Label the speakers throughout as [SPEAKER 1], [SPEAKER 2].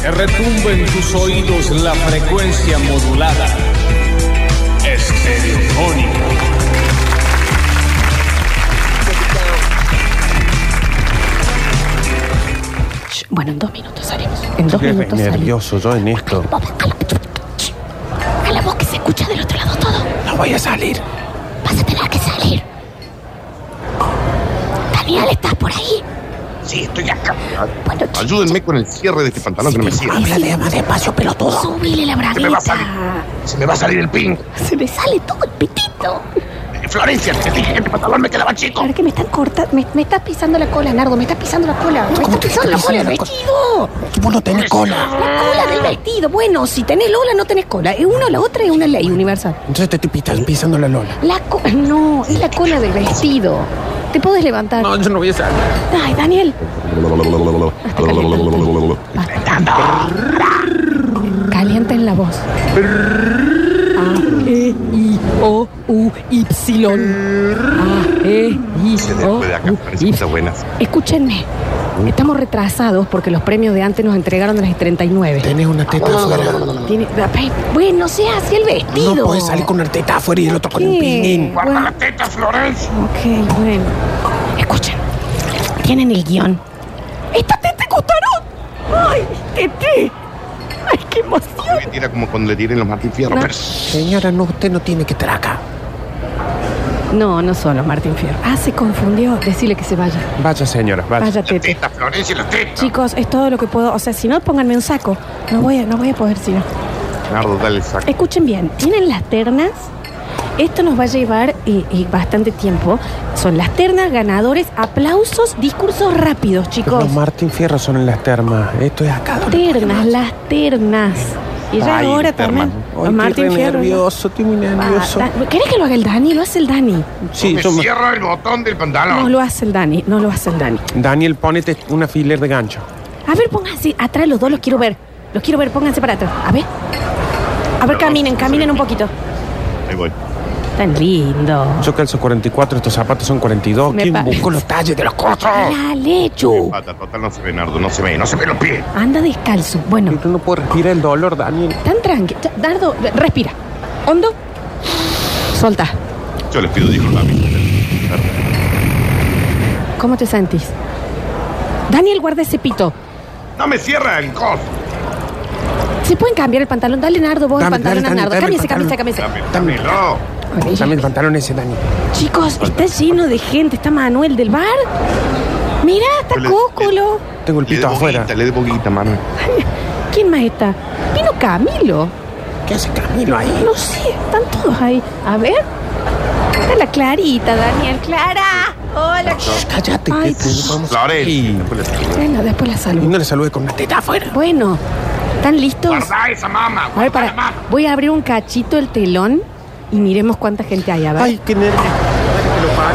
[SPEAKER 1] Que retumbe en tus oídos la frecuencia modulada. Estereofónica.
[SPEAKER 2] Shh, Bueno, en dos minutos salimos. En dos
[SPEAKER 3] Qué
[SPEAKER 2] minutos salimos.
[SPEAKER 3] nervioso yo en esto.
[SPEAKER 2] Vos bajala. Shh. A la voz que se escucha del otro lado todo.
[SPEAKER 3] No voy a salir.
[SPEAKER 2] Vas a tener que salir. Daniel, ¿estás por ahí?
[SPEAKER 4] Sí, estoy acá.
[SPEAKER 2] Bueno, ch-
[SPEAKER 4] Ayúdenme con el cierre de este pantalón que no me cierra.
[SPEAKER 3] Háblale más despacio, pelotudo.
[SPEAKER 2] subile la
[SPEAKER 4] Se me va a salir.
[SPEAKER 2] bragueta.
[SPEAKER 4] Se me va a salir el pin.
[SPEAKER 2] Se me sale todo el pitito.
[SPEAKER 4] Eh, Florencia, te dije que este pantalón me quedaba chico.
[SPEAKER 2] Claro que me están cortando. Me, me estás pisando la cola, Nardo. Me estás pisando la cola. Me estás
[SPEAKER 3] ¿Cómo te
[SPEAKER 2] pisando la
[SPEAKER 3] estás
[SPEAKER 2] cola, el
[SPEAKER 3] pisando
[SPEAKER 2] vestido.
[SPEAKER 3] Vos no tenés cola.
[SPEAKER 2] La cola del vestido. Bueno, si tenés Lola, no tenés cola. Es una o la otra, es una ley universal.
[SPEAKER 3] Entonces te estoy pita- pisando la lola.
[SPEAKER 2] La co- No, es la cola del vestido. Te podés levantar.
[SPEAKER 3] yo no voy a salir.
[SPEAKER 2] Ay, Daniel. Hasta calienta.
[SPEAKER 5] Estereofónica.
[SPEAKER 2] Basta. Calienten la voz. A, E, I, O, U, Y. A, E, I,
[SPEAKER 4] Se
[SPEAKER 2] O,
[SPEAKER 4] después de acá,
[SPEAKER 2] U,
[SPEAKER 4] parecen
[SPEAKER 2] Y.
[SPEAKER 4] cosas buenas.
[SPEAKER 2] Escúchenme. Estamos retrasados porque los premios de antes nos entregaron a las 39.
[SPEAKER 3] Tenés una teta afuera.
[SPEAKER 2] Tiene- Bueno, sea así el vestido.
[SPEAKER 3] No
[SPEAKER 6] pues,
[SPEAKER 3] puedes salir con una teta afuera y el otro con un
[SPEAKER 2] ¿Qué?
[SPEAKER 3] pinin.
[SPEAKER 4] Guarda
[SPEAKER 2] Bueno.
[SPEAKER 4] la teta, Florencia.
[SPEAKER 2] Ok, bueno. Escuchen. Tienen el guión. ¡Esta tete costaron! ¡Ay, tete! ¡Ay, qué emoción!
[SPEAKER 4] Me tira como cuando le tiren los Martín Fierro.
[SPEAKER 2] No.
[SPEAKER 4] pero-
[SPEAKER 3] Señora, no, usted no tiene que estar acá.
[SPEAKER 2] No, no solo Martín Fierro. Ah, se confundió. Decirle que se vaya.
[SPEAKER 3] Vaya, señora,
[SPEAKER 2] Vaya,
[SPEAKER 4] La
[SPEAKER 2] tete.
[SPEAKER 4] teta, Florencia, la teta.
[SPEAKER 2] Chicos, es todo lo que puedo. O sea, si no, pónganme un saco. No voy a, no voy a poder, si no.
[SPEAKER 4] Nardo, dale el saco.
[SPEAKER 2] Escuchen bien, tienen las ternas. Esto nos va a llevar eh, eh, bastante tiempo. Son las ternas, ganadores, aplausos, discursos rápidos, chicos.
[SPEAKER 3] Los Martín Fierro son en las termas. Esto es acá.
[SPEAKER 2] Ternas, las ternas. Y ya
[SPEAKER 4] Ay,
[SPEAKER 2] ahora
[SPEAKER 4] termas.
[SPEAKER 2] también.
[SPEAKER 3] Hoy
[SPEAKER 2] Los
[SPEAKER 3] estoy re
[SPEAKER 2] Fierro, ¿no?
[SPEAKER 3] nervioso, estoy muy nervioso.
[SPEAKER 2] Ah, da- ¿Querés que lo haga el Dani? Lo hace el Dani.
[SPEAKER 3] Sí,
[SPEAKER 4] me
[SPEAKER 3] yo me-
[SPEAKER 4] cierra el botón del
[SPEAKER 2] No
[SPEAKER 4] pantalón.
[SPEAKER 2] lo hace el Dani, no lo hace el Dani.
[SPEAKER 3] Daniel, ponete una filer de gancho.
[SPEAKER 2] A ver, pónganse atrás los dos, los quiero ver. Los quiero ver, pónganse para atrás. A ver. A ver, caminen, caminen un poquito.
[SPEAKER 4] Ahí voy.
[SPEAKER 2] Tan lindo.
[SPEAKER 3] Yo calzo 44, estos zapatos son 42.
[SPEAKER 2] Me
[SPEAKER 3] ¿Quién
[SPEAKER 2] pa-
[SPEAKER 3] buscó los talles de los cotos?
[SPEAKER 2] Dale, Chu.
[SPEAKER 4] Pata, total, no se ve, Nardo, no se ve, no se ve los pies.
[SPEAKER 2] Anda descalzo. Bueno,
[SPEAKER 3] Yo no puedo respirar el dolor, Daniel.
[SPEAKER 2] Tan tranqui. Ya, Dardo, re- respira. Hondo. Solta.
[SPEAKER 4] Yo les pido disculpas a mí.
[SPEAKER 2] ¿Cómo te sentís? Daniel, guarda ese pito.
[SPEAKER 4] No me cierra el coso.
[SPEAKER 2] ¿Se pueden cambiar el pantalón? Dale, Nardo, vos
[SPEAKER 3] Dame,
[SPEAKER 2] el pantalón
[SPEAKER 3] dale,
[SPEAKER 2] a
[SPEAKER 3] dame,
[SPEAKER 2] Nardo.
[SPEAKER 3] dame el
[SPEAKER 2] Cámbiese, cámbiese, cámbiese.
[SPEAKER 4] Dame, dámelo.
[SPEAKER 2] Ok.
[SPEAKER 3] Dame el pantalón ese, Daniel.
[SPEAKER 2] Chicos, está lleno de gente. Está Manuel del bar. Mirá, está
[SPEAKER 4] Pero le-
[SPEAKER 2] Cócolo.
[SPEAKER 3] Tengo el
[SPEAKER 4] Le
[SPEAKER 3] pito
[SPEAKER 4] debo
[SPEAKER 3] afuera.
[SPEAKER 4] guita, le debo guita, mano.
[SPEAKER 2] ¿Quién más está? Vino Camilo.
[SPEAKER 3] ¿Qué hace Camilo ahí?
[SPEAKER 2] No sé, están todos ahí. A ver. Está la Clarita, Daniel. Clara. Hola,
[SPEAKER 3] Shh, cállate,
[SPEAKER 2] Ay,
[SPEAKER 3] que te
[SPEAKER 2] shh.
[SPEAKER 3] vamos
[SPEAKER 4] Florencia.
[SPEAKER 3] aquí.
[SPEAKER 4] después le-
[SPEAKER 2] Bueno, después la
[SPEAKER 3] Y
[SPEAKER 2] salud.
[SPEAKER 3] no le saludé con una teta afuera.
[SPEAKER 2] Bueno, ¿están listos?
[SPEAKER 4] Guarda esa mama.
[SPEAKER 2] A ver,
[SPEAKER 4] guarda
[SPEAKER 2] para.
[SPEAKER 4] la mama.
[SPEAKER 2] Voy a abrir un cachito el telón y miremos cuánta gente hay. A ver.
[SPEAKER 3] Ay, qué nervios.
[SPEAKER 2] Cerrá,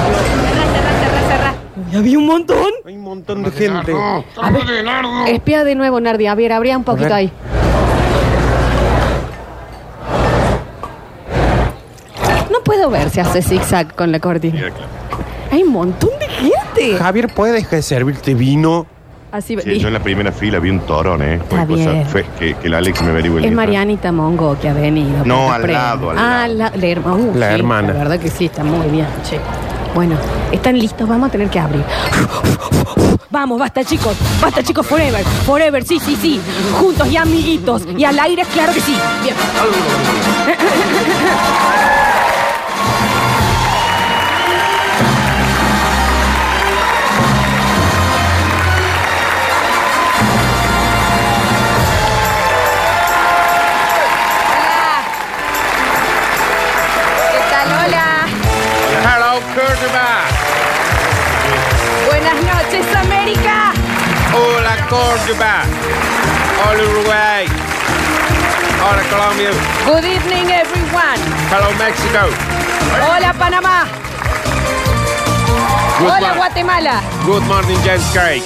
[SPEAKER 2] cerrá, cerrá, cerrá. Y había un montón.
[SPEAKER 3] Hay un montón de gente.
[SPEAKER 4] Nardo, Nardo, de Nardo.
[SPEAKER 2] Espía de nuevo, Nardi. A ver, abría un poquito
[SPEAKER 3] A ver.
[SPEAKER 2] ahí. No puedo ver si hace zigzag con la cortina.
[SPEAKER 4] Mira, claro.
[SPEAKER 2] Hay un montón de gente.
[SPEAKER 3] Javier, ¿puedes dejar de servirte vino?
[SPEAKER 2] Así
[SPEAKER 4] Sí, yo en la primera fila vi un torón, ¿eh? Fue
[SPEAKER 2] Está
[SPEAKER 4] cosa-
[SPEAKER 2] bien.
[SPEAKER 4] fue que, que el Alex me averigüe el
[SPEAKER 2] Es
[SPEAKER 4] libro.
[SPEAKER 2] Marianita Mongo que ha venido.
[SPEAKER 4] No,
[SPEAKER 2] Que
[SPEAKER 4] al
[SPEAKER 2] pre-
[SPEAKER 4] lado, al
[SPEAKER 2] Ah,
[SPEAKER 4] lado.
[SPEAKER 2] la, la herma- uh,
[SPEAKER 3] La
[SPEAKER 2] sí,
[SPEAKER 3] hermana.
[SPEAKER 2] La verdad que sí, está muy bien, che. Bueno, están listos, vamos a tener que abrir. Vamos, basta chicos, basta chicos, forever, forever, sí, sí, sí. Juntos y amiguitos, y al aire, claro que sí. Bien.
[SPEAKER 7] ¿Qué tal? Hola.
[SPEAKER 4] Hello, Córdoba.
[SPEAKER 7] Buenas noches, América.
[SPEAKER 4] Hola, Córdoba. Hola, Uruguay. Hola, Colombia.
[SPEAKER 7] Good evening, everyone.
[SPEAKER 4] Hello, Mexico.
[SPEAKER 7] Hola, Panamá. Hola,
[SPEAKER 4] morning.
[SPEAKER 7] Guatemala.
[SPEAKER 4] Good morning, James Craig.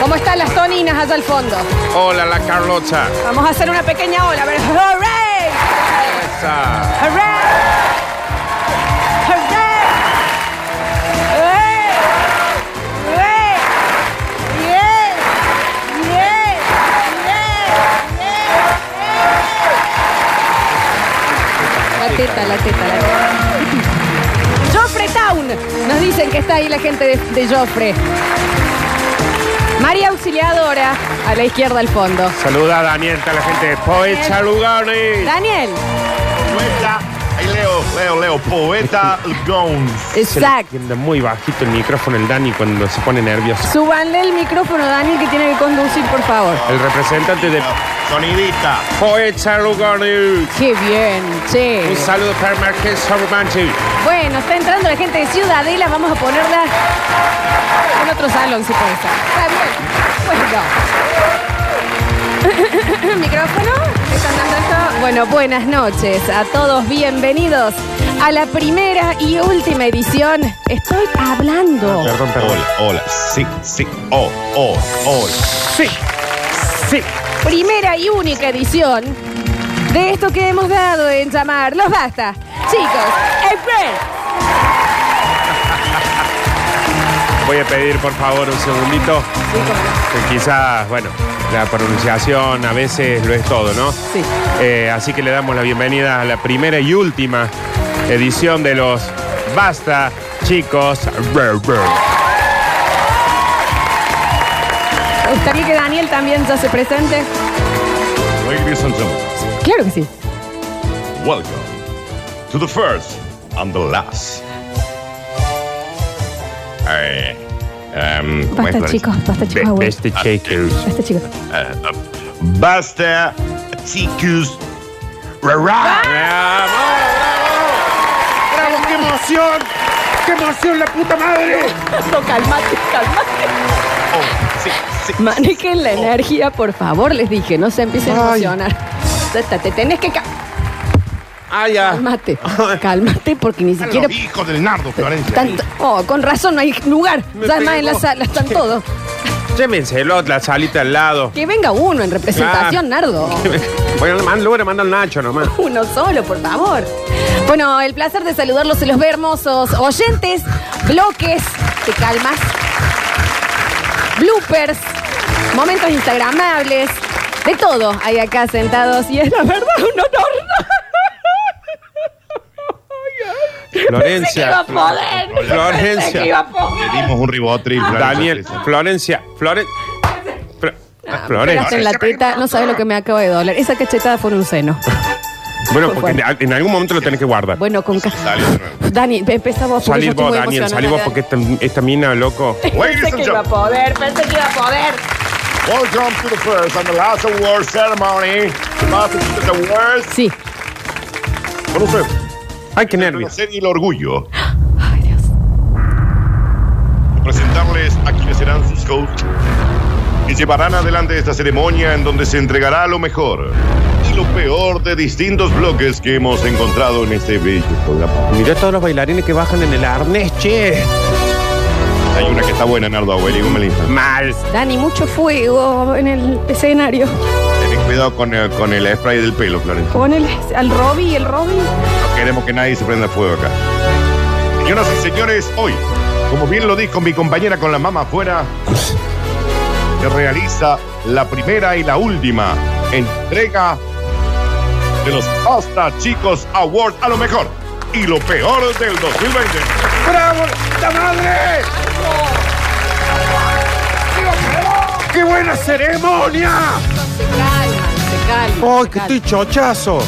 [SPEAKER 7] ¿Cómo están las toninas allá al fondo?
[SPEAKER 4] Hola, la Carlota.
[SPEAKER 7] Vamos a hacer una pequeña ola. A ver, ¡Hooray!
[SPEAKER 4] Esa.
[SPEAKER 7] ¡Hooray! ¡Hooray! ¡Hooray! ¡Hooray! ¡Bien! ¡Bien!
[SPEAKER 2] teta, la teta, la teta. Joffre Town. Nos dicen que está ahí la gente de, de Joffre. María Auxiliadora, a la izquierda al fondo.
[SPEAKER 3] Saluda a Daniel, a la gente de Poeta Lugani.
[SPEAKER 2] Daniel.
[SPEAKER 4] Poeta. Ahí leo, leo, leo. Poeta Gons.
[SPEAKER 2] Exacto.
[SPEAKER 8] Anda muy bajito el micrófono el Dani cuando se pone nervioso.
[SPEAKER 2] Súbanle el micrófono, Daniel, que tiene que conducir, por favor.
[SPEAKER 3] El representante de
[SPEAKER 4] Sonidita.
[SPEAKER 3] Poeta Lugani.
[SPEAKER 2] Qué bien, che.
[SPEAKER 3] Un saludo para Marqués Sormanchi.
[SPEAKER 2] Bueno, está entrando la gente de Ciudadela, vamos a ponerla en otro salón, si puede ser. Está bien. Bueno. ¿Micrófono? ¿Está andando esto? Bueno, buenas noches a todos, bienvenidos a la primera y última edición. Estoy hablando.
[SPEAKER 8] Perdón, perdón.
[SPEAKER 4] Hola, hola. Sí, sí. Oh, oh, hola.
[SPEAKER 8] Sí, sí.
[SPEAKER 2] Primera y única edición de esto que hemos dado en llamar Los Basta. Chicos, el primer
[SPEAKER 3] Voy a pedir, por favor, un segundito. Que quizás, bueno, la pronunciación a veces lo es todo, ¿no?
[SPEAKER 2] Sí.
[SPEAKER 3] Eh, así que le damos la bienvenida a la primera y última edición de los Basta, chicos.
[SPEAKER 2] ¿Te gustaría que Daniel también ya se presente?
[SPEAKER 4] Ladies and gentlemen,
[SPEAKER 2] Claro que sí.
[SPEAKER 4] welcome to the first and the last. Eh, em, ¿cómo es
[SPEAKER 9] Basta
[SPEAKER 4] la-
[SPEAKER 9] chicos, basta chicos, abuelo.
[SPEAKER 3] Beste chicos.
[SPEAKER 9] Basta chicos.
[SPEAKER 4] Eh, eh, basta, chicos. Ra, ra.
[SPEAKER 2] Ah.
[SPEAKER 8] ¡Bravo, qué emoción! ¡Qué emoción, la puta madre!
[SPEAKER 2] No, calmate, calmate.
[SPEAKER 4] Oh, sí, sí. Oh.
[SPEAKER 2] Manejen la energía, por favor, les dije. No se empiecen a
[SPEAKER 8] Ay.
[SPEAKER 2] emocionar. Te, te tenés que... ca-
[SPEAKER 8] ¡Ah, ya!
[SPEAKER 2] calmate. Calmate porque ni siquiera...
[SPEAKER 4] Los hijos del Nardo, Florencia.
[SPEAKER 2] están- oh, con razón, no hay lugar.
[SPEAKER 8] Me
[SPEAKER 2] Ya más en la
[SPEAKER 8] pegó.
[SPEAKER 2] sala, están todos.
[SPEAKER 3] Llévense lo- la salita al lado.
[SPEAKER 2] Que venga uno en representación, Nardo.
[SPEAKER 3] Bueno, man- luego le manda al Nacho nomás.
[SPEAKER 2] Uno solo, por favor. Bueno, el placer de saludarlos y los ver hermosos oyentes, bloques, te calmas, bloopers, momentos instagramables, de todo hay acá sentados y es la verdad un honor. Pensé que iba a
[SPEAKER 3] Florencia.
[SPEAKER 2] poder. no Pensé que iba
[SPEAKER 3] Florencia.
[SPEAKER 2] a poder.
[SPEAKER 4] Le dimos un ribotril, Florencia.
[SPEAKER 3] Daniel. Florencia. Florencia.
[SPEAKER 2] Ah,
[SPEAKER 3] ah, Florencia.
[SPEAKER 2] Pegaste en la teta, no sabes lo que me acabo de doler. Esa cachetada fue un seno.
[SPEAKER 3] Bueno,
[SPEAKER 2] Fue
[SPEAKER 3] porque en, en algún momento lo tenés que guardar.
[SPEAKER 2] Bueno, con ca-
[SPEAKER 4] Dale de nuevo.
[SPEAKER 2] Dani, empieza vos porque yo
[SPEAKER 3] Salí
[SPEAKER 2] estoy
[SPEAKER 3] vos,
[SPEAKER 2] muy
[SPEAKER 3] Daniel,
[SPEAKER 2] emocionada.
[SPEAKER 3] salí vos porque esta, esta mina, loco.
[SPEAKER 4] Ladies
[SPEAKER 2] Pensé
[SPEAKER 4] and
[SPEAKER 2] que iba a
[SPEAKER 4] gentlemen,
[SPEAKER 2] poder, pensé que iba a poder.
[SPEAKER 4] welcome to the first and the last award ceremony. The last of the awards.
[SPEAKER 2] Sí.
[SPEAKER 4] Con ustedes,
[SPEAKER 3] Ay, qué
[SPEAKER 4] el
[SPEAKER 3] nervios.
[SPEAKER 4] placer y el orgullo
[SPEAKER 2] Ay, Dios.
[SPEAKER 4] de presentarles a quienes serán sus coaches y llevarán adelante esta ceremonia en donde se entregará lo mejor y lo peor de distintos bloques que hemos encontrado en este bello programa.
[SPEAKER 8] Mirá todos los bailarines que bajan en el arnés, che.
[SPEAKER 4] Hay una que está buena, Nardo Abueli, un melito.
[SPEAKER 3] Mal.
[SPEAKER 2] Dani, mucho fuego en el escenario.
[SPEAKER 4] Ten cuidado con el, con el spray del pelo, Florencia.
[SPEAKER 2] Ponele al Robby, el Robby.
[SPEAKER 4] No queremos que nadie se prenda fuego acá. Señoras y señores, hoy, como bien lo dijo mi compañera con la mama afuera, se realiza la primera y la última entrega de los Hasta Chicos Awards a lo mejor y lo peor del 2020.
[SPEAKER 8] ¡Bravo, la madre! ¡Qué buena ceremonia!
[SPEAKER 2] Se calma, se calma.
[SPEAKER 8] ¡Ay,
[SPEAKER 2] se
[SPEAKER 8] que
[SPEAKER 2] calma.
[SPEAKER 8] estoy chochazo!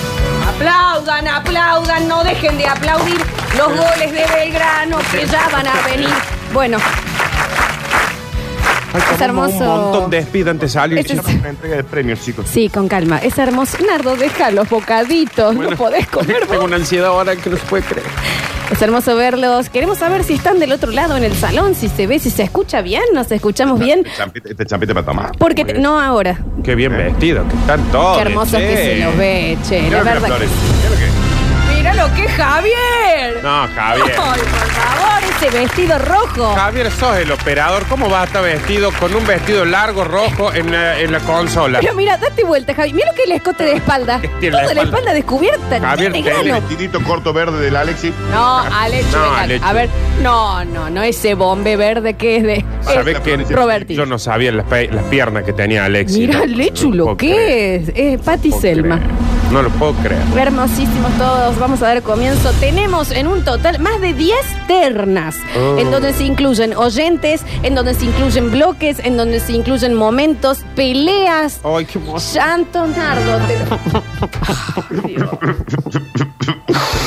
[SPEAKER 2] Aplaudan, aplaudan, no dejen de aplaudir los goles de Belgrano que ya van a venir. Bueno,
[SPEAKER 8] Ay, comimos
[SPEAKER 2] hermoso.
[SPEAKER 8] Un montón de speed antes de salir.
[SPEAKER 2] Este
[SPEAKER 8] che.
[SPEAKER 2] es-
[SPEAKER 4] Una entrega de premios, chicos.
[SPEAKER 2] sí, con calma. Es hermoso. Nardo, deja los bocaditos, no podés comer.
[SPEAKER 3] Tengo una ansiedad ahora que no se puede creer.
[SPEAKER 2] Es hermoso verlos. Queremos saber si están del otro lado en el salón, si se ve, si se escucha bien, nos escuchamos bien.
[SPEAKER 4] Este champete, este champete para tomar.
[SPEAKER 2] Porque te- no ahora.
[SPEAKER 3] Qué bien vestido, que están todos.
[SPEAKER 2] Qué hermoso que se los ve, che. La
[SPEAKER 4] Mira las
[SPEAKER 2] verdad.
[SPEAKER 4] flores. Mira lo que-
[SPEAKER 2] Mira lo que es Javier.
[SPEAKER 3] No, Javier.
[SPEAKER 2] Ay, por favor, ese vestido rojo.
[SPEAKER 3] Javier, sos el operador. ¿Cómo vas a estar vestido con un vestido largo rojo en la, en la consola?
[SPEAKER 2] Pero mira, date vuelta, Javier. Mira lo que es el escote de espalda.
[SPEAKER 3] Tiene
[SPEAKER 2] Toda la
[SPEAKER 3] la espalda.
[SPEAKER 2] espalda descubierta.
[SPEAKER 3] Javier,
[SPEAKER 2] tiene
[SPEAKER 3] tenés-
[SPEAKER 2] grano.
[SPEAKER 4] Vestidito corto verde del Alexi.
[SPEAKER 2] No, Alechu,
[SPEAKER 3] No,
[SPEAKER 2] venga.
[SPEAKER 3] Alechu.
[SPEAKER 2] A ver, no, no, no ese bombe verde que es de
[SPEAKER 3] ¿Sabés que
[SPEAKER 2] eh, Roberti.
[SPEAKER 3] Yo no sabía las, pe- las piernas que tenía Alexis.
[SPEAKER 2] Mira,
[SPEAKER 3] ¿no?
[SPEAKER 2] Alechu,
[SPEAKER 3] No
[SPEAKER 2] lo
[SPEAKER 3] puedo creer.
[SPEAKER 2] que es. Es Patti
[SPEAKER 3] No puedo
[SPEAKER 2] Selma.
[SPEAKER 3] creer. No lo puedo creer.
[SPEAKER 2] Hermosísimos todos, vamos a dar comienzo. Tenemos en un total más de 10 ternas,
[SPEAKER 3] Oh.
[SPEAKER 2] en donde se incluyen oyentes, en donde se incluyen bloques, en donde se incluyen momentos, peleas.
[SPEAKER 3] Ay, qué hermoso.
[SPEAKER 2] Santo Nardo, te lo... Ay, Dios.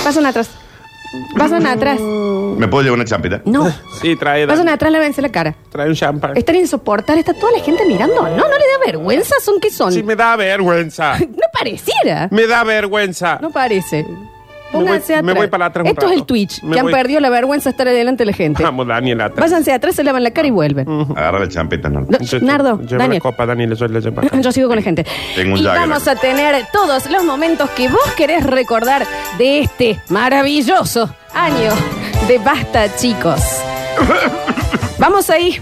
[SPEAKER 2] Pasan atrás. Pasan atrás.
[SPEAKER 4] ¿Me puedo llevar una champeta?
[SPEAKER 2] No.
[SPEAKER 3] Sí, trae,
[SPEAKER 2] Pasan atrás, lávense la cara.
[SPEAKER 3] trae un champán.
[SPEAKER 2] Están insoportables, está toda la gente mirando. No, no le da vergüenza, son que son.
[SPEAKER 3] Sí, me da vergüenza.
[SPEAKER 2] No pareciera.
[SPEAKER 3] Me da vergüenza.
[SPEAKER 2] No parece. Pónganse
[SPEAKER 3] Me voy-
[SPEAKER 2] atrás.
[SPEAKER 3] me voy para atrás un
[SPEAKER 2] Esto es
[SPEAKER 3] rato.
[SPEAKER 2] el Twitch,
[SPEAKER 3] Me
[SPEAKER 2] que han
[SPEAKER 3] voy-
[SPEAKER 2] perdido la vergüenza de estar delante de la gente.
[SPEAKER 3] Vamos, Daniel, atrás.
[SPEAKER 2] Váyanse atrás, se lavan la
[SPEAKER 3] Ah.
[SPEAKER 2] cara y vuelven.
[SPEAKER 3] Mm,
[SPEAKER 4] Agarra la champeta, no.
[SPEAKER 2] No, Nardo,
[SPEAKER 3] Lleva
[SPEAKER 2] Daniel.
[SPEAKER 3] la copa, Daniel, yo la champán.
[SPEAKER 2] Yo sigo con la gente.
[SPEAKER 4] Tengo un
[SPEAKER 2] y
[SPEAKER 4] Jagger
[SPEAKER 2] vamos
[SPEAKER 4] acá.
[SPEAKER 2] a tener todos los momentos que vos querés recordar de este maravilloso año de Basta, chicos. vamos ahí.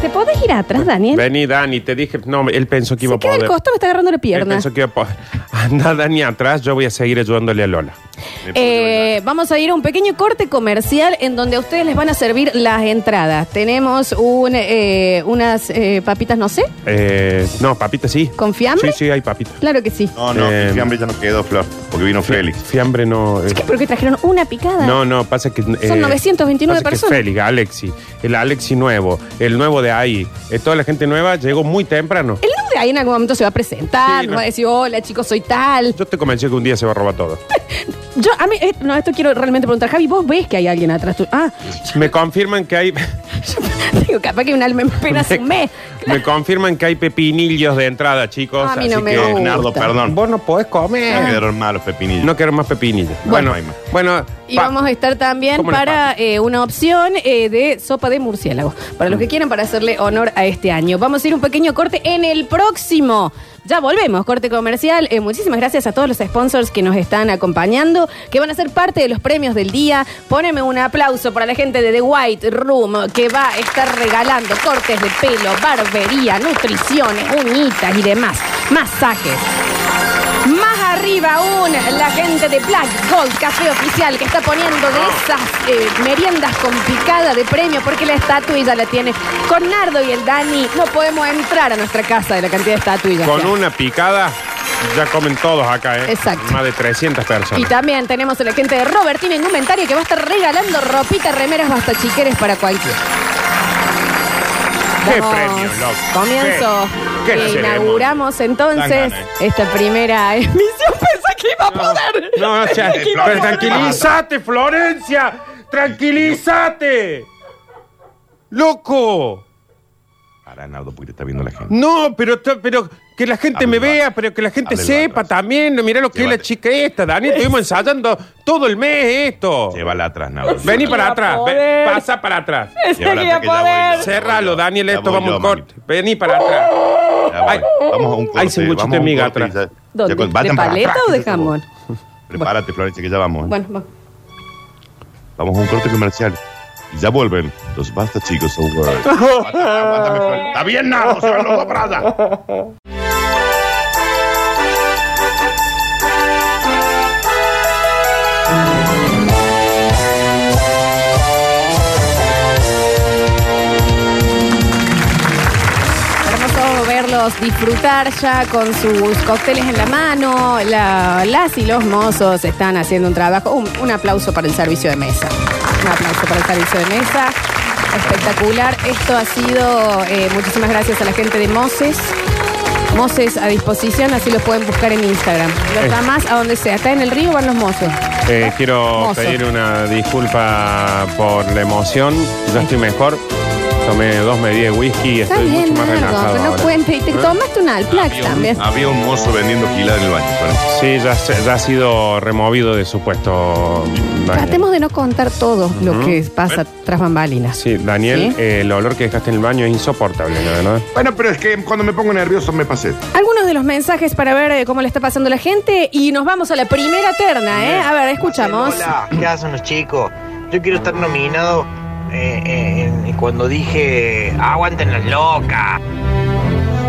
[SPEAKER 2] ¿Te podés ir atrás, Daniel?
[SPEAKER 3] Vení, Dani, te dije. No, él pensó que iba
[SPEAKER 2] Se
[SPEAKER 3] a
[SPEAKER 2] queda
[SPEAKER 3] poder.
[SPEAKER 2] el costo, me está agarrando la
[SPEAKER 3] él
[SPEAKER 2] pierna.
[SPEAKER 3] pensó Eh, que iba a poder. Anda, Dani, atrás. Yo voy a seguir ayudándole a Lola.
[SPEAKER 2] Eh, vamos a ir a un pequeño corte comercial en donde a ustedes les van a servir las entradas. Tenemos un, eh, unas eh, papitas, no sé,
[SPEAKER 3] Eh, no, papita, sí.
[SPEAKER 2] con fiambre.
[SPEAKER 3] Sí, sí, hay papita.
[SPEAKER 2] Claro que sí.
[SPEAKER 4] No, no,
[SPEAKER 3] Eh,
[SPEAKER 4] el fiambre ya no quedó, Flor, porque vino Félix.
[SPEAKER 3] Fiambre no. eh,
[SPEAKER 2] ¿Qué? ¿Por qué trajeron una picada?
[SPEAKER 3] No, no, pasa que. eh,
[SPEAKER 2] 929
[SPEAKER 3] pasa que
[SPEAKER 2] personas.
[SPEAKER 3] Félix, Alexi, el Alexi nuevo, el nuevo de ahí, eh, toda la gente nueva llegó muy temprano.
[SPEAKER 2] El nuevo de ahí en algún momento se va a presentar,
[SPEAKER 3] Sí,
[SPEAKER 2] nos
[SPEAKER 3] no.
[SPEAKER 2] va a decir, hola chicos, soy tal.
[SPEAKER 3] Yo te convencí que un día se va a robar todo.
[SPEAKER 2] Yo, a mí, eh, no, esto quiero realmente preguntar, Javi, vos ves que hay alguien atrás tuyo. Ah,
[SPEAKER 3] Me confirman que hay.
[SPEAKER 2] digo, capaz que hay un alma en pena hace un mes.
[SPEAKER 3] Me confirman que hay pepinillos de entrada, chicos.
[SPEAKER 2] A mí no
[SPEAKER 3] así
[SPEAKER 2] me
[SPEAKER 3] que
[SPEAKER 2] gusta.
[SPEAKER 4] No, Nardo, perdón.
[SPEAKER 3] Vos no podés
[SPEAKER 4] Me
[SPEAKER 3] comer.
[SPEAKER 4] quedaron malos pepinillos.
[SPEAKER 3] No quiero más pepinillos.
[SPEAKER 4] Bueno.
[SPEAKER 3] Bueno, bueno.
[SPEAKER 2] Y
[SPEAKER 3] pa-
[SPEAKER 2] vamos a estar también
[SPEAKER 3] ¿Cómo no,
[SPEAKER 2] para eh, una opción eh, de sopa de murciélago. Para los
[SPEAKER 3] Mm.
[SPEAKER 2] que quieran, para hacerle honor a este año. Vamos a ir un pequeño corte en el próximo. Ya volvemos, corte comercial. Eh, muchísimas gracias a todos los sponsors que nos están acompañando, que van a ser parte de los premios del día. Póneme un aplauso para la gente de The White Room, que va a estar regalando cortes de pelo, barbería, nutriciones, uñitas y demás. Masajes. Más arriba aún, la gente de Black Gold Café Oficial que está poniendo de esas eh, meriendas con picada de premio porque la estatuilla la tiene. Con Nardo y el Dani no podemos entrar a nuestra casa de la cantidad de estatuillas. que
[SPEAKER 3] Con
[SPEAKER 2] hay.
[SPEAKER 3] una picada ya comen todos acá, ¿eh?
[SPEAKER 2] Exacto.
[SPEAKER 3] Más de 300
[SPEAKER 2] Y
[SPEAKER 3] personas.
[SPEAKER 2] también tenemos a la gente de Robertino Indumentaria que va a estar regalando ropita, remeras, basta chiqueres para cualquiera.
[SPEAKER 3] ¡Qué
[SPEAKER 2] Damos
[SPEAKER 3] premio, loco!
[SPEAKER 2] Comienzo.
[SPEAKER 3] ¿Qué,
[SPEAKER 2] Eh,
[SPEAKER 3] qué
[SPEAKER 2] inauguramos entonces
[SPEAKER 4] Dan ganas.
[SPEAKER 2] esta primera emisión. Pensé que iba a poder.
[SPEAKER 3] eh. No, no, o sea,
[SPEAKER 4] Qué
[SPEAKER 3] pero
[SPEAKER 4] loco.
[SPEAKER 3] tranquilízate, Florencia. Tranquilízate. Loco.
[SPEAKER 4] Pará, Nardo, porque te está viendo la gente.
[SPEAKER 3] No, pero, to- pero que la gente me
[SPEAKER 4] Abre el
[SPEAKER 3] vea,
[SPEAKER 4] brazo.
[SPEAKER 3] pero que la gente
[SPEAKER 4] Abre el
[SPEAKER 3] sepa
[SPEAKER 4] brazo.
[SPEAKER 3] también. Mirá lo que es la
[SPEAKER 4] Llévate.
[SPEAKER 3] chica esta, Dani. Estuvimos ensayando todo el mes esto.
[SPEAKER 4] Llévala atrás, Nardo.
[SPEAKER 3] Vení
[SPEAKER 4] Llévala
[SPEAKER 3] para
[SPEAKER 2] Iba a
[SPEAKER 3] atrás. ven,
[SPEAKER 2] poder.
[SPEAKER 3] pasa para atrás.
[SPEAKER 4] Llévala atrás, que ya voy yo.
[SPEAKER 3] Cerralo, Daniel.
[SPEAKER 4] Ya
[SPEAKER 3] Esto
[SPEAKER 4] voy
[SPEAKER 3] vamos a
[SPEAKER 4] yo,
[SPEAKER 3] un
[SPEAKER 4] mami.
[SPEAKER 3] corte. Vení para atrás.
[SPEAKER 4] Ya voy.
[SPEAKER 3] Ay.
[SPEAKER 4] Vamos a un corte.
[SPEAKER 3] Ay, se enguchó
[SPEAKER 4] vamos
[SPEAKER 3] mi
[SPEAKER 4] a un
[SPEAKER 3] miga
[SPEAKER 4] corte y
[SPEAKER 3] atrás.
[SPEAKER 4] ya-
[SPEAKER 2] ¿Dónde?
[SPEAKER 4] ya con-
[SPEAKER 2] ¿De
[SPEAKER 4] vayan para
[SPEAKER 2] paleta
[SPEAKER 4] atrás,
[SPEAKER 2] o de
[SPEAKER 4] que ya
[SPEAKER 2] jamón?
[SPEAKER 4] vamos. Prepárate, Florencia, que ya vamos. ¿eh?
[SPEAKER 2] Bueno, va.
[SPEAKER 4] Vamos a un corte comercial. Y ya vuelven los Basta Chicos Award. Aguántame, aguántame, Florencia. Está bien, Nardo. Se van los dos para allá.
[SPEAKER 2] Hermoso verlos disfrutar ya con sus cócteles en la mano. La- las y los mozos están haciendo un trabajo. Un, un aplauso para el servicio de mesa. Un aplauso para el servicio de mesa. Espectacular. Esto ha sido. eh, muchísimas gracias a la gente de Moses. Moses a disposición, así lo pueden buscar en Instagram. Los
[SPEAKER 3] Eh.
[SPEAKER 2] llamas a donde sea. Está en el río, van los mozos.
[SPEAKER 3] Eh, quiero
[SPEAKER 2] Hermoso.
[SPEAKER 3] pedir una disculpa por la emoción. Yo estoy mejor. Tomé dos medidas de whisky y
[SPEAKER 2] Está
[SPEAKER 3] estoy
[SPEAKER 2] bien,
[SPEAKER 3] mucho más
[SPEAKER 2] Nardo,
[SPEAKER 3] relajado.
[SPEAKER 2] pero no
[SPEAKER 3] ahora. ¿Eh?
[SPEAKER 2] cuente. Y te tomaste un Alplax
[SPEAKER 4] Había un-
[SPEAKER 2] también.
[SPEAKER 4] Había un mozo vendiendo gila en el baño. Florencia.
[SPEAKER 3] Sí, ya, se- ya ha sido removido de su puesto. Daniel.
[SPEAKER 2] Tratemos de no contar todo lo que pasa tras bambalinas.
[SPEAKER 3] Sí, Daniel,
[SPEAKER 2] ¿Sí?
[SPEAKER 3] eh, el olor que dejaste en el baño es insoportable, la verdad.
[SPEAKER 4] Bueno, pero es que cuando me pongo nervioso me pasé.
[SPEAKER 2] Algunos de los mensajes para ver eh, cómo le está pasando la gente y nos vamos a la primera terna, ¿eh? A ver, escuchamos.
[SPEAKER 10] Hola, ¿qué hacen los chicos? Yo quiero estar nominado eh, eh, en- cuando dije aguanten las locas.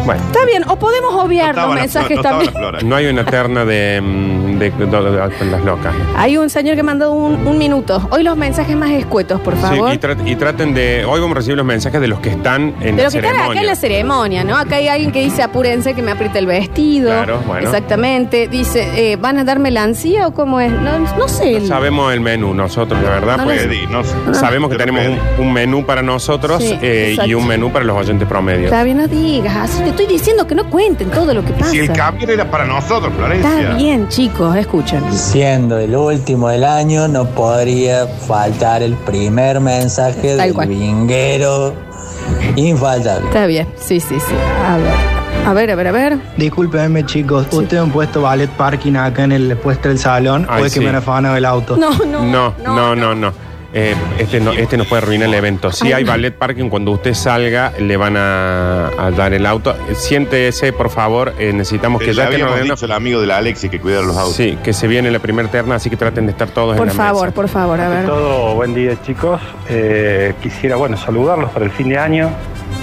[SPEAKER 3] Bueno.
[SPEAKER 2] Está bien, o podemos obviar los
[SPEAKER 4] estaba la flor,
[SPEAKER 2] mensajes
[SPEAKER 4] no estaba
[SPEAKER 2] también.
[SPEAKER 4] la flor ahí.
[SPEAKER 3] No hay una terna de, mm, de- de- de- con las locas. ¿no?
[SPEAKER 2] Hay un señor que mandó un, un minuto. Hoy los mensajes más escuetos, por
[SPEAKER 3] Sí,
[SPEAKER 2] favor.
[SPEAKER 3] y, tra- y traten de. Hoy vamos a recibir los mensajes de los que están en
[SPEAKER 2] Pero
[SPEAKER 3] la
[SPEAKER 2] que están acá en
[SPEAKER 3] ceremonia.
[SPEAKER 2] la ceremonia, ¿no? Acá hay alguien que dice apúrense que me apriete el vestido.
[SPEAKER 3] Claro, bueno.
[SPEAKER 2] Exactamente. Dice, eh, ¿van a darme la ansía o cómo es? No, no sé.
[SPEAKER 3] No sabemos el menú nosotros, la verdad,
[SPEAKER 2] No lo
[SPEAKER 3] porque
[SPEAKER 4] Pedí, Pues, no sé.
[SPEAKER 3] sabemos que
[SPEAKER 4] Pero
[SPEAKER 3] tenemos
[SPEAKER 4] pedí.
[SPEAKER 3] un, un menú para nosotros
[SPEAKER 2] Ah. Sí,
[SPEAKER 3] eh, y
[SPEAKER 2] exacto.
[SPEAKER 3] un menú para los oyentes promedio.
[SPEAKER 2] Está bien, no digas. Así te estoy diciendo que no cuenten todo lo que pasa.
[SPEAKER 4] Si el camión era para nosotros, Florencia. Eh,
[SPEAKER 2] Está bien, chicos, escuchen.
[SPEAKER 11] Siendo el último del año, no podría faltar el primer mensaje
[SPEAKER 2] Tal
[SPEAKER 11] del
[SPEAKER 2] cual.
[SPEAKER 11] vinguero. Infaltable.
[SPEAKER 2] Está bien, sí, sí, sí. A ver, a ver, a ver, a ver.
[SPEAKER 12] Discúlpenme, chicos. ¿Ustedes han puesto ballet parking acá en el puesto del salón?
[SPEAKER 3] Ay,
[SPEAKER 12] ¿O es
[SPEAKER 3] sí.
[SPEAKER 12] que me han afanado el auto?
[SPEAKER 2] No, no.
[SPEAKER 3] No, no, no, no. Eh, este, no, este nos puede arruinar el evento. Si hay ballet parking, cuando usted salga, le van a, a dar el auto. Eh, Siéntese, por favor. eh, necesitamos que
[SPEAKER 4] Que ya
[SPEAKER 3] ya que
[SPEAKER 4] habíamos
[SPEAKER 3] nos den-
[SPEAKER 4] dicho el amigo de la Alexi que cuida los autos.
[SPEAKER 3] Sí, que se viene la primera terna, así que traten de estar todos en
[SPEAKER 2] Por
[SPEAKER 3] la
[SPEAKER 2] favor,
[SPEAKER 3] mesa.
[SPEAKER 2] por favor, a ver.
[SPEAKER 13] Todo buen día chicos. Eh, quisiera bueno saludarlos para el fin de año,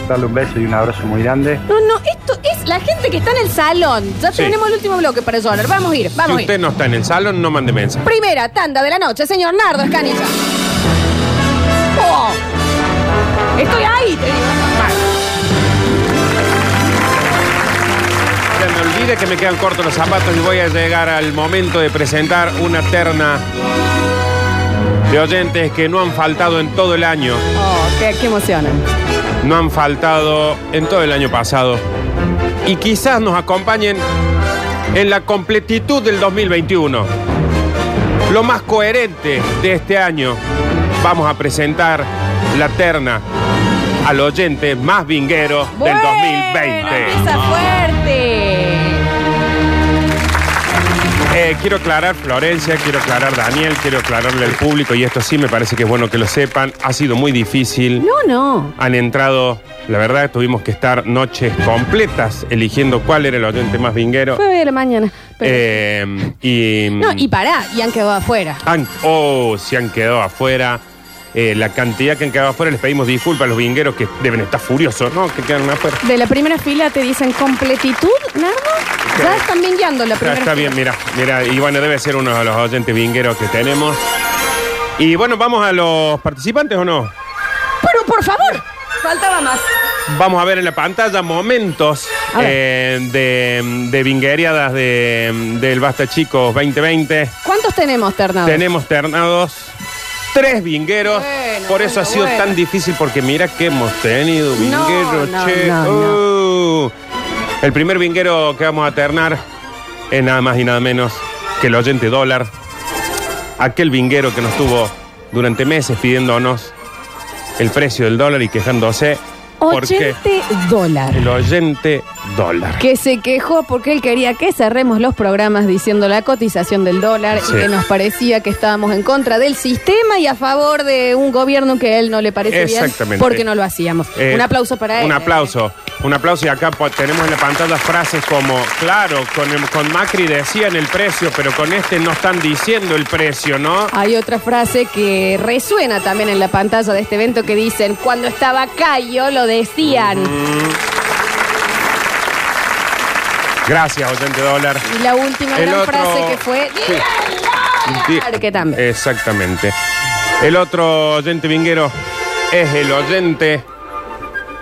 [SPEAKER 13] darle un beso y un abrazo muy grande.
[SPEAKER 2] No, no, esto es la gente que está en el salón. Ya
[SPEAKER 3] Sí.
[SPEAKER 2] tenemos el último bloque para llorar. Vamos a ir, vamos
[SPEAKER 3] Si
[SPEAKER 2] a ir.
[SPEAKER 3] usted no está en el salón, no mande mensaje.
[SPEAKER 2] Primera tanda de la noche, señor Nardo Escanilla. ¡Oh! Estoy ahí. te digo.
[SPEAKER 3] Ya me olvide que me quedan cortos los zapatos y voy a llegar al momento de presentar una terna de oyentes que no han faltado en todo el año.
[SPEAKER 2] Oh, qué, qué emocionante.
[SPEAKER 3] No han faltado en todo el año pasado. Y quizás nos acompañen en la completitud del 2021. Lo más coherente de este año. Vamos a presentar la terna al oyente más vinguero del 2020.
[SPEAKER 2] Empieza fuerte.
[SPEAKER 3] Eh, quiero aclarar, Florencia, quiero aclarar, Daniel, quiero aclararle al público, y esto sí me parece que es bueno que lo sepan, ha sido muy difícil.
[SPEAKER 2] No, no.
[SPEAKER 3] Han entrado, la verdad, tuvimos que estar noches completas eligiendo cuál era el oyente más vinguero.
[SPEAKER 2] Fue hoy de la mañana. pero-
[SPEAKER 3] Eh, y,
[SPEAKER 2] no, y pará, y han quedado afuera.
[SPEAKER 3] han, oh, se han quedado afuera. Eh, la cantidad que han quedado afuera, les pedimos disculpas a los vingueros que deben estar furiosos, ¿no? Que quedan afuera.
[SPEAKER 2] De la primera fila te dicen completitud, Nardo. Ya están vingueando la
[SPEAKER 3] Ya
[SPEAKER 2] primera
[SPEAKER 3] está
[SPEAKER 2] fila.
[SPEAKER 3] bien, mira, mira, y bueno, debe ser uno de los oyentes vingueros que tenemos. Y bueno, ¿vamos a los participantes o no?
[SPEAKER 2] Pero por favor, faltaba más.
[SPEAKER 3] Vamos a ver en la pantalla momentos
[SPEAKER 2] A ver.
[SPEAKER 3] eh, de, de vingueriadas de- del Basta Chicos 2020.
[SPEAKER 2] ¿Cuántos tenemos, Ternado?
[SPEAKER 3] Tenemos ternados, tres vingueros.
[SPEAKER 2] Bueno,
[SPEAKER 3] Por eso
[SPEAKER 2] bueno,
[SPEAKER 3] ha sido
[SPEAKER 2] bueno.
[SPEAKER 3] tan difícil, porque mira que hemos tenido vingueros,
[SPEAKER 2] no,
[SPEAKER 3] che.
[SPEAKER 2] no, no.
[SPEAKER 3] Uh. El primer vinguero que vamos a ternar es nada más y nada menos que el oyente dólar. Aquel vinguero que nos tuvo durante meses pidiéndonos el precio del dólar y quejándose. Porque
[SPEAKER 2] 80 dólares.
[SPEAKER 3] el oyente dólar.
[SPEAKER 2] Que se quejó porque él quería que cerremos los programas diciendo la cotización del dólar
[SPEAKER 3] Sí.
[SPEAKER 2] y que nos parecía que estábamos en contra del sistema y a favor de un gobierno que a él no le parece bien
[SPEAKER 3] Exactamente.
[SPEAKER 2] porque no lo hacíamos.
[SPEAKER 3] Eh,
[SPEAKER 2] un aplauso para él.
[SPEAKER 3] Un aplauso. Un aplauso. Y acá po- tenemos en la pantalla frases como, claro, con, el- con Macri decían el precio, pero con este no están diciendo el precio, ¿no?
[SPEAKER 2] Hay otra frase que resuena también en la pantalla de este evento que dicen, cuando estaba Cayo lo decían.
[SPEAKER 3] Gracias, oyente dólar.
[SPEAKER 2] Y la última
[SPEAKER 3] El
[SPEAKER 2] gran
[SPEAKER 3] otro-
[SPEAKER 2] frase que fue,
[SPEAKER 3] Sí.
[SPEAKER 2] "¡Viva el dólar!", que también.
[SPEAKER 3] Exactamente. El otro oyente vinguero es el oyente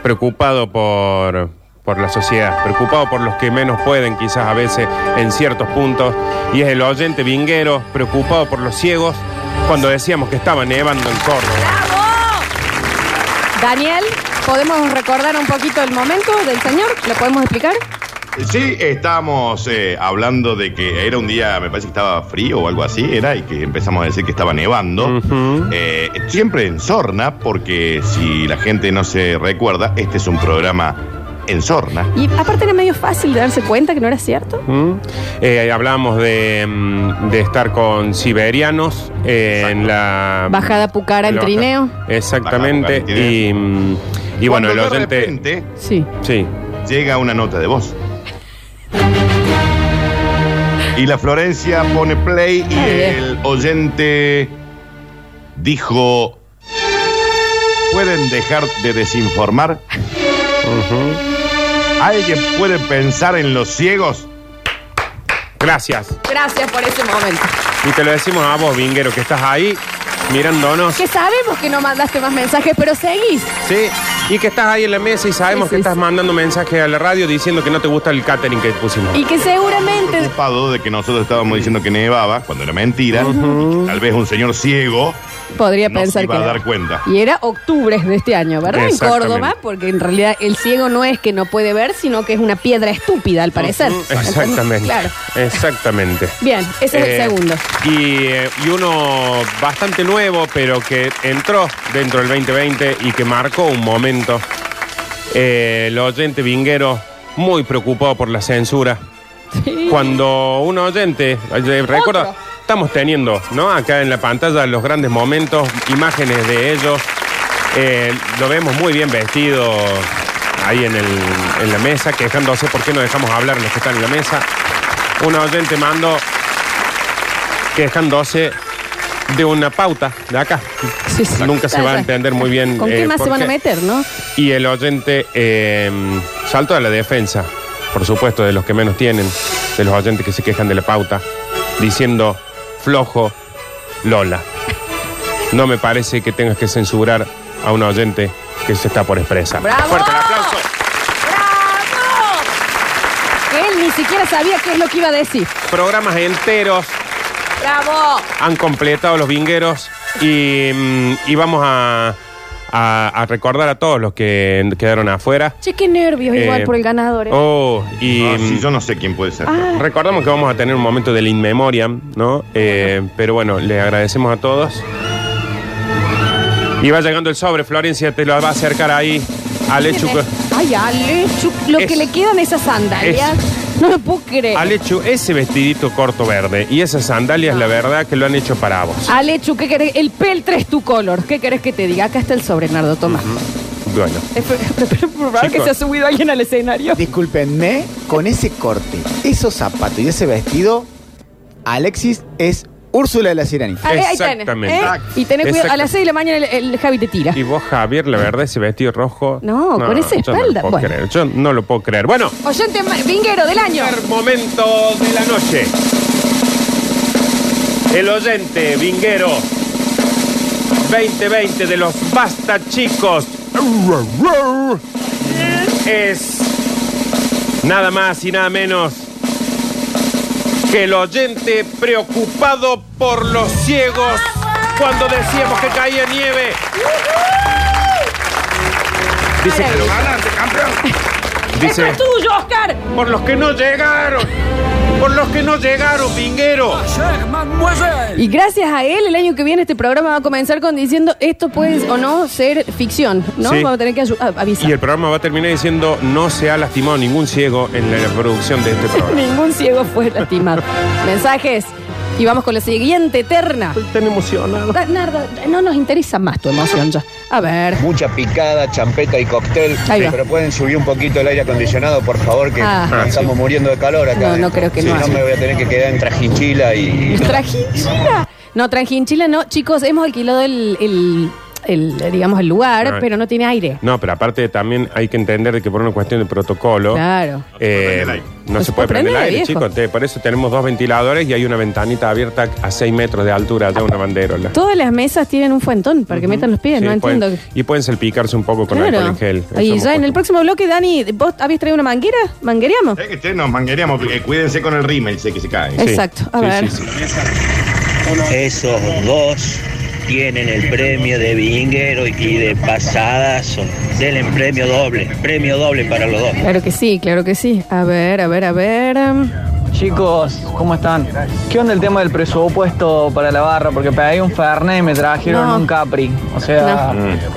[SPEAKER 3] preocupado por, por la sociedad, preocupado por los que menos pueden quizás a veces en ciertos puntos, y es el oyente vinguero preocupado por los ciegos cuando decíamos que estaba nevando en Córdoba. Eh.
[SPEAKER 2] Daniel, ¿podemos recordar un poquito el momento del señor? ¿Lo podemos explicar?
[SPEAKER 4] Eh, Sí, estábamos eh, hablando de que era un día, me parece que estaba frío o algo así, era, y que empezamos a decir que estaba nevando. Eh, siempre en Sorna, porque si la gente no se recuerda, este es un programa en Sorna.
[SPEAKER 2] Y aparte era medio fácil de darse cuenta que no era cierto.
[SPEAKER 3] ¿Mm? Eh, hablamos de, mm, de estar con siberianos eh, en la...
[SPEAKER 2] Bajada Pucara en
[SPEAKER 3] la baja-
[SPEAKER 2] trineo.
[SPEAKER 3] Exactamente.
[SPEAKER 4] Bajada Pucara en
[SPEAKER 3] y, mm, y bueno, el
[SPEAKER 4] Cuando de
[SPEAKER 3] oyente...
[SPEAKER 4] repente
[SPEAKER 2] Sí.
[SPEAKER 3] Sí.
[SPEAKER 4] llega una nota de voz. Y la Florencia pone play y
[SPEAKER 2] Ay, bien.
[SPEAKER 4] el oyente dijo, ¿pueden dejar de desinformar? ¿Alguien puede pensar en los ciegos?
[SPEAKER 3] Gracias.
[SPEAKER 2] Gracias por ese momento.
[SPEAKER 3] Y te lo decimos a vos, Vinguero, que estás ahí mirándonos.
[SPEAKER 2] Que sabemos que no mandaste más mensajes, pero seguís.
[SPEAKER 3] Sí. Y que estás ahí en la mesa y sabemos
[SPEAKER 2] Sí,
[SPEAKER 3] que
[SPEAKER 2] sí,
[SPEAKER 3] estás
[SPEAKER 2] sí.
[SPEAKER 3] mandando mensajes a la radio diciendo que no te gusta el catering que pusimos.
[SPEAKER 2] Y que seguramente.
[SPEAKER 4] Preocupado de que nosotros estábamos diciendo que nevaba, cuando era mentira. y que tal vez un señor ciego
[SPEAKER 2] Podría
[SPEAKER 4] no se
[SPEAKER 2] pensar
[SPEAKER 4] iba
[SPEAKER 2] que.
[SPEAKER 4] a dar cuenta.
[SPEAKER 2] Y era octubre de este año, ¿verdad? En
[SPEAKER 3] Exactamente.
[SPEAKER 2] Córdoba, porque en realidad el ciego no es que no puede ver, sino que es una piedra estúpida, al parecer. Entonces,
[SPEAKER 3] Exactamente.
[SPEAKER 2] claro.
[SPEAKER 3] Exactamente.
[SPEAKER 2] Bien, ese es
[SPEAKER 3] Eh,
[SPEAKER 2] el segundo.
[SPEAKER 3] Y, eh, y uno bastante nuevo, pero que entró dentro del 2020 y que marcó un momento. Eh, el oyente vinguero muy preocupado por la censura. Cuando un oyente, eh, recuerda, estamos teniendo, ¿no? Acá en la pantalla los grandes momentos, imágenes de ellos. Eh, lo vemos muy bien vestido ahí en, el, en la mesa, quejándose por qué no dejamos hablar a los que están en la mesa. Un oyente mandó quejándose de una pauta de acá.
[SPEAKER 2] Sí, sí.
[SPEAKER 3] Nunca se
[SPEAKER 2] Ya,
[SPEAKER 3] va a
[SPEAKER 2] ya.
[SPEAKER 3] entender muy bien.
[SPEAKER 2] ¿Con
[SPEAKER 3] eh,
[SPEAKER 2] qué más
[SPEAKER 3] por
[SPEAKER 2] se van a
[SPEAKER 3] qué.
[SPEAKER 2] meter, no?
[SPEAKER 3] Y el oyente eh, salto a la defensa, por supuesto, de los que menos tienen, de los oyentes que se quejan de la pauta, diciendo flojo Lola. No me parece que tengas que censurar a un oyente que se está por expresar.
[SPEAKER 2] ¡Bravo!
[SPEAKER 3] Fuerte el aplauso.
[SPEAKER 2] ¡Bravo! Que él ni siquiera sabía qué es lo que iba a decir.
[SPEAKER 3] Programas enteros
[SPEAKER 2] ¡Bravo!
[SPEAKER 3] han completado los vingueros y, mm, y vamos a, a- a recordar a todos los que quedaron afuera.
[SPEAKER 2] Che, qué nervios igual
[SPEAKER 3] Eh,
[SPEAKER 2] por el ganador. ¿eh?
[SPEAKER 3] Oh, y
[SPEAKER 4] No, Ah, sí,
[SPEAKER 3] mm, Ah.
[SPEAKER 4] yo no sé quién puede ser.
[SPEAKER 3] Recordamos que vamos a tener un momento del in memoriam, ¿no? Eh, pero bueno, le agradecemos a todos. Y va llegando el sobre, Florencia te lo va a acercar ahí al Echu.
[SPEAKER 2] Ay, Ale, chu- lo
[SPEAKER 3] Es-
[SPEAKER 2] que le quedan esas sandalias. No lo puedo creer.
[SPEAKER 3] Al Echu, ese vestidito corto verde y esas sandalias,
[SPEAKER 2] Ah.
[SPEAKER 3] la verdad que lo han hecho para vos.
[SPEAKER 2] Alechu, ¿qué querés? El peltre es tu color. ¿Qué querés que te diga? Acá está el sobre, Nardo, toma.
[SPEAKER 3] Bueno,
[SPEAKER 2] Es pr- pr- pr- probable que
[SPEAKER 3] Chicos.
[SPEAKER 2] se ha subido alguien al escenario.
[SPEAKER 14] Discúlpenme, con ese corte, esos zapatos y ese vestido, Alexis es Úrsula de la Sirenita.
[SPEAKER 2] Ah, eh, ahí tenés,
[SPEAKER 3] Exactamente.
[SPEAKER 2] ¿eh? Y tenés cuidado, a las 6 de la mañana el, el Javi te tira.
[SPEAKER 3] y vos, Javier, la verdad, ese vestido rojo.
[SPEAKER 2] No, con esa
[SPEAKER 3] yo no lo
[SPEAKER 2] espalda,
[SPEAKER 3] puedo
[SPEAKER 2] bueno.
[SPEAKER 3] creer, Yo no lo puedo creer. Bueno,
[SPEAKER 2] Oyente ma- vinguero del año.
[SPEAKER 3] primer momento de la noche. El oyente vinguero 2020 de los Basta Chicos es nada más y nada menos que el oyente preocupado por los ciegos cuando decíamos que caía nieve. Dice que lo ganaste, campeón.
[SPEAKER 2] ¡Eso es tuyo, Oscar!
[SPEAKER 3] Por los que no llegaron. Por los que no llegaron, vinguero.
[SPEAKER 2] Y gracias a él, el año que viene este programa va a comenzar con diciendo esto puede o no ser ficción, ¿no?
[SPEAKER 3] Sí.
[SPEAKER 2] Vamos a tener que ayu- a- avisar.
[SPEAKER 3] Y el programa va a terminar diciendo no se ha lastimado ningún ciego en la producción de este programa.
[SPEAKER 2] Ningún ciego fue lastimado. Mensajes. Y vamos con la siguiente eterna.
[SPEAKER 3] Tan emocionado.
[SPEAKER 2] no nos interesa más tu emoción ya. A ver.
[SPEAKER 10] Mucha picada, champeta y cóctel.
[SPEAKER 2] Ahí va.
[SPEAKER 10] Pero pueden subir un poquito el aire acondicionado, por favor, que
[SPEAKER 2] Ah.
[SPEAKER 10] nos estamos muriendo de calor acá.
[SPEAKER 2] No, no creo que
[SPEAKER 10] Si
[SPEAKER 2] no
[SPEAKER 10] no
[SPEAKER 2] haya.
[SPEAKER 10] me voy a tener que quedar en trajinchila y.
[SPEAKER 2] Trajinchila. No, Trajinchila no. Chicos, hemos alquilado el, el- el, digamos, el lugar,
[SPEAKER 3] Ah.
[SPEAKER 2] pero no tiene aire.
[SPEAKER 3] No, pero aparte también hay que entender de que por una cuestión de protocolo.
[SPEAKER 2] Claro.
[SPEAKER 3] eh, no se puede prender el aire,
[SPEAKER 2] viejo.
[SPEAKER 3] chicos. Te- por eso tenemos dos ventiladores y hay una ventanita abierta a 6 metros de altura, ya una banderola.
[SPEAKER 2] Todas las mesas tienen un fuentón para que metan los pies,
[SPEAKER 3] Sí,
[SPEAKER 2] no
[SPEAKER 3] pueden-
[SPEAKER 2] entiendo.
[SPEAKER 3] Y pueden salpicarse un poco con alcohol
[SPEAKER 2] Claro.
[SPEAKER 3] en gel. Eso
[SPEAKER 2] Y
[SPEAKER 3] hemos
[SPEAKER 2] ya en el
[SPEAKER 3] puesto.
[SPEAKER 2] próximo bloque, Dani, ¿vos habías traído una manguera? ¿Manguereamos?
[SPEAKER 4] Sé que ustedes nos mangueríamos, porque cuídense con el rímel, sé que se cae.
[SPEAKER 3] Sí.
[SPEAKER 2] Exacto. A
[SPEAKER 3] Sí,
[SPEAKER 2] ver.
[SPEAKER 3] sí, sí.
[SPEAKER 10] Esos dos tienen el premio de vinguero y de pasadas. Denle premio doble. Premio doble para los dos.
[SPEAKER 2] Claro que sí, claro que sí. A ver, a ver, a ver. um,
[SPEAKER 14] Chicos, ¿cómo están? ¿Qué onda el tema del presupuesto para la barra? Porque pegué un Fernet y me trajeron
[SPEAKER 2] No.
[SPEAKER 14] un Capri. O sea,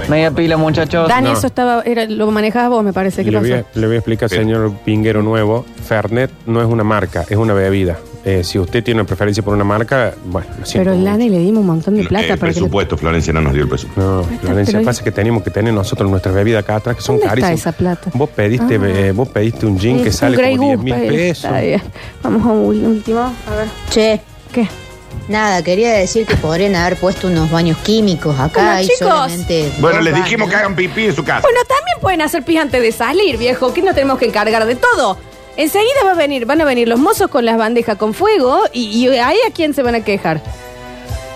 [SPEAKER 14] media pila, muchachos.
[SPEAKER 2] Dani,
[SPEAKER 3] no.
[SPEAKER 2] eso estaba, era, lo manejabas vos, me parece. ¿Qué
[SPEAKER 3] Le
[SPEAKER 2] pasó?
[SPEAKER 3] voy, a, le voy a explicar, señor Pinguero Nuevo, Fernet no es una marca, es una bebida. Eh, si usted tiene una preferencia por una marca, bueno, lo siento
[SPEAKER 2] Pero el
[SPEAKER 3] mucho.
[SPEAKER 2] Dani le dimos un montón de plata
[SPEAKER 4] el
[SPEAKER 2] para que le-
[SPEAKER 4] presupuesto, Florencia no nos dio el presupuesto.
[SPEAKER 3] No, Florencia,
[SPEAKER 2] pero-
[SPEAKER 3] pasa que tenemos que tener nosotros nuestras bebidas acá atrás que son
[SPEAKER 2] ¿Dónde está
[SPEAKER 3] carísimas.
[SPEAKER 2] esa plata?
[SPEAKER 3] Vos pediste, eh, vos pediste un gin
[SPEAKER 2] Un-
[SPEAKER 3] que
[SPEAKER 2] un
[SPEAKER 3] sale
[SPEAKER 2] Grey
[SPEAKER 3] como 10
[SPEAKER 2] Goose,
[SPEAKER 3] mil
[SPEAKER 2] parece.
[SPEAKER 3] pesos.
[SPEAKER 2] Está bien. Vamos a un último. A ver. Che. ¿Qué?
[SPEAKER 15] Nada, quería decir que podrían haber puesto unos baños químicos acá
[SPEAKER 2] Bueno,
[SPEAKER 15] y
[SPEAKER 2] chicos. Eh,
[SPEAKER 15] solamente.
[SPEAKER 4] Bueno,
[SPEAKER 15] dos
[SPEAKER 4] les
[SPEAKER 15] baños.
[SPEAKER 4] dijimos que hagan pipí en su casa.
[SPEAKER 2] Bueno, también pueden hacer pis antes de salir, viejo, que nos tenemos que encargar de todo. Enseguida va a venir, van a venir los mozos con las bandejas con fuego y, y ahí a quién se van a quejar.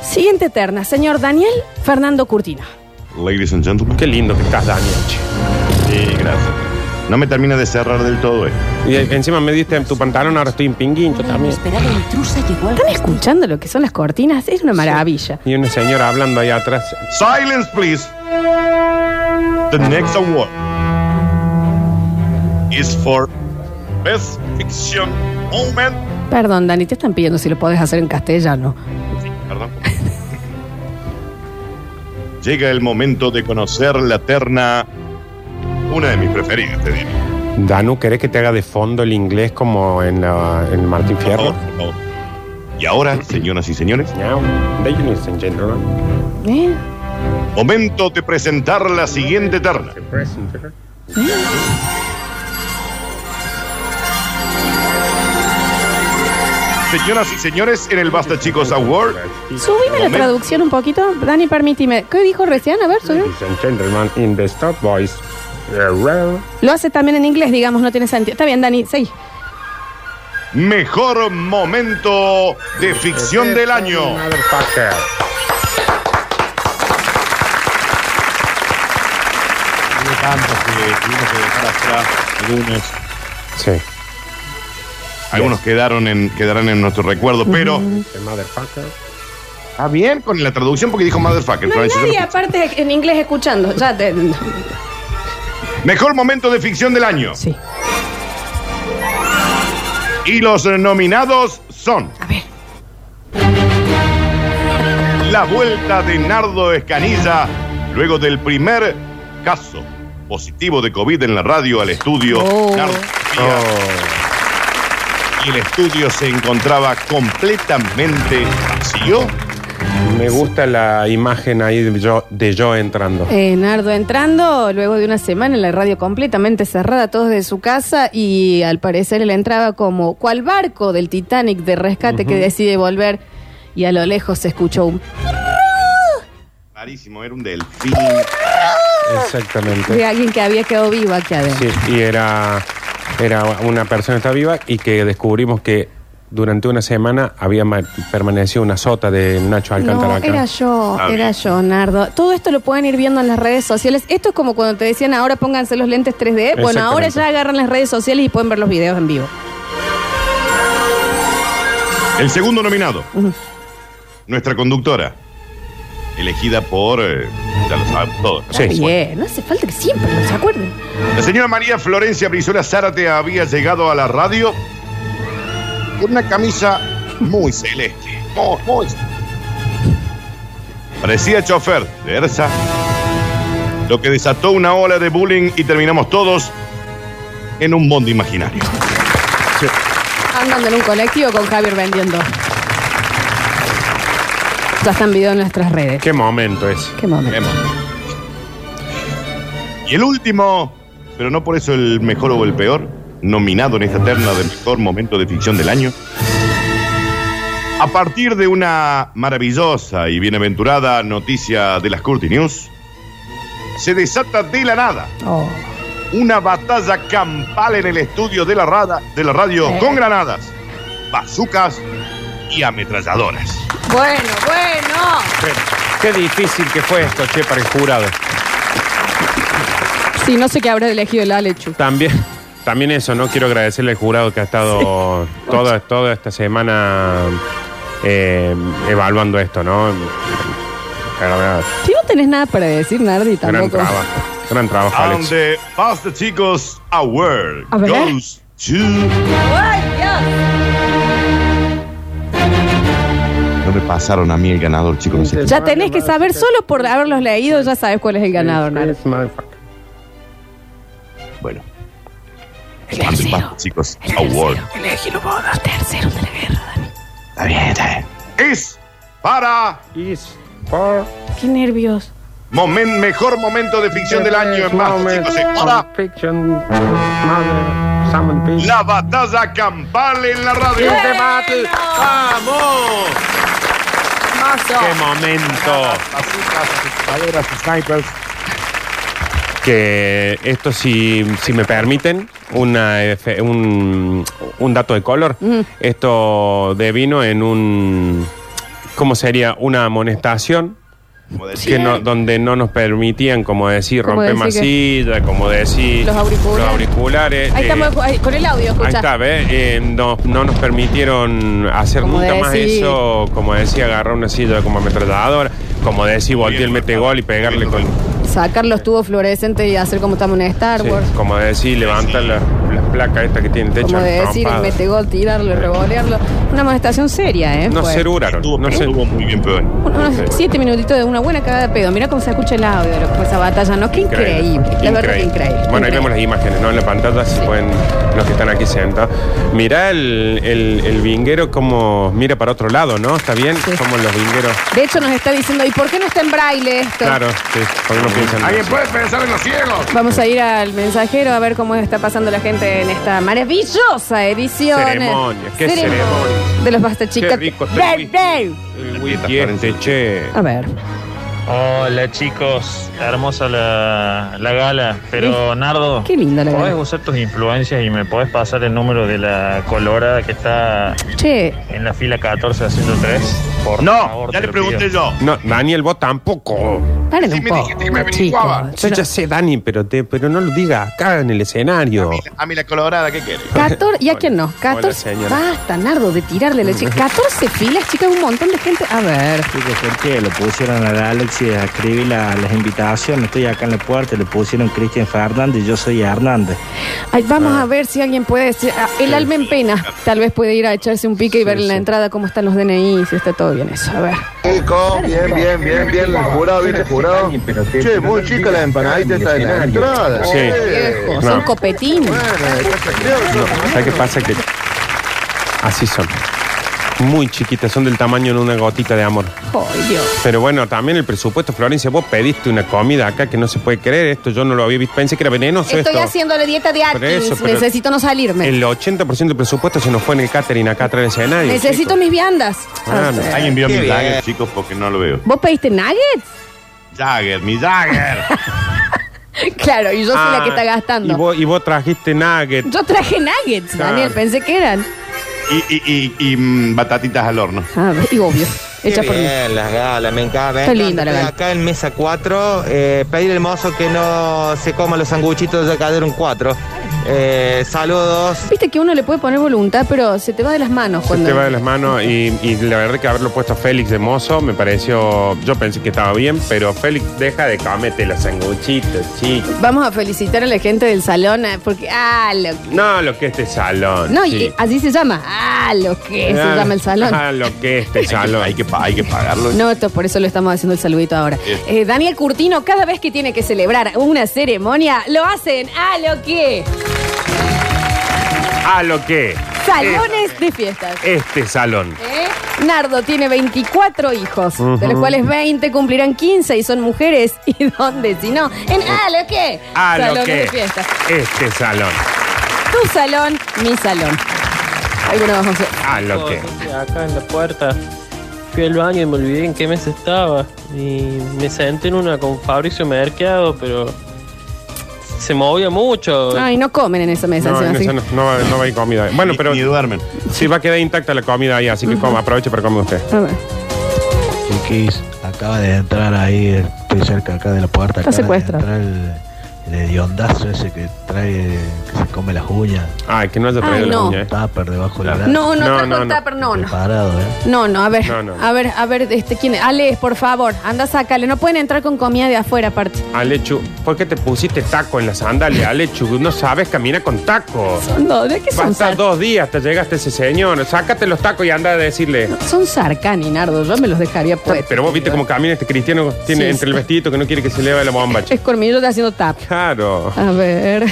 [SPEAKER 2] Siguiente eterna, señor Daniel Fernando Curtino.
[SPEAKER 4] Ladies and gentlemen.
[SPEAKER 3] Qué lindo que estás, Daniel.
[SPEAKER 4] Sí, gracias. No me termina de cerrar del todo, eh.
[SPEAKER 3] Y eh, encima me diste en tu pantalón, ahora estoy en pinguincho también.
[SPEAKER 2] ¿Están escuchando lo que son las cortinas? Es una maravilla.
[SPEAKER 3] Y una señora hablando ahí atrás.
[SPEAKER 4] Silence, please. The next award is for Best Fiction Moment.
[SPEAKER 2] Perdón, Dani, te están pidiendo si lo podés hacer en castellano.
[SPEAKER 4] Perdón. Llega el momento de conocer la terna, una de mis preferidas, te diría.
[SPEAKER 3] Danu, ¿querés que te haga de fondo el inglés como en, la- en Martín Fierro?
[SPEAKER 4] Y ahora, señoras y señores,
[SPEAKER 3] Ladies and gentlemen.
[SPEAKER 2] ¿Eh?
[SPEAKER 4] momento de presentar la siguiente terna. Señoras y señores, en el Basta Chicos Award.
[SPEAKER 2] Subime la
[SPEAKER 4] momento-
[SPEAKER 2] traducción un poquito. Dani, permíteme. ¿Qué dijo recién? A ver, subí.
[SPEAKER 3] Ladies and gentlemen, in the stop voice. the rare-
[SPEAKER 2] Lo hace también en inglés, digamos, no tiene sentido. Está bien, Dani, seguí.
[SPEAKER 4] Mejor momento de ficción del año. Algunos. Algunos quedaron en, quedarán en nuestro recuerdo, pero. Ah, bien, con la traducción porque dijo motherfucker.
[SPEAKER 2] No hay
[SPEAKER 4] Florencia, yo
[SPEAKER 2] nadie aparte en inglés escuchando. Ya te...
[SPEAKER 4] no- Mejor momento de ficción del año.
[SPEAKER 2] Sí.
[SPEAKER 4] Y los nominados son. A
[SPEAKER 2] ver.
[SPEAKER 4] La vuelta de Nardo Escanilla luego del primer caso positivo de COVID en la radio al estudio. Nardo Escanilla. Y el estudio se encontraba completamente vacío.
[SPEAKER 3] Me gusta la imagen ahí de yo, de yo entrando.
[SPEAKER 2] Eh, Nardo entrando luego de una semana en la radio completamente cerrada, todos de su casa, y al parecer él entraba como cual barco del Titanic de rescate que decide volver, y a lo lejos se escuchó un
[SPEAKER 4] Clarísimo, era un delfín.
[SPEAKER 3] Exactamente.
[SPEAKER 2] de alguien que había quedado vivo aquí adentro.
[SPEAKER 3] Sí, y era, era una persona que está viva y que descubrimos que durante una semana había ma- permanecido una sota de Nacho Alcántara
[SPEAKER 2] No,
[SPEAKER 3] acá.
[SPEAKER 2] era yo,
[SPEAKER 3] Ah,
[SPEAKER 2] era yo, Nardo. Todo esto lo pueden ir viendo en las redes sociales. Esto es como cuando te decían ahora pónganse los lentes 3D. Bueno, ahora
[SPEAKER 4] Exactamente.
[SPEAKER 2] ya agarran las redes sociales y pueden ver los videos en vivo.
[SPEAKER 4] El segundo nominado. Nuestra conductora. Elegida por. eh, ya lo saben todos.
[SPEAKER 2] Bien, no hace falta que siempre lo se acuerden.
[SPEAKER 4] La señora María Florencia Brizuela Zárate había llegado a la radio con una camisa muy celeste. Muy, muy celeste. Parecía chofer de ERSA, lo que desató una ola de bullying y terminamos todos en un mundo imaginario.
[SPEAKER 2] Andando en un colectivo con Javier vendiendo. Ya están video en nuestras redes.
[SPEAKER 3] Qué momento es.
[SPEAKER 2] Qué momento.
[SPEAKER 4] Y el último, pero no por eso el mejor o el peor, nominado en esta terna de mejor momento de ficción del año. A partir de una maravillosa y bienaventurada noticia de las Curti News, se desata de la nada una batalla campal en el estudio de la, rada- de la radio
[SPEAKER 2] Eh.
[SPEAKER 4] con granadas, bazucas y ametralladoras.
[SPEAKER 2] Bueno, bueno.
[SPEAKER 3] Qué difícil que fue esto, che, para el jurado.
[SPEAKER 2] Sí, no sé qué habrá elegido la Alechu.
[SPEAKER 3] También, también eso, ¿no? Quiero agradecerle al jurado que ha estado toda, toda esta semana eh, evaluando esto, ¿no? La verdad,
[SPEAKER 2] Si no tenés nada para decir, Nardi,
[SPEAKER 3] gran
[SPEAKER 2] tampoco.
[SPEAKER 3] trabajo. Gran trabajo,
[SPEAKER 4] And
[SPEAKER 3] Alex.
[SPEAKER 4] the Basta Chicos Award
[SPEAKER 2] A ver.
[SPEAKER 4] goes to. No me pasaron a mí el ganador, chicos. No sé qué.
[SPEAKER 2] Ya tenés que saber, solo por haberlos leído, ya sabes cuál es el ganador, Nardi.
[SPEAKER 4] Bueno. And the Basta Chicos Award.
[SPEAKER 2] Elegilo vos, tercero de la guerra.
[SPEAKER 4] Está bien, está bien. Es para.
[SPEAKER 3] Is for.
[SPEAKER 2] Qué nervios.
[SPEAKER 4] Momen- mejor momento de ficción del año en Basta, chicos. Es para.
[SPEAKER 3] Fiction, mother, Some and
[SPEAKER 4] La batalla campal en la radio.
[SPEAKER 3] Peace. Este battle. ¡Vamos! ¡Qué momento!
[SPEAKER 4] Disparadoras, snipers.
[SPEAKER 3] que esto, si, si me permiten, una, efe- un, un dato de color,
[SPEAKER 2] Mm.
[SPEAKER 3] esto devino en un, ¿cómo sería? Una amonestación. Que no- donde no nos permitían, como decir,
[SPEAKER 2] Como
[SPEAKER 3] romper
[SPEAKER 2] decir
[SPEAKER 3] masilla, como decir
[SPEAKER 2] Los auriculares.
[SPEAKER 3] los auriculares,
[SPEAKER 2] Ahí
[SPEAKER 3] eh,
[SPEAKER 2] estamos ahí, con el audio,
[SPEAKER 3] Ahí
[SPEAKER 2] escucha.
[SPEAKER 3] está, ¿ves? Eh, no, no nos permitieron hacer
[SPEAKER 2] Como
[SPEAKER 3] nunca más
[SPEAKER 2] decir-
[SPEAKER 3] eso, como decía, agarrar una silla como ametralladora, como decir, voltear el metegol y pegarle con...
[SPEAKER 2] Sacar los tubos fluorescentes y hacer como estamos en Star
[SPEAKER 3] sí,
[SPEAKER 2] Wars.
[SPEAKER 3] como decir, levantar la- las placas estas que tienen techo
[SPEAKER 2] Como de decir,
[SPEAKER 3] trompado.
[SPEAKER 2] mete gol, tirarlo, revolearlo. Una molestación seria, ¿eh?
[SPEAKER 3] No
[SPEAKER 2] Fue.
[SPEAKER 3] se duraron. No se...
[SPEAKER 4] muy bien, peón.
[SPEAKER 2] Un- Unos siete minutitos de una buena cagada de pedo. Mira cómo se escucha el audio de lo que fue esa batalla, ¿no? Qué increíble. La verdad que increíble.
[SPEAKER 3] Bueno,
[SPEAKER 2] Increíble.
[SPEAKER 3] ahí vemos las imágenes, ¿no? En la pantalla, si pueden, los que están aquí sentados. Mirá el, el, el vinguero como mira para otro lado, ¿no? ¿Está bien? Como los vingueros.
[SPEAKER 2] De hecho, nos está diciendo, ¿y por qué no está en braille esto?
[SPEAKER 3] Claro, sí, porque no piensan en
[SPEAKER 4] ¿Alguien
[SPEAKER 3] eso.
[SPEAKER 4] puede pensar en los ciegos?
[SPEAKER 2] Vamos a ir al mensajero a ver cómo está pasando la gente en esta maravillosa edición.
[SPEAKER 3] Ceremonia, qué
[SPEAKER 2] Ceremo-
[SPEAKER 3] ceremonia.
[SPEAKER 2] De los Basta
[SPEAKER 3] Qué
[SPEAKER 2] Chicas.
[SPEAKER 3] rico,
[SPEAKER 2] Bla,
[SPEAKER 3] estoy
[SPEAKER 2] bla.
[SPEAKER 3] El whisky este, che.
[SPEAKER 2] A ver.
[SPEAKER 16] Hola chicos, hermosa la, la gala, pero Nardo,
[SPEAKER 2] Qué linda la
[SPEAKER 16] ¿podés
[SPEAKER 2] gala.
[SPEAKER 16] usar tus influencias y me podés pasar el número de la colorada que está
[SPEAKER 2] Che,
[SPEAKER 16] en la fila 14 haciendo 3? Por
[SPEAKER 3] No,
[SPEAKER 16] favor, te lo pido.
[SPEAKER 4] yo.
[SPEAKER 3] No, Daniel, vos tampoco.
[SPEAKER 2] paren un poco. chicos.
[SPEAKER 3] Sí, ya sé, Dani, pero, te, pero no lo diga acá en el escenario.
[SPEAKER 4] A mí la colorada, ¿qué quiere?
[SPEAKER 2] 14, ¿y a quién no?
[SPEAKER 3] Hola,
[SPEAKER 2] 14.
[SPEAKER 3] señora.
[SPEAKER 2] Basta, Nardo, de tirarle la chica. 14 filas, chicas, un montón de gente. A ver.
[SPEAKER 17] Chicos, ¿por qué? Lo pusieron a Alexis a escribir la- las invitaciones. Estoy acá en la puerta, le pusieron Cristian Fernández, yo soy Hernández.
[SPEAKER 2] Ay, vamos
[SPEAKER 3] Ah.
[SPEAKER 2] a ver si alguien puede decir. ah, el alma en pena. Tal vez puede ir a echarse un pique y ver en la entrada cómo están los DNI, si está todo bien eso. A ver.
[SPEAKER 18] Bien, bien, bien, bien, el jurado, bien el jurado. Che, muy chica la empanadita esta de la entrada.
[SPEAKER 3] Sí.
[SPEAKER 2] Viejo,
[SPEAKER 3] No.
[SPEAKER 2] Son copetines.
[SPEAKER 3] ¿Sabes qué pasa? Que así son. Muy chiquitas, son del tamaño de una gotita de amor.
[SPEAKER 2] Ay, Dios.
[SPEAKER 3] Pero bueno, también el presupuesto, Florencia, vos pediste una comida acá que no se puede creer. Esto yo no lo había visto, pensé que era venenoso
[SPEAKER 2] Estoy
[SPEAKER 3] esto.
[SPEAKER 2] haciendo la dieta de Atkins.
[SPEAKER 3] eso, pero-
[SPEAKER 2] Necesito no salirme.
[SPEAKER 3] El 80% del presupuesto se nos fue en el catering acá atrás del escenario.
[SPEAKER 2] Necesito mis viandas.
[SPEAKER 3] Ah, no.
[SPEAKER 4] Alguien envió
[SPEAKER 3] Qué
[SPEAKER 4] mi
[SPEAKER 3] bien.
[SPEAKER 4] Jagger, chicos, porque no lo veo.
[SPEAKER 2] ¿Vos pediste nuggets?
[SPEAKER 4] Jagger, mi Jagger.
[SPEAKER 2] Claro, y yo soy la
[SPEAKER 3] Ah,
[SPEAKER 2] que está gastando.
[SPEAKER 3] Y vos, y vos trajiste nugget.
[SPEAKER 2] Yo traje nuggets,
[SPEAKER 4] Claro.
[SPEAKER 2] Daniel, pensé que eran.
[SPEAKER 4] Y, y, y, y, mm, batatitas al horno.
[SPEAKER 2] A ver, y obvio. Hecha por mí.
[SPEAKER 19] las galas, me encanta.
[SPEAKER 2] Está linda la
[SPEAKER 19] Estoy
[SPEAKER 2] gala.
[SPEAKER 19] Acá en mesa 4, eh, pedir el mozo que no se coma los sanguchitos, ya cayeron 4. Eh, saludos.
[SPEAKER 2] Viste que uno le puede poner voluntad, pero se te va de las manos
[SPEAKER 3] Se
[SPEAKER 2] cuando.
[SPEAKER 3] te va de las manos y, y la verdad que haberlo puesto a Félix de mozo me pareció. Yo pensé que estaba bien, pero Félix deja de comerte los sanguchitos, chicos.
[SPEAKER 2] Vamos a felicitar a la gente del salón, eh, porque. ¡Ah, lo que!
[SPEAKER 3] No, lo que este salón.
[SPEAKER 2] No, y, eh,
[SPEAKER 3] chicos.
[SPEAKER 2] así se llama. ¡Ah, lo que! Se
[SPEAKER 3] Ah,
[SPEAKER 2] llama el salón.
[SPEAKER 3] Ah, lo que este salón. hay, que, pagarlo.
[SPEAKER 2] No, esto- por eso lo estamos haciendo el saludito ahora. Eh, Daniel Curtino, cada vez que tiene que celebrar una ceremonia, lo hacen a lo que.
[SPEAKER 3] A Ah, lo que
[SPEAKER 2] Salones de fiestas.
[SPEAKER 3] este salón.
[SPEAKER 2] ¿Eh? Nardo tiene 24 hijos, de los
[SPEAKER 3] Ujú.
[SPEAKER 2] cuales 20 cumplirán 15 y son mujeres. ¿Y dónde? Si no, en a lo que.
[SPEAKER 3] Eh, A Ah, lo
[SPEAKER 2] Salones
[SPEAKER 3] que.
[SPEAKER 2] de fiestas.
[SPEAKER 3] Este salón.
[SPEAKER 2] Tu salón, mi salón. Algunos vamos a
[SPEAKER 3] A Ah, lo que.
[SPEAKER 20] Acá en la puerta fui al baño y me olvidé en qué mes estaba. Y me senté en una con Fabricio Mercado, pero se movía mucho.
[SPEAKER 2] Ay, no comen en esa mesa.
[SPEAKER 3] No,
[SPEAKER 2] encima,
[SPEAKER 3] en
[SPEAKER 2] así.
[SPEAKER 3] esa no, no va, no va a haber comida. Bueno, pero. Ni duermen. Sí, va a quedar intacta la comida ahí, así que coma, aproveche para comer usted.
[SPEAKER 2] A ver,
[SPEAKER 21] Chiquis, acaba de entrar ahí, estoy cerca acá de la puerta.
[SPEAKER 2] Está
[SPEAKER 21] acaba de
[SPEAKER 2] secuestrado.
[SPEAKER 21] entrar El, el hediondazo ese que trae, que se come las uñas.
[SPEAKER 3] Ay, que no haya
[SPEAKER 2] Ay,
[SPEAKER 3] traído la
[SPEAKER 2] no.
[SPEAKER 3] uña, ¿eh?
[SPEAKER 21] Tupper debajo del brazo.
[SPEAKER 2] No, no, trajo el tupper, no, no.
[SPEAKER 21] Preparado, ¿eh?
[SPEAKER 2] No, no, a ver,
[SPEAKER 21] No, no, no.
[SPEAKER 2] a ver, a ver, este, ¿quién? es? Ale, por favor, anda, sácale. No pueden entrar con comida de afuera, aparte.
[SPEAKER 3] Alechu, ¿por qué te pusiste taco en la sandalia, Alechu? No sabes caminar con taco.
[SPEAKER 2] No, ¿de qué son?
[SPEAKER 3] Pasan dos días, te llegaste ese señor. Sácate los tacos y anda a decirle.
[SPEAKER 2] Son sarcani, Nardo. Yo me los dejaría puestos.
[SPEAKER 3] Pero vos viste cómo camina este cristiano tiene
[SPEAKER 2] Sí,
[SPEAKER 3] entre el
[SPEAKER 2] sí.
[SPEAKER 3] vestidito que no quiere que se le vaya la bomba. che.
[SPEAKER 2] Es cormillo está haciendo tap.
[SPEAKER 3] Claro.
[SPEAKER 2] A ver.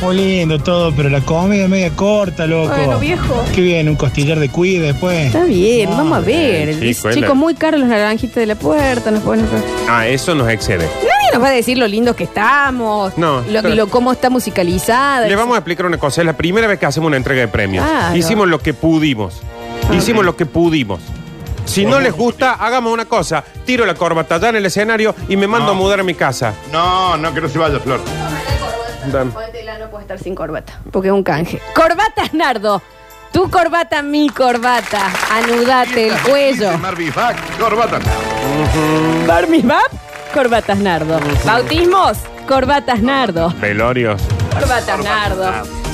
[SPEAKER 21] Muy lindo todo, pero la comida media corta, loco.
[SPEAKER 2] Bueno, viejo.
[SPEAKER 21] Qué bien, un costillar de cuy después.
[SPEAKER 2] Está bien, vamos a ver.
[SPEAKER 3] chico,
[SPEAKER 2] Dice,
[SPEAKER 3] es la-
[SPEAKER 2] Chicos, muy caros los naranjitas de la puerta. Nos ponen...
[SPEAKER 3] Ah, eso nos excede.
[SPEAKER 2] Nadie nos va a decir lo lindos que estamos,
[SPEAKER 3] No,
[SPEAKER 2] lo,
[SPEAKER 3] pero-
[SPEAKER 2] lo- cómo está musicalizada.
[SPEAKER 3] Le vamos a explicar una cosa. Es la primera vez que hacemos una entrega de premios.
[SPEAKER 2] Claro.
[SPEAKER 3] Hicimos lo que pudimos. Hicimos lo que pudimos. Si no les gusta, hagamos una cosa. Tiro la corbata allá en el escenario y me mando a mudar a mi casa.
[SPEAKER 4] No, no, que no se vaya, Flor.
[SPEAKER 2] No puede estar sin corbata, porque es un canje. Corbatas, Nardo. Tu corbata, mi corbata. Anudate el cuello.
[SPEAKER 4] Corbata.
[SPEAKER 2] Barmis Bab, corbatas, Nardo. Bautismos, corbatas, Nardo.
[SPEAKER 3] Velorios.
[SPEAKER 2] Corbatas, Nardo.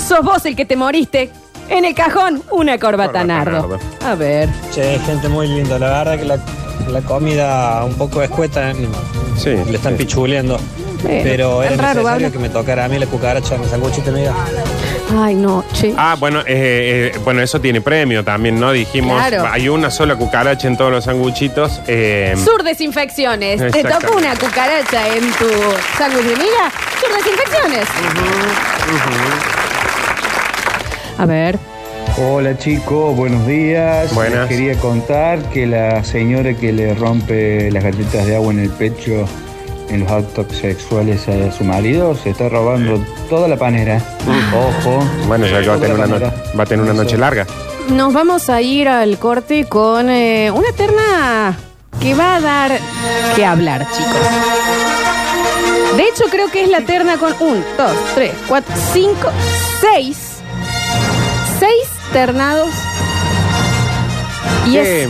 [SPEAKER 2] Sos vos el que te moriste. En el cajón, una corbata, Nardo. A ver.
[SPEAKER 22] Che, gente muy linda. La verdad que la, la comida un poco escueta. ¿eh?
[SPEAKER 3] Sí.
[SPEAKER 22] Le están pichuleando. Pero
[SPEAKER 2] tan
[SPEAKER 22] era
[SPEAKER 2] raro,
[SPEAKER 22] necesario
[SPEAKER 2] habla.
[SPEAKER 22] que me tocara a mí la cucaracha en el sanguchito, mira.
[SPEAKER 2] Ay, no, che.
[SPEAKER 3] Ah, bueno, eh, eh, bueno, eso tiene premio también, ¿no? Dijimos,
[SPEAKER 2] Claro.
[SPEAKER 3] hay una sola cucaracha en todos los sanguchitos. eh,
[SPEAKER 2] Sur desinfecciones. Te
[SPEAKER 3] Exactamente.
[SPEAKER 2] tocó una cucaracha en tu sándwich de miga. Sur desinfecciones. A ver.
[SPEAKER 23] Hola chicos, buenos días. Les
[SPEAKER 3] Buenas.
[SPEAKER 23] quería contar que la señora que le rompe las galletas de agua en el pecho en los actos sexuales a su marido se está robando toda la panera. Ojo.
[SPEAKER 3] Mm. Bueno, ya que va a tener una, no- va a tener una noche larga.
[SPEAKER 2] Nos vamos a ir al corte con eh, una terna que va a dar que hablar, chicos. De hecho, creo que es la terna con un, dos, tres, cuatro, cinco, seis. Seis ternados. Y
[SPEAKER 3] Qué,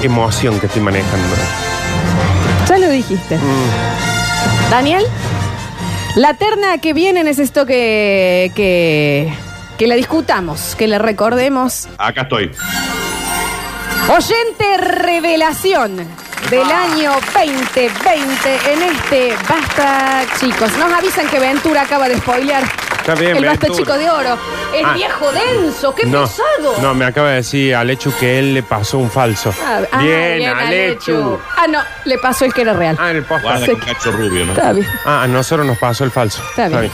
[SPEAKER 3] qué emoción que estoy manejando.
[SPEAKER 2] Ya lo dijiste.
[SPEAKER 3] Mm.
[SPEAKER 2] Daniel, la terna que viene necesito que, que, que la discutamos, que la recordemos.
[SPEAKER 4] Acá estoy.
[SPEAKER 2] Oyente revelación del
[SPEAKER 3] Ah.
[SPEAKER 2] año 2020 en este Basta Chicos. Nos avisan que Ventura acaba de spoilear
[SPEAKER 3] Está bien,
[SPEAKER 2] el Basta
[SPEAKER 3] Ventura.
[SPEAKER 2] Chico de Oro. El
[SPEAKER 3] Ah.
[SPEAKER 2] viejo denso, qué
[SPEAKER 3] no,
[SPEAKER 2] pesado.
[SPEAKER 3] no, me acaba de decir Alechu que él le pasó un falso.
[SPEAKER 2] Ah, ah,
[SPEAKER 3] bien, Alechu.
[SPEAKER 2] Ah, no, le pasó el que era real.
[SPEAKER 3] Ah, el
[SPEAKER 2] Guarda con
[SPEAKER 3] cacho rubio, ¿no?
[SPEAKER 2] Está bien.
[SPEAKER 3] Ah, a nosotros nos pasó el falso.
[SPEAKER 2] Está bien.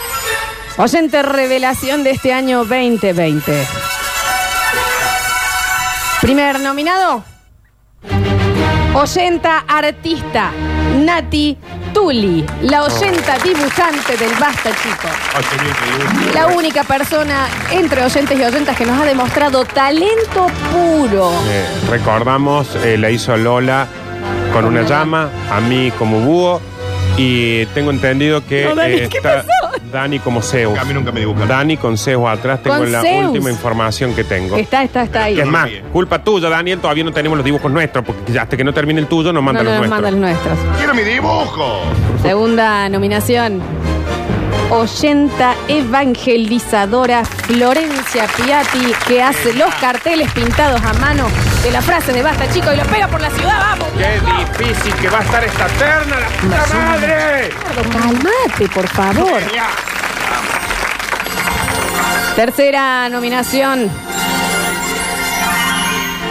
[SPEAKER 2] Oyente revelación de este año 2020. Primer nominado. Oyenta artista, Nati Tuli,
[SPEAKER 3] Oh.
[SPEAKER 2] la oyenta dibujante del Basta Chico.
[SPEAKER 3] Ah,
[SPEAKER 2] La única persona entre oyentes y oyentas que nos ha demostrado talento puro.
[SPEAKER 3] Eh, recordamos, eh, la hizo Lola con una llama, a mí como búho. Y tengo entendido que
[SPEAKER 2] No, Dani,
[SPEAKER 3] eh,
[SPEAKER 2] ¿qué
[SPEAKER 3] está Dani como Zeus. A mí nunca me Dani con Zeus atrás, tengo
[SPEAKER 2] Con
[SPEAKER 3] la
[SPEAKER 2] Zeus.
[SPEAKER 3] última información que tengo.
[SPEAKER 2] Está, está, está ahí.
[SPEAKER 3] Y es más, culpa tuya, Daniel, todavía no tenemos los dibujos nuestros, porque hasta que no termine el tuyo nos
[SPEAKER 2] No, no
[SPEAKER 3] mandan
[SPEAKER 2] nos
[SPEAKER 3] los
[SPEAKER 2] manda
[SPEAKER 3] nuestros.
[SPEAKER 2] los nuestros.
[SPEAKER 4] ¡Quiero mi dibujo!
[SPEAKER 2] Segunda nominación. Oyenta evangelizadora Florencia Piatti, que hace los carteles pintados a mano de la frase de basta, chicos, y los pega por la ciudad, vamos.
[SPEAKER 3] ¡Qué difícil que va a estar esta terna, la puta madre!
[SPEAKER 2] Ricardo, Calmate, por favor. Tercera nominación.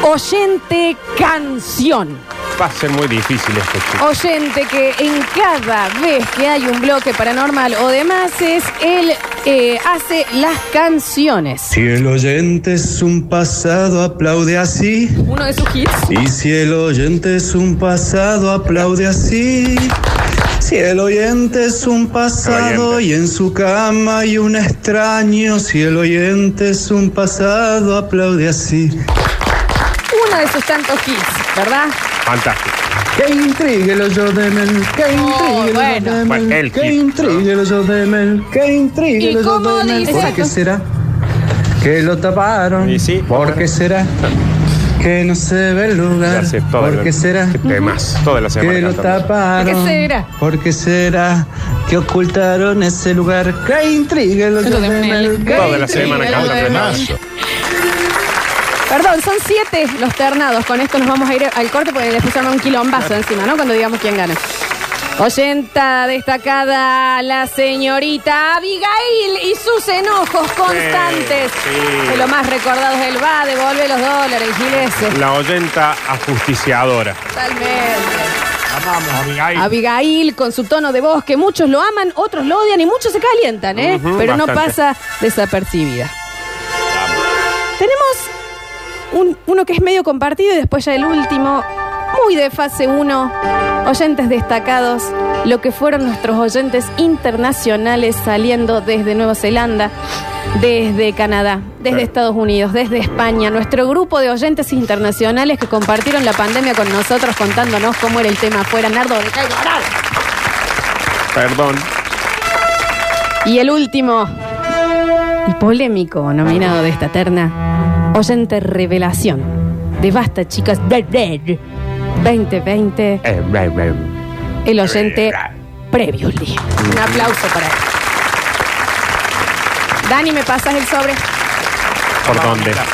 [SPEAKER 2] Oyente canción.
[SPEAKER 3] Va a ser muy difícil esto, chicos.
[SPEAKER 2] Oyente que en cada vez que hay un bloque paranormal o demás es él eh, hace las canciones.
[SPEAKER 1] Si el oyente es un pasado, aplaude así.
[SPEAKER 2] Uno de sus hits.
[SPEAKER 1] Y si el oyente es un pasado, aplaude así. Si el oyente es un pasado y en su cama hay un extraño. Si el oyente es un pasado, aplaude así.
[SPEAKER 2] Uno de sus tantos hits, ¿verdad?
[SPEAKER 3] Fantástico.
[SPEAKER 1] Que intrigue el hoyo de Mel, que
[SPEAKER 2] Oh,
[SPEAKER 1] intrigue el hoyo de Mel,
[SPEAKER 3] Bueno, Pues, el
[SPEAKER 1] que
[SPEAKER 3] hit,
[SPEAKER 1] intrigue el hoyo de Mel, que intrigue el hoyo de Mel. ¿Por qué será? Que lo taparon. ¿Por qué será? Que no se ve el lugar. ¿Por qué será?
[SPEAKER 3] Temas, toda la semana.
[SPEAKER 1] Que lo
[SPEAKER 3] cantando.
[SPEAKER 1] taparon.
[SPEAKER 2] ¿Por qué será?
[SPEAKER 1] ¿Por qué será? Que ocultaron ese lugar. Que intrigue el hoyo de Mel, que
[SPEAKER 3] Toda la semana
[SPEAKER 1] intrigue el
[SPEAKER 3] canta
[SPEAKER 1] hoyo de Mel.
[SPEAKER 3] temazo.
[SPEAKER 2] Perdón, son siete los ternados. Con esto nos vamos a ir al corte porque les pusieron un quilombazo encima, ¿no? Cuando digamos quién gana. Oyenta destacada, la señorita Abigail y sus enojos constantes.
[SPEAKER 3] sí.
[SPEAKER 2] De lo más recordados del va, devuelve los dólares, giles.
[SPEAKER 3] La oyenta ajusticiadora.
[SPEAKER 2] Totalmente.
[SPEAKER 4] Amamos, Abigail.
[SPEAKER 2] Abigail con su tono de voz, que muchos lo aman, otros lo odian y muchos se calientan, ¿eh?
[SPEAKER 4] Ujú,
[SPEAKER 2] Pero no
[SPEAKER 4] bastante.
[SPEAKER 2] pasa desapercibida. Tenemos un- uno que es medio compartido y después ya el último, muy de fase 1. Oyentes destacados, lo que fueron nuestros oyentes internacionales saliendo desde Nueva Zelanda, desde Canadá, desde
[SPEAKER 9] Sí.
[SPEAKER 2] Estados Unidos, desde España, nuestro grupo de oyentes internacionales que compartieron la pandemia con nosotros contándonos cómo era el tema afuera. Nardo, deja de llorar.
[SPEAKER 3] Perdón.
[SPEAKER 2] Y el último, y polémico nominado de esta terna, oyente revelación de Basta Chicas 2020,
[SPEAKER 3] Eh,
[SPEAKER 2] el oyente Previously. Un aplauso para él. Dani, ¿me pasas el sobre?
[SPEAKER 3] ¿Por dónde?
[SPEAKER 2] Da-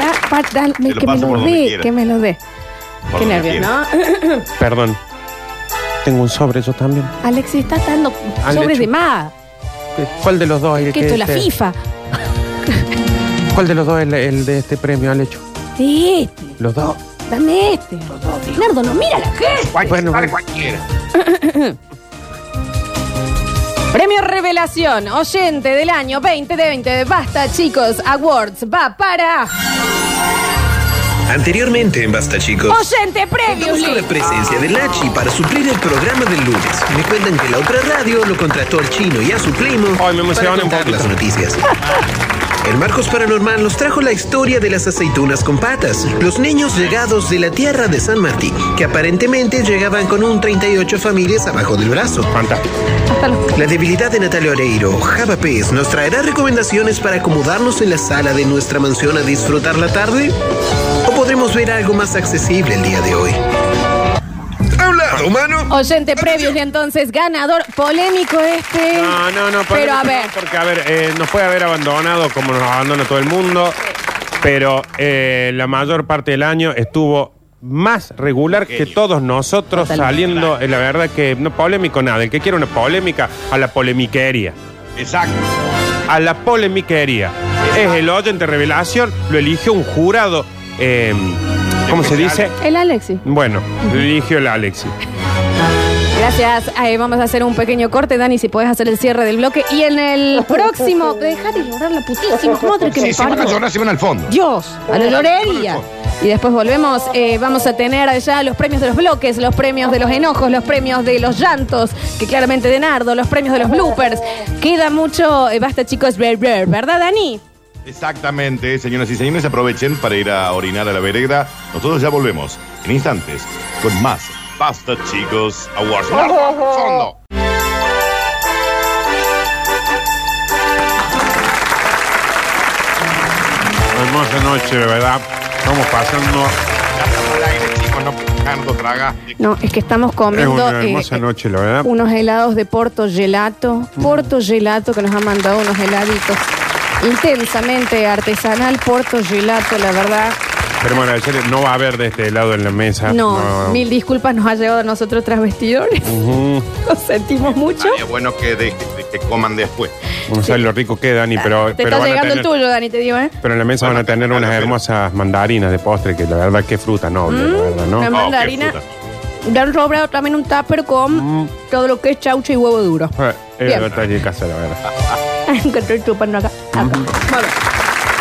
[SPEAKER 2] Ah, pa- da- me-
[SPEAKER 3] lo
[SPEAKER 2] que me
[SPEAKER 3] paso por
[SPEAKER 2] lo
[SPEAKER 3] donde
[SPEAKER 2] dé,
[SPEAKER 3] quiera.
[SPEAKER 2] que me lo dé.
[SPEAKER 3] Por
[SPEAKER 2] Qué
[SPEAKER 3] donde
[SPEAKER 2] nervios,
[SPEAKER 3] quiera.
[SPEAKER 2] ¿no?
[SPEAKER 3] Perdón. Tengo un sobre yo también.
[SPEAKER 2] Alexis, estás dando
[SPEAKER 3] Han
[SPEAKER 2] sobres
[SPEAKER 3] hecho-
[SPEAKER 2] de más.
[SPEAKER 3] ¿Cuál de los dos es el
[SPEAKER 2] Que esto es la
[SPEAKER 3] este-
[SPEAKER 2] FIFA.
[SPEAKER 3] ¿Cuál de los dos es el, el de este premio al hecho?
[SPEAKER 2] Sí, este,
[SPEAKER 3] Los dos.
[SPEAKER 2] dame este. Nardo, no mira la gente.
[SPEAKER 3] Bueno, bueno.
[SPEAKER 2] Premio Revelación, oyente del año 2020 de Basta Chicos Awards va para
[SPEAKER 24] Anteriormente en Basta, chicos.
[SPEAKER 2] oyente previo.
[SPEAKER 24] Contamos con la presencia de Lachi para suplir el programa del lunes. Me cuentan que la otra radio lo contrató al chino y a su primo para contar las noticias. En Marcos Paranormal nos trajo la historia de las aceitunas con patas, los niños llegados de la tierra de San Martín, que aparentemente llegaban con un 38 familias abajo del brazo. La debilidad de Natalia Oreiro, Java Pez, nos traerá recomendaciones para acomodarnos en la sala de nuestra mansión a disfrutar la tarde. ¿O podremos ver algo más accesible el día de hoy? A un lado, humano.
[SPEAKER 2] Oyente previo de entonces ganador polémico este.
[SPEAKER 3] No, no, no.
[SPEAKER 2] Pero a
[SPEAKER 3] no,
[SPEAKER 2] ver,
[SPEAKER 3] Porque, a ver, eh, nos puede haber abandonado como nos abandona todo el mundo, pero eh, la mayor parte del año estuvo más regular que todos nosotros saliendo, eh, la verdad que no polémico nada. El que quiere una polémica, a la polemiquería. Exacto. A la polemiquería. Es el oyente revelación, lo eligió un jurado, eh, ¿cómo se dice?
[SPEAKER 2] el Alexi.
[SPEAKER 3] Bueno, lo eligió el Alexis.
[SPEAKER 2] Gracias. Ahí vamos a hacer un pequeño corte, Dani, si podés hacer el cierre del bloque. Y en el próximo, deja de llorar la putísima madre que
[SPEAKER 4] Sí,
[SPEAKER 2] me
[SPEAKER 4] si van a
[SPEAKER 2] parió.
[SPEAKER 4] llorar, se van al fondo.
[SPEAKER 2] Dios, a la lorería. Y después volvemos, eh, vamos a tener ya los premios de los bloques, los premios de los enojos, los premios de los llantos, que claramente de Nardo, los premios de los bloopers. Queda mucho, eh, basta chicos, ver, ver, ¿verdad Dani?
[SPEAKER 4] Exactamente, señoras y señores, aprovechen para ir a orinar a la vereda. Nosotros ya volvemos en instantes con más Basta Chicos Awards. Fondo.
[SPEAKER 3] Hermosa noche, de verdad. Estamos pasando.
[SPEAKER 2] No, es que estamos
[SPEAKER 3] Es
[SPEAKER 2] comiendo
[SPEAKER 3] una hermosa
[SPEAKER 2] eh,
[SPEAKER 3] noche, la verdad.
[SPEAKER 2] unos helados de Porto Gelato, Porto Gelato que nos ha mandado unos heladitos. Intensamente artesanal, Porto Gelato, la verdad.
[SPEAKER 3] Pero bueno, ayer no va a haber de este lado en la mesa.
[SPEAKER 2] No, mil disculpas nos ha llegado a nosotros tras vestidores.
[SPEAKER 3] Ujú.
[SPEAKER 2] Lo sentimos mucho.
[SPEAKER 4] Estaría bueno que, de- de- que coman después. Oh,
[SPEAKER 3] No sé lo rico que Dani, pero,
[SPEAKER 2] Te
[SPEAKER 3] pero
[SPEAKER 2] está
[SPEAKER 3] van a
[SPEAKER 2] llegando
[SPEAKER 3] tener,
[SPEAKER 2] el tuyo, Dani, te digo, ¿eh?
[SPEAKER 3] pero en la mesa van a tener unas hermosas mandarinas de postre, que la verdad que fruta noble, la verdad, ¿no?
[SPEAKER 2] Una mandarina. Le han sobrado también un tupper
[SPEAKER 3] Mm.
[SPEAKER 2] con todo lo que es chaucha y huevo duro.
[SPEAKER 3] Eh, eh,
[SPEAKER 2] Bien.
[SPEAKER 3] lo traje de casa, la verdad. Ah.
[SPEAKER 2] que estoy chupando acá. acá.
[SPEAKER 3] Mm.
[SPEAKER 2] Bueno,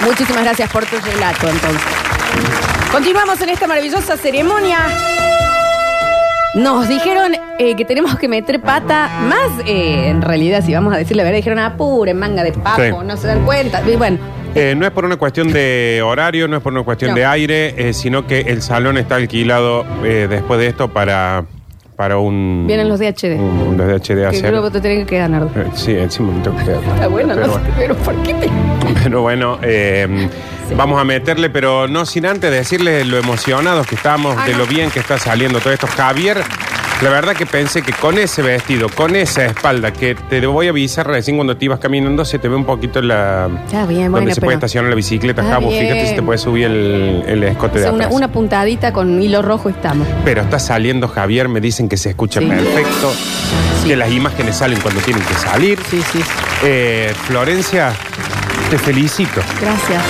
[SPEAKER 2] muchísimas gracias por tu relato, entonces. Continuamos en esta maravillosa ceremonia. Nos dijeron eh, que tenemos que meter pata más, eh, en realidad, si vamos a decir la verdad, dijeron apuren, manga de papo,
[SPEAKER 3] Sí.
[SPEAKER 2] no se dan cuenta. Y bueno,
[SPEAKER 3] Eh, no es por una cuestión de horario, no es por una cuestión
[SPEAKER 2] No.
[SPEAKER 3] de aire, eh, sino que el salón está alquilado eh, después de esto para, para un.
[SPEAKER 2] vienen los DHD.
[SPEAKER 3] un- los DHD a
[SPEAKER 2] que
[SPEAKER 3] hacer.
[SPEAKER 2] creo que te tienen que quedar, Nardo.
[SPEAKER 3] Eh, Sí, encima me tengo que quedar.
[SPEAKER 2] Está bueno,
[SPEAKER 3] Pero
[SPEAKER 2] no sé,
[SPEAKER 3] bueno.
[SPEAKER 2] pero ¿por qué te
[SPEAKER 3] Pero bueno, eh, vamos a meterle, pero no sin antes decirles lo emocionados que estamos,
[SPEAKER 2] Ah,
[SPEAKER 3] de
[SPEAKER 2] no.
[SPEAKER 3] lo bien que está saliendo todo esto. Javier, la verdad que pensé que con ese vestido, con esa espalda, que te voy a avisar recién cuando te ibas caminando, se te ve un poquito la...
[SPEAKER 2] Está bien,
[SPEAKER 3] donde
[SPEAKER 2] bueno,
[SPEAKER 3] se puede
[SPEAKER 2] pero
[SPEAKER 3] estacionar la bicicleta,
[SPEAKER 2] Está
[SPEAKER 3] Jabo,
[SPEAKER 2] bien.
[SPEAKER 3] fíjate si te puede subir el, el escote de
[SPEAKER 2] o sea, una,
[SPEAKER 3] atrás.
[SPEAKER 2] una puntadita con hilo rojo estamos.
[SPEAKER 3] Pero está saliendo Javier, me dicen que se escucha perfecto, que las imágenes salen cuando tienen que salir.
[SPEAKER 2] Sí, sí.
[SPEAKER 3] Florencia, te felicito.
[SPEAKER 2] Gracias.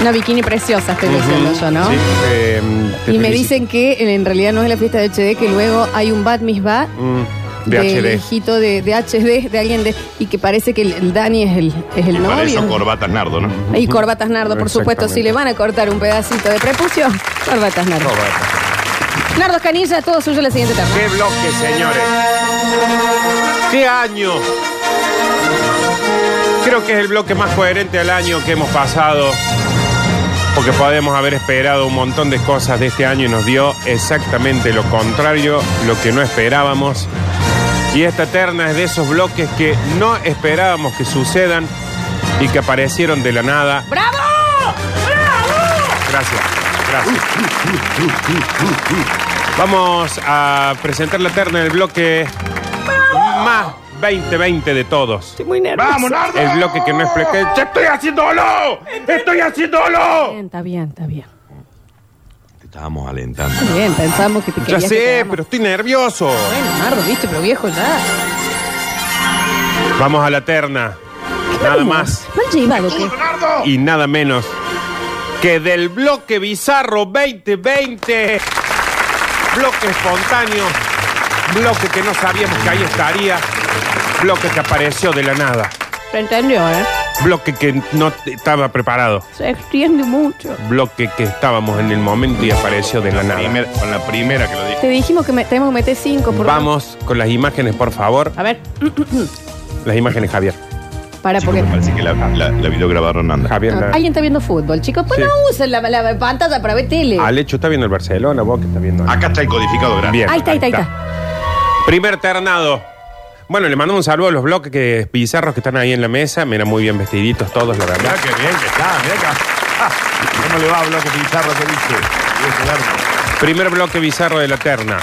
[SPEAKER 2] Una bikini preciosa, estoy diciendo yo, ¿no?
[SPEAKER 3] Sí, eh, te
[SPEAKER 2] Y me
[SPEAKER 3] felicito.
[SPEAKER 2] dicen que eh, en realidad no es la fiesta de HD, que luego hay un Bat Mitzvah
[SPEAKER 3] Mm,
[SPEAKER 2] del
[SPEAKER 3] de HD.
[SPEAKER 2] hijito de, de HD, de alguien de. Y que parece que el, el Dani es el, es el
[SPEAKER 4] Y para eso
[SPEAKER 2] novio.
[SPEAKER 4] corbatas nardo, ¿no?
[SPEAKER 2] Y corbatas nardo, por supuesto. Si le van a cortar un pedacito de prepucio, corbatas nardo. Nardo Canilla, todo suyo la siguiente tarde.
[SPEAKER 3] ¡Qué bloque, señores! ¡Qué año! Creo que es el bloque más coherente del año que hemos pasado. Porque podemos haber esperado un montón de cosas de este año y nos dio exactamente lo contrario, lo que no esperábamos. Y esta terna es de esos bloques que no esperábamos que sucedan y que aparecieron de la nada.
[SPEAKER 2] ¡Bravo!
[SPEAKER 3] Gracias, gracias. Vamos a presentar la terna del bloque más 2020 de todos. Estoy
[SPEAKER 2] muy nervioso.
[SPEAKER 4] ¡Vamos, Nardo!
[SPEAKER 3] El bloque que no expliqué. ¡Ya estoy haciéndolo! ¡Estoy haciéndolo!
[SPEAKER 2] Bien, está bien, está bien.
[SPEAKER 4] Te estábamos alentando.
[SPEAKER 2] Está bien, pensamos que te
[SPEAKER 3] Ya
[SPEAKER 2] querías que te
[SPEAKER 3] sé,
[SPEAKER 2] amamos.
[SPEAKER 3] pero estoy nervioso.
[SPEAKER 2] Bueno, Nardo, viste, pero viejo ya.
[SPEAKER 3] Vamos a la terna. Nada más
[SPEAKER 2] Mal llevado, ¿qué?
[SPEAKER 3] y nada menos que del bloque bizarro 2020. Bloque espontáneo. Bloque que no sabíamos que ahí estaría. Bloque que apareció de la nada.
[SPEAKER 2] Se entendió, ¿eh?
[SPEAKER 3] Bloque que no te- estaba preparado.
[SPEAKER 2] Se extiende mucho.
[SPEAKER 3] Bloque que estábamos en el momento y apareció de la nada.
[SPEAKER 4] con la primera que lo dije.
[SPEAKER 2] Te dijimos que me- tenemos que meter cinco por
[SPEAKER 3] Vamos con las imágenes, por favor.
[SPEAKER 2] A ver.
[SPEAKER 3] Las imágenes, Javier.
[SPEAKER 2] Para, porque.
[SPEAKER 4] Parece que la, la, la videograbaron anda.
[SPEAKER 2] Ah.
[SPEAKER 3] Javier, la-
[SPEAKER 2] Alguien está viendo fútbol, chicos. Pues
[SPEAKER 3] Sí.
[SPEAKER 2] no usen la, la pantalla para ver tele.
[SPEAKER 3] Alecho está viendo el Barcelona, vos que está viendo.
[SPEAKER 4] Acá está el ¿eh? codificado, gracias.
[SPEAKER 3] Bien,
[SPEAKER 2] ahí está, ahí está, ahí está.
[SPEAKER 3] Primer ternado. Bueno, le mandamos un saludo a los bloques que, bizarros que están ahí en la mesa. Mira, muy bien vestiditos todos, la verdad.
[SPEAKER 4] Mirá qué bien que está, mirá acá. ¿Cómo le va a bloque pizarro que dice? Y es el arco.
[SPEAKER 3] Primer bloque bizarro de la terna.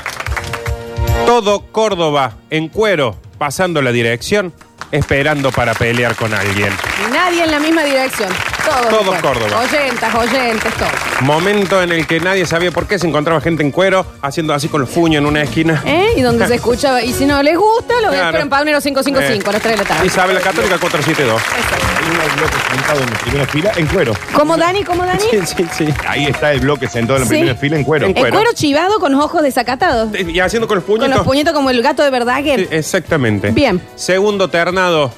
[SPEAKER 3] Todo Córdoba en cuero, pasando la dirección, esperando para pelear con alguien.
[SPEAKER 2] Y nadie en la misma dirección. Todos.
[SPEAKER 3] Todos
[SPEAKER 2] igual.
[SPEAKER 3] Córdoba.
[SPEAKER 2] Oyentas, oyentes, todos.
[SPEAKER 3] Momento en el que nadie sabía por qué se encontraba gente en cuero, haciendo así con el fuño en una esquina.
[SPEAKER 2] ¿Eh? Y donde se escuchaba. Y si no les gusta, lo
[SPEAKER 3] Claro. Eh.
[SPEAKER 2] esperan para Paunero 555 a las 3 de la tarde.
[SPEAKER 3] Isabel la Católica 472.
[SPEAKER 4] Hay un bloque sentado en la primera fila en cuero.
[SPEAKER 2] ¿Cómo Dani? ¿Cómo Dani?
[SPEAKER 3] sí, sí.
[SPEAKER 4] Ahí está el bloque sentado en la
[SPEAKER 2] Sí.
[SPEAKER 4] primera fila en cuero.
[SPEAKER 2] El cuero. chivado con los ojos desacatados.
[SPEAKER 3] Y haciendo con los
[SPEAKER 2] Con los
[SPEAKER 3] puñitos.
[SPEAKER 2] puñetos como el gato de verdad
[SPEAKER 3] Sí, eh. Exactamente.
[SPEAKER 2] Bien.
[SPEAKER 3] Segundo ternado,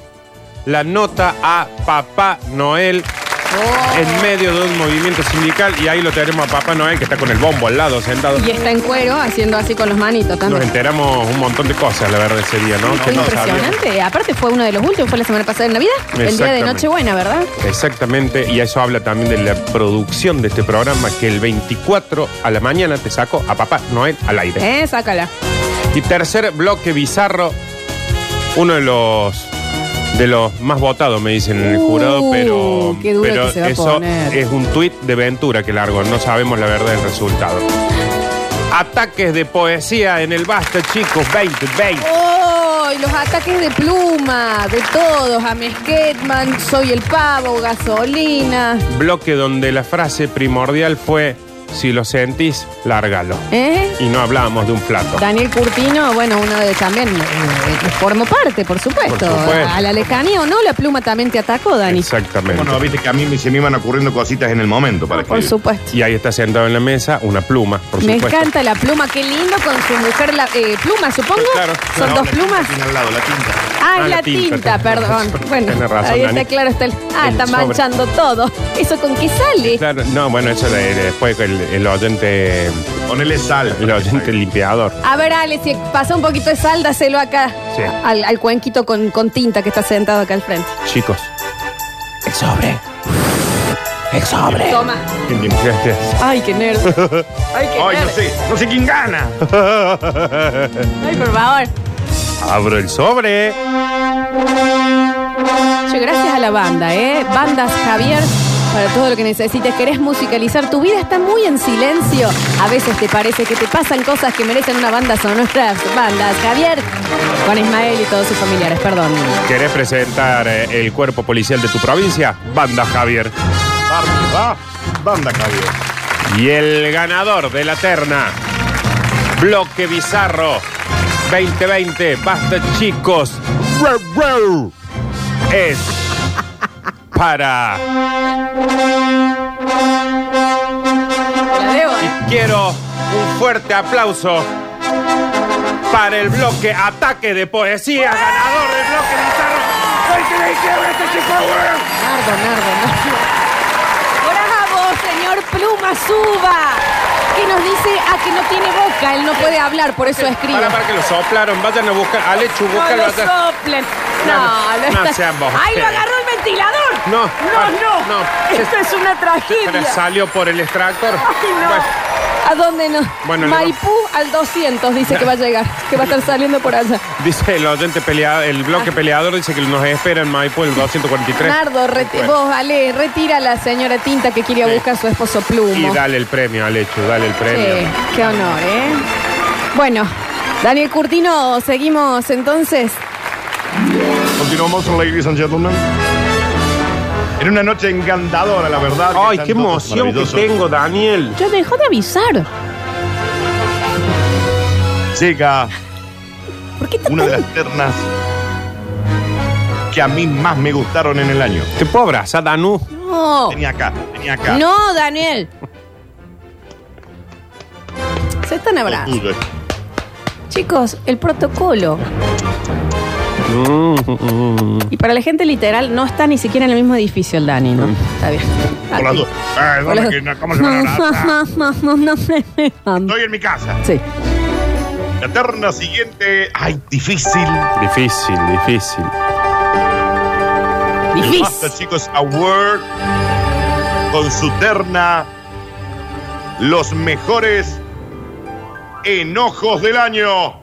[SPEAKER 3] la nota a Papá Noel
[SPEAKER 2] Oh.
[SPEAKER 3] en medio de un movimiento sindical y ahí lo tenemos a Papá Noel que está con el bombo al lado sentado.
[SPEAKER 2] Y está en cuero haciendo así con los manitos
[SPEAKER 3] Nos
[SPEAKER 2] también.
[SPEAKER 3] enteramos un montón de cosas, la verdad, ese día, ¿no?
[SPEAKER 2] Fue
[SPEAKER 3] Que no
[SPEAKER 2] impresionante. Aparte fue uno de los últimos, fue la semana pasada en Navidad. El día de
[SPEAKER 3] Exactamente.
[SPEAKER 2] Nochebuena, ¿verdad?
[SPEAKER 3] sabíamos. Exactamente, y eso habla también de la producción de este programa que el 24 a la mañana te sacó a Papá Noel al aire.
[SPEAKER 2] Eh, sácala.
[SPEAKER 3] Y tercer bloque bizarro, uno de los de los más votados, me dicen en el jurado,
[SPEAKER 2] Uh,
[SPEAKER 3] pero,
[SPEAKER 2] qué duro
[SPEAKER 3] pero
[SPEAKER 2] que se va a
[SPEAKER 3] eso
[SPEAKER 2] poner.
[SPEAKER 3] es un tuit de Ventura que largo, no sabemos la verdad del resultado. Ataques de poesía en el Basta, chicos, 20, 20.
[SPEAKER 2] ¡Oh! y los ataques de pluma, de todos, a Ketman, soy el pavo, gasolina.
[SPEAKER 3] Bloque donde la frase primordial fue, si lo sentís, lárgalo.
[SPEAKER 2] ¿Eh?
[SPEAKER 3] Y no hablábamos de un plato.
[SPEAKER 2] Daniel Curtino, bueno, uno de también eh, eh, formó parte, por supuesto.
[SPEAKER 3] Por supuesto.
[SPEAKER 2] A la lejanía o no, la pluma también te atacó, Dani.
[SPEAKER 3] Exactamente.
[SPEAKER 4] Bueno, viste que a mí me- se me iban ocurriendo cositas en el momento para
[SPEAKER 2] Por
[SPEAKER 4] escribir.
[SPEAKER 2] supuesto.
[SPEAKER 3] Y ahí está sentado en la mesa una pluma, por
[SPEAKER 2] Me
[SPEAKER 3] supuesto.
[SPEAKER 2] encanta la pluma, qué lindo con su mujer la eh, pluma, supongo.
[SPEAKER 3] Claro,
[SPEAKER 2] Son
[SPEAKER 3] claro.
[SPEAKER 2] dos plumas.
[SPEAKER 4] Tiene al lado la tinta.
[SPEAKER 2] Ah, es
[SPEAKER 3] Ah,
[SPEAKER 2] la,
[SPEAKER 3] la
[SPEAKER 2] tinta,
[SPEAKER 3] tinta, tenés
[SPEAKER 2] perdón.
[SPEAKER 3] razón.
[SPEAKER 2] Bueno,
[SPEAKER 3] Tenés razón,
[SPEAKER 2] ahí está
[SPEAKER 3] Dani.
[SPEAKER 2] claro, está el. Ah,
[SPEAKER 3] El
[SPEAKER 2] está
[SPEAKER 3] sobre.
[SPEAKER 2] manchando todo. ¿Eso con qué sale?
[SPEAKER 3] Claro, no, bueno, eso de- de- después el, el oyente.
[SPEAKER 4] Ponele sal.
[SPEAKER 3] El oyente limpiador.
[SPEAKER 2] A ver, Ale, si pasa un poquito de sal, dáselo acá.
[SPEAKER 3] Sí.
[SPEAKER 2] Al, al cuenquito con, con tinta que está sentado acá al frente.
[SPEAKER 3] Chicos. El sobre. El sobre.
[SPEAKER 2] Toma. Ay, qué nerd. Ay, qué
[SPEAKER 4] Ay,
[SPEAKER 2] nerd.
[SPEAKER 4] no sé, no sé quién gana.
[SPEAKER 2] Ay, por favor.
[SPEAKER 3] Abro el sobre.
[SPEAKER 2] Che, gracias a la banda, ¿eh? Bandas Javier, para todo lo que necesites. Querés musicalizar, tu vida está muy en silencio. A veces te parece que te pasan cosas que merecen una banda sonora. Bandas Javier, con Ismael y todos sus familiares, perdón.
[SPEAKER 3] ¿Querés presentar eh, el cuerpo policial de tu provincia? Banda Javier.
[SPEAKER 4] Va, banda, Javier.
[SPEAKER 3] Y el ganador de la terna. Bloque Bizarro 2020. Basta, chicos. Rau, rau. Es para.
[SPEAKER 2] ¿eh?
[SPEAKER 3] fuerte aplauso para el bloque Ataque de Poesía, ganador del bloque
[SPEAKER 2] Nardo, Nardo, Nardo. Bravo, señor Pluma Suba. Que nos dice a que no tiene boca, él no puede hablar, por eso escribe.
[SPEAKER 3] Para, para que lo soplaron, vayan a buscar. Alechu,
[SPEAKER 2] No
[SPEAKER 3] búscalo
[SPEAKER 2] lo
[SPEAKER 3] allá.
[SPEAKER 2] soplen.
[SPEAKER 3] No,
[SPEAKER 2] No,
[SPEAKER 3] no,
[SPEAKER 2] no,
[SPEAKER 3] no
[SPEAKER 2] está-
[SPEAKER 3] sean vos.
[SPEAKER 2] ¡Ay, lo agarró el ventilador!
[SPEAKER 3] No,
[SPEAKER 2] no, no. Esto es una tragedia.
[SPEAKER 3] Pero salió por el extractor.
[SPEAKER 2] Ay, no. ¿A dónde no?
[SPEAKER 3] Bueno, le
[SPEAKER 2] Maipú al 200 dice que va a llegar, que va a estar saliendo por allá.
[SPEAKER 3] Dice el oyente peleado, el bloque peleador dice que nos espera en Maipú el 243.
[SPEAKER 2] Nardo, reti-
[SPEAKER 3] Bueno.
[SPEAKER 2] vos, Ale, retira a la señora Tinta que quería
[SPEAKER 3] Sí.
[SPEAKER 2] buscar a su esposo
[SPEAKER 3] Y
[SPEAKER 2] Plumo.
[SPEAKER 3] dale el premio, Alechu, dale el premio.
[SPEAKER 2] Sí, qué honor, ¿eh? Bueno, Daniel Curtino, seguimos entonces.
[SPEAKER 4] Continuamos, ladies and gentlemen. En una noche encantadora, la verdad.
[SPEAKER 3] Ay, qué emoción que tengo, Daniel.
[SPEAKER 2] Yo dejó de avisar.
[SPEAKER 4] Llega una de las ternas que a mí más me gustaron en el año.
[SPEAKER 3] Te puedo abrazar, Danú.
[SPEAKER 2] No.
[SPEAKER 4] Tenía acá, tenía acá.
[SPEAKER 2] No, Daniel. Se están abrazando.
[SPEAKER 4] Tuyo.
[SPEAKER 2] Chicos, el protocolo.
[SPEAKER 3] Mm,
[SPEAKER 2] Y para la gente literal, no está ni siquiera en el mismo edificio el Dani, ¿no? Está bien.
[SPEAKER 4] Por Mm. las dos. Ay,
[SPEAKER 2] Por
[SPEAKER 4] dame
[SPEAKER 2] las
[SPEAKER 4] que
[SPEAKER 2] dos.
[SPEAKER 4] no- ¿Cómo se van a abrazar?
[SPEAKER 2] Estoy
[SPEAKER 4] en mi casa.
[SPEAKER 2] Sí.
[SPEAKER 4] La terna siguiente. Ay, difícil.
[SPEAKER 3] Difícil, difícil.
[SPEAKER 4] El Basta, chicos, Award con su terna. Los mejores enojos del año.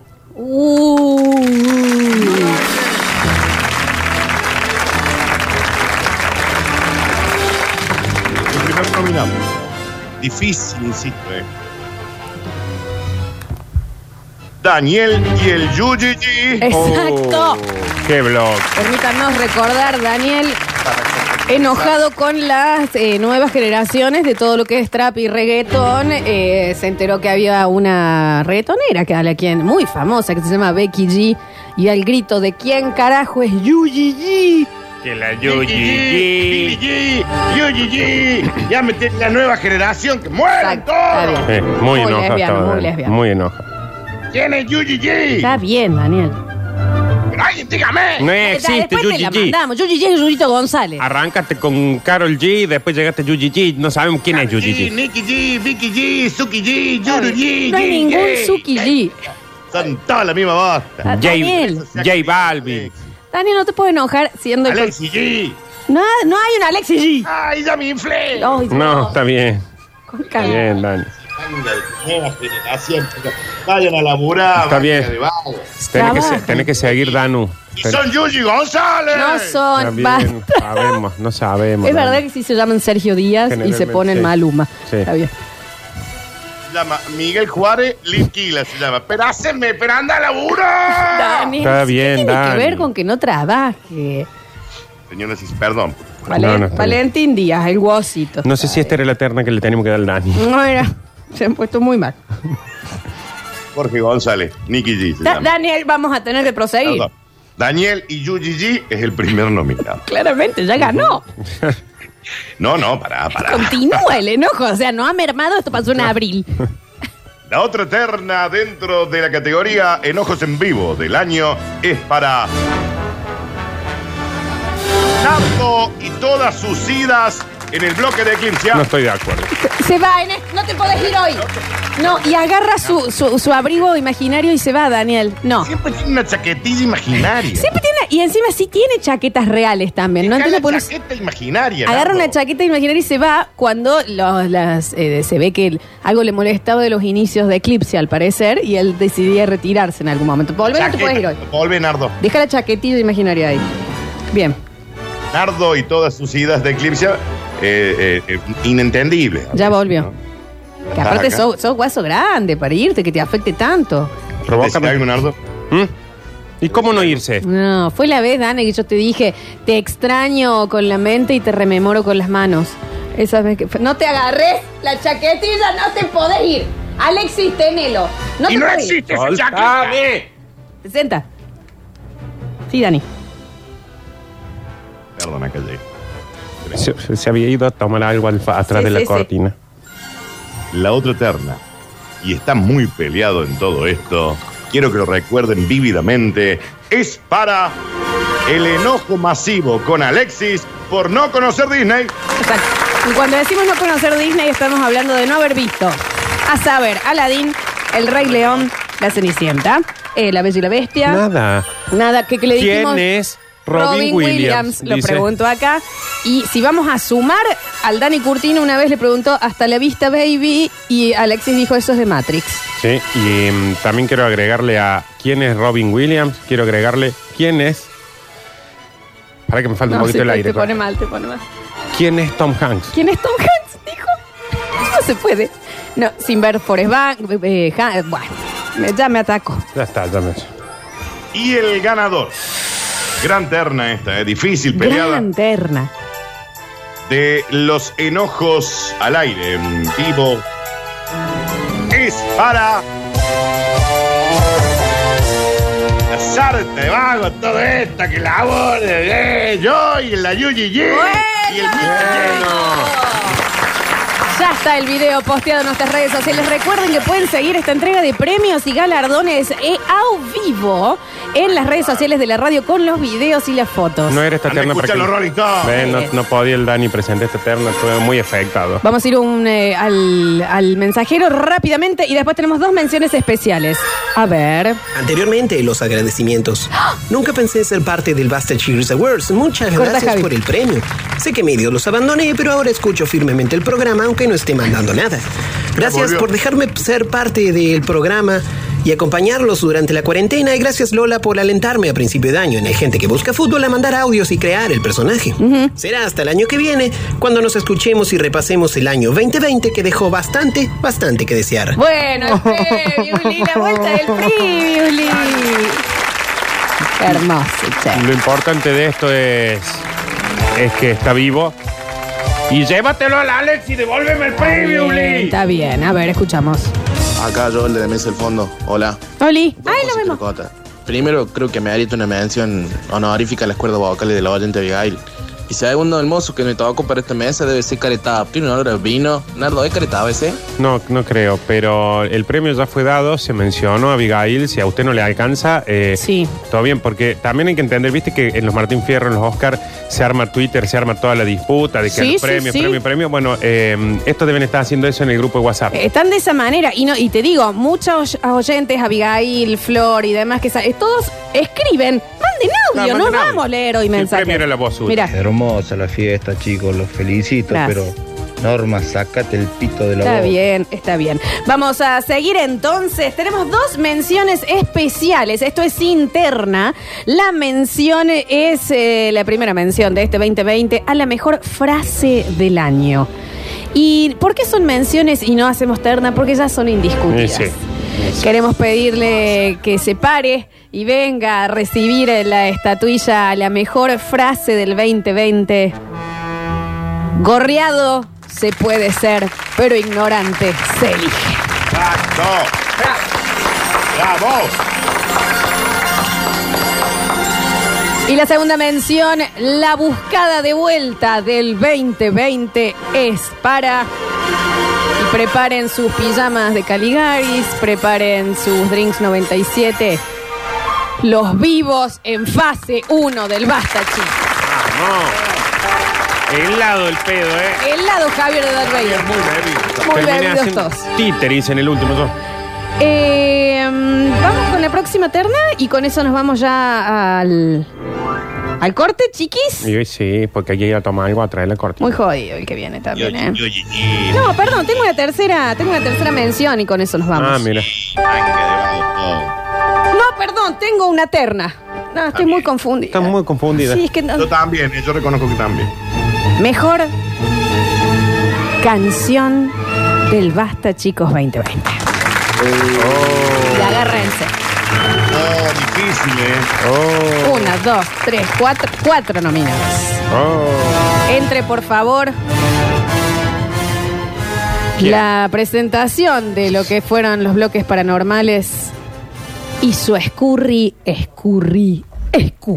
[SPEAKER 4] El primer nominado. Difícil, insisto, eh. Daniel y el Yuji.
[SPEAKER 2] Exacto.
[SPEAKER 3] qué blog.
[SPEAKER 2] Permítanos recordar, Daniel, enojado con las eh, nuevas generaciones de todo lo que es trap y reggaetón, eh, se enteró que había una reggaetonera que a la quien muy famosa que se llama Becky G y al grito de quién carajo es Yuji G.
[SPEAKER 3] Que la
[SPEAKER 4] Yuji. Yuji. Yuji. Ya metí la nueva generación que mueran todos.
[SPEAKER 3] Eh,
[SPEAKER 2] Muy
[SPEAKER 3] muy, enojada
[SPEAKER 2] lesbiana,
[SPEAKER 3] estaba,
[SPEAKER 2] muy
[SPEAKER 3] Dani.
[SPEAKER 2] lesbiana.
[SPEAKER 3] Muy enojada.
[SPEAKER 4] ¿Quién es Yuji
[SPEAKER 2] Está bien, Daniel.
[SPEAKER 4] ¡Ay, dígame!
[SPEAKER 3] No Eh, existe
[SPEAKER 2] Después te la
[SPEAKER 3] Yuji G. Ah,
[SPEAKER 2] mandamos. Yuji G es Yurito González.
[SPEAKER 3] Arrancaste con Carol G, después llegaste a Yuji G. No sabemos quién es Yuji G.
[SPEAKER 4] Nicky G, Vicky G, Suki G, Yuri G.
[SPEAKER 2] No hay
[SPEAKER 4] G,
[SPEAKER 2] ningún
[SPEAKER 4] G.
[SPEAKER 2] Suki G.
[SPEAKER 4] Son todas la misma
[SPEAKER 2] Ah,
[SPEAKER 4] bosta.
[SPEAKER 3] J, J Balvin.
[SPEAKER 2] Daniel, no te puedes enojar siendo... el-
[SPEAKER 4] Alexi G.
[SPEAKER 2] No, no hay un Alexis G.
[SPEAKER 4] ¡Ay, ya me inflé!
[SPEAKER 2] Ay,
[SPEAKER 3] No, está bien. Está
[SPEAKER 2] calma.
[SPEAKER 3] bien, Dani.
[SPEAKER 4] Nueva generación. Vayan a laburar.
[SPEAKER 3] Está
[SPEAKER 4] vayan
[SPEAKER 3] bien.
[SPEAKER 4] de vago.
[SPEAKER 3] Tenés que, se-
[SPEAKER 4] Trabaja.
[SPEAKER 3] tenés que seguir, Danu.
[SPEAKER 4] Y son Yuji González.
[SPEAKER 2] No
[SPEAKER 3] Está
[SPEAKER 2] son...
[SPEAKER 3] bien,
[SPEAKER 2] basta.
[SPEAKER 3] no sabemos, no sabemos.
[SPEAKER 2] Es
[SPEAKER 3] Dani.
[SPEAKER 2] verdad que sí se llaman Sergio Díaz y se
[SPEAKER 3] Generalmente,
[SPEAKER 2] ponen
[SPEAKER 3] sí.
[SPEAKER 2] Maluma.
[SPEAKER 3] Sí.
[SPEAKER 2] Está bien.
[SPEAKER 4] Llama Miguel Juárez Liquila se llama. Pero haceme, pero anda a laburar.
[SPEAKER 2] Dani,
[SPEAKER 3] Está
[SPEAKER 2] ¿qué
[SPEAKER 3] bien,
[SPEAKER 2] tiene
[SPEAKER 3] Dani.
[SPEAKER 2] que ver con que no trabaje?
[SPEAKER 4] Señoras y perdón.
[SPEAKER 2] Vale-
[SPEAKER 3] No, no, está
[SPEAKER 2] Valentín Díaz, el guosito.
[SPEAKER 3] No sé si este- esta era la terna que le tenemos que dar al Dani.
[SPEAKER 2] No era. Se han puesto muy mal.
[SPEAKER 4] Jorge González, Nicky G. se
[SPEAKER 2] Da-
[SPEAKER 4] llama.
[SPEAKER 2] Daniel, vamos a tener que proseguir.
[SPEAKER 4] Perdón. Daniel y Yuji G es el primer nominado.
[SPEAKER 2] Claramente, ya ganó.
[SPEAKER 4] No, no, pará, pará.
[SPEAKER 2] Continúa el enojo. O sea, no ha mermado. Esto pasó en abril.
[SPEAKER 4] La otra eterna dentro de la categoría Enojos en Vivo del año es para Nardo y todas sus idas en el bloque de Eclipse.
[SPEAKER 3] No estoy de acuerdo.
[SPEAKER 2] Se va, Enes. No te podés ir hoy. No, y agarra su, su, su abrigo imaginario y se va, Daniel. No.
[SPEAKER 4] Siempre tiene una chaquetilla imaginaria.
[SPEAKER 2] Siempre tiene. Y encima sí tiene chaquetas reales también. No
[SPEAKER 4] Acá
[SPEAKER 2] entiendo por
[SPEAKER 4] la
[SPEAKER 2] qué-
[SPEAKER 4] chaqueta imaginaria.
[SPEAKER 2] Agarra
[SPEAKER 4] Nardo.
[SPEAKER 2] una chaqueta imaginaria y se va cuando los- las, eh, se ve que el- algo le molestaba de los inicios de Eclipse, al parecer, y él decidía retirarse en algún momento. Volver no te
[SPEAKER 4] Chaqueta.
[SPEAKER 2] puedes ir hoy.
[SPEAKER 4] Volvé, Nardo.
[SPEAKER 2] Deja la chaquetilla imaginaria ahí. Bien.
[SPEAKER 4] Nardo y todas sus idas de Eclipse, eh, eh, eh, inentendible.
[SPEAKER 2] Ya volvió. Que aparte
[SPEAKER 4] Acá.
[SPEAKER 2] sos, sos guaso grande para irte, que te afecte tanto.
[SPEAKER 4] Provócame. algo, Nardo?
[SPEAKER 3] ¿Mm? ¿Y cómo no irse?
[SPEAKER 2] No, fue la vez, Dani, que yo te dije, te extraño con la mente y te rememoro con las manos. Esa vez que fue- No te agarres la chaquetilla, no te podés ir. Alexis, tenelo. No
[SPEAKER 4] Y
[SPEAKER 2] te
[SPEAKER 4] no
[SPEAKER 2] podés ir.
[SPEAKER 4] existe esa chaqueta.
[SPEAKER 2] Te senta. Sí, Dani.
[SPEAKER 4] Perdona, callé.
[SPEAKER 3] Se, se había ido a tomar algo al fa- atrás
[SPEAKER 2] Sí,
[SPEAKER 3] de la
[SPEAKER 2] sí, sí.
[SPEAKER 3] cortina.
[SPEAKER 4] La otra eterna y está muy peleado en todo esto, quiero que lo recuerden vívidamente, es para el enojo masivo con Alexis por no conocer Disney.
[SPEAKER 2] Y cuando decimos no conocer Disney, estamos hablando de no haber visto. A saber, Aladdin, El Rey León, La Cenicienta, eh, La Bella y la Bestia.
[SPEAKER 3] Nada.
[SPEAKER 2] Nada, que, que le
[SPEAKER 3] ¿Quién
[SPEAKER 2] dijimos.
[SPEAKER 3] es Robin Williams?
[SPEAKER 2] lo
[SPEAKER 3] Dice.
[SPEAKER 2] pregunto acá. Y si vamos a sumar, al Dani Curtino una vez le preguntó hasta la vista, baby, y Alexis dijo eso es de Matrix.
[SPEAKER 3] Sí, y mm, también quiero agregarle a quién es Robin Williams, quiero agregarle quién es. Para que me falte
[SPEAKER 2] No,
[SPEAKER 3] un poquito
[SPEAKER 2] sí,
[SPEAKER 3] el
[SPEAKER 2] te-
[SPEAKER 3] aire.
[SPEAKER 2] Te pone mal, te pone mal.
[SPEAKER 3] ¿Quién es Tom Hanks?
[SPEAKER 2] ¿Quién es Tom Hanks? Dijo. No se puede. No, sin ver Forrest Bank, eh, Han- bueno, me- ya me ataco.
[SPEAKER 3] Ya está, ya me.
[SPEAKER 4] Y el ganador. Gran terna esta, eh, difícil peleada.
[SPEAKER 2] Gran terna.
[SPEAKER 4] de los enojos al aire en vivo es para la sarta de vago, todo esta que labore eh, yo y la Yuji G y el
[SPEAKER 2] Ya está el video posteado en nuestras redes sociales. Recuerden que pueden seguir esta entrega de premios y galardones eh, a vivo en las redes sociales de la radio con los videos y las fotos.
[SPEAKER 3] No era esta
[SPEAKER 4] Anda,
[SPEAKER 3] terna
[SPEAKER 4] escucha
[SPEAKER 3] que-
[SPEAKER 4] los Rolling Stones.
[SPEAKER 3] Ven, no, no podía el Dani presentar esta terna, estuve muy afectado.
[SPEAKER 2] Vamos a ir un, eh, al, al mensajero rápidamente y después tenemos dos menciones especiales. A ver.
[SPEAKER 24] Anteriormente, los agradecimientos. Nunca pensé ser parte del Basta Cheers Awards. Muchas
[SPEAKER 2] Corta,
[SPEAKER 24] gracias
[SPEAKER 2] Javi.
[SPEAKER 24] por el premio. Sé que medio los abandoné, pero ahora escucho firmemente el programa, aunque no esté mandando nada. Gracias
[SPEAKER 8] volvió.
[SPEAKER 24] por dejarme ser parte del programa y acompañarlos durante la cuarentena. Y gracias, Lola, por alentarme a principio de año en el Gente que Busca Fútbol a mandar audios y crear el personaje. Será hasta el año que viene, cuando nos escuchemos y repasemos el año 2020, que dejó bastante, bastante que desear.
[SPEAKER 2] Bueno, el preview, Lili, la vuelta del preview, Lili. Hermoso, che.
[SPEAKER 3] Lo importante de esto es, es que está vivo. Y llévatelo al Alex y devuélveme el preview,
[SPEAKER 2] Bien,
[SPEAKER 3] Lee.
[SPEAKER 2] Está bien, a ver, escuchamos.
[SPEAKER 8] Acá yo, el de la mesa del fondo. Hola.
[SPEAKER 2] Oli, ay, lo mismo.
[SPEAKER 8] Cota. Primero, creo que me merito una mención honorífica a las cuerdas vocales de la oyente Abigail. Y segundo, el mozo que me tocó para esta mesa debe ser caretado. Tiene un olor a vino. Nardo, ¿es caretado ese?
[SPEAKER 3] No, no creo, pero el premio ya fue dado, se mencionó a Abigail, si a usted no le alcanza, eh, todo bien, porque también hay que entender, viste que en los Martín Fierro, en los Oscar, se arma Twitter, se arma toda la disputa de que
[SPEAKER 2] Sí,
[SPEAKER 3] el
[SPEAKER 2] sí,
[SPEAKER 3] premio,
[SPEAKER 2] sí.
[SPEAKER 3] premio, premio, bueno, eh, estos deben estar haciendo eso en el grupo de WhatsApp.
[SPEAKER 2] Están de esa manera. Y, no, y te digo, muchos oy- oyentes, Abigail, Flor y demás, que sa- eh, todos escriben, manden audio,
[SPEAKER 3] Claro,
[SPEAKER 2] no,
[SPEAKER 3] manden audio.
[SPEAKER 2] vamos a leer hoy
[SPEAKER 3] Sí, el
[SPEAKER 2] mensajes.
[SPEAKER 3] premio era la voz suya.
[SPEAKER 2] Mira,
[SPEAKER 22] Hermosa la fiesta, chicos, los felicito,
[SPEAKER 2] Gracias.
[SPEAKER 22] pero Norma, sacate el pito de la
[SPEAKER 2] está
[SPEAKER 22] boca.
[SPEAKER 2] bien, está bien. Vamos a seguir entonces. Tenemos dos menciones especiales. Esto es interna. La mención es eh, la primera mención de este 2020 a la mejor frase del año. ¿Y por qué son menciones y no hacemos terna? Porque ya son indiscutibles.
[SPEAKER 3] Sí, sí.
[SPEAKER 2] Queremos pedirle que se pare y venga a recibir la estatuilla, la mejor frase del 2020. Gorreado se puede ser, pero ignorante se elige.
[SPEAKER 4] ¡Bravo!
[SPEAKER 2] Y la segunda mención, la buscada de vuelta del 2020 es para... Y preparen sus pijamas de Caligaris, preparen sus drinks 97. Los vivos en fase 1 del Basta, chicos.
[SPEAKER 3] No, el lado del pedo, ¿eh?
[SPEAKER 2] El lado Javier de Del Rey. Muy
[SPEAKER 3] Terminé
[SPEAKER 2] bebidos
[SPEAKER 3] haciendo
[SPEAKER 2] todos.
[SPEAKER 3] títeris en el último. yo.
[SPEAKER 2] Eh, mm, vamos con la próxima terna y con eso nos vamos ya al, al corte, chiquis.
[SPEAKER 3] Y hoy sí, porque hay que ir a tomar algo a traer la corte.
[SPEAKER 2] Muy jodido el que viene también, ¿eh? No, perdón, tengo una tercera, tengo una tercera mención y con eso nos vamos.
[SPEAKER 3] Ah, mira.
[SPEAKER 2] No, perdón, tengo una terna. No, estoy muy confundida.
[SPEAKER 3] Estás muy confundida.
[SPEAKER 2] Sí, es que no-
[SPEAKER 4] Yo también, eh, yo reconozco que también.
[SPEAKER 2] Mejor canción del Basta Chicos 2020. Y agárrense.
[SPEAKER 4] Oh, difícil, ¿eh?
[SPEAKER 2] Una, dos, tres, cuatro, cuatro nominadas.
[SPEAKER 3] Oh,
[SPEAKER 2] Entre, por favor, la presentación de lo que fueron los bloques paranormales y su escurri, escurri, escu.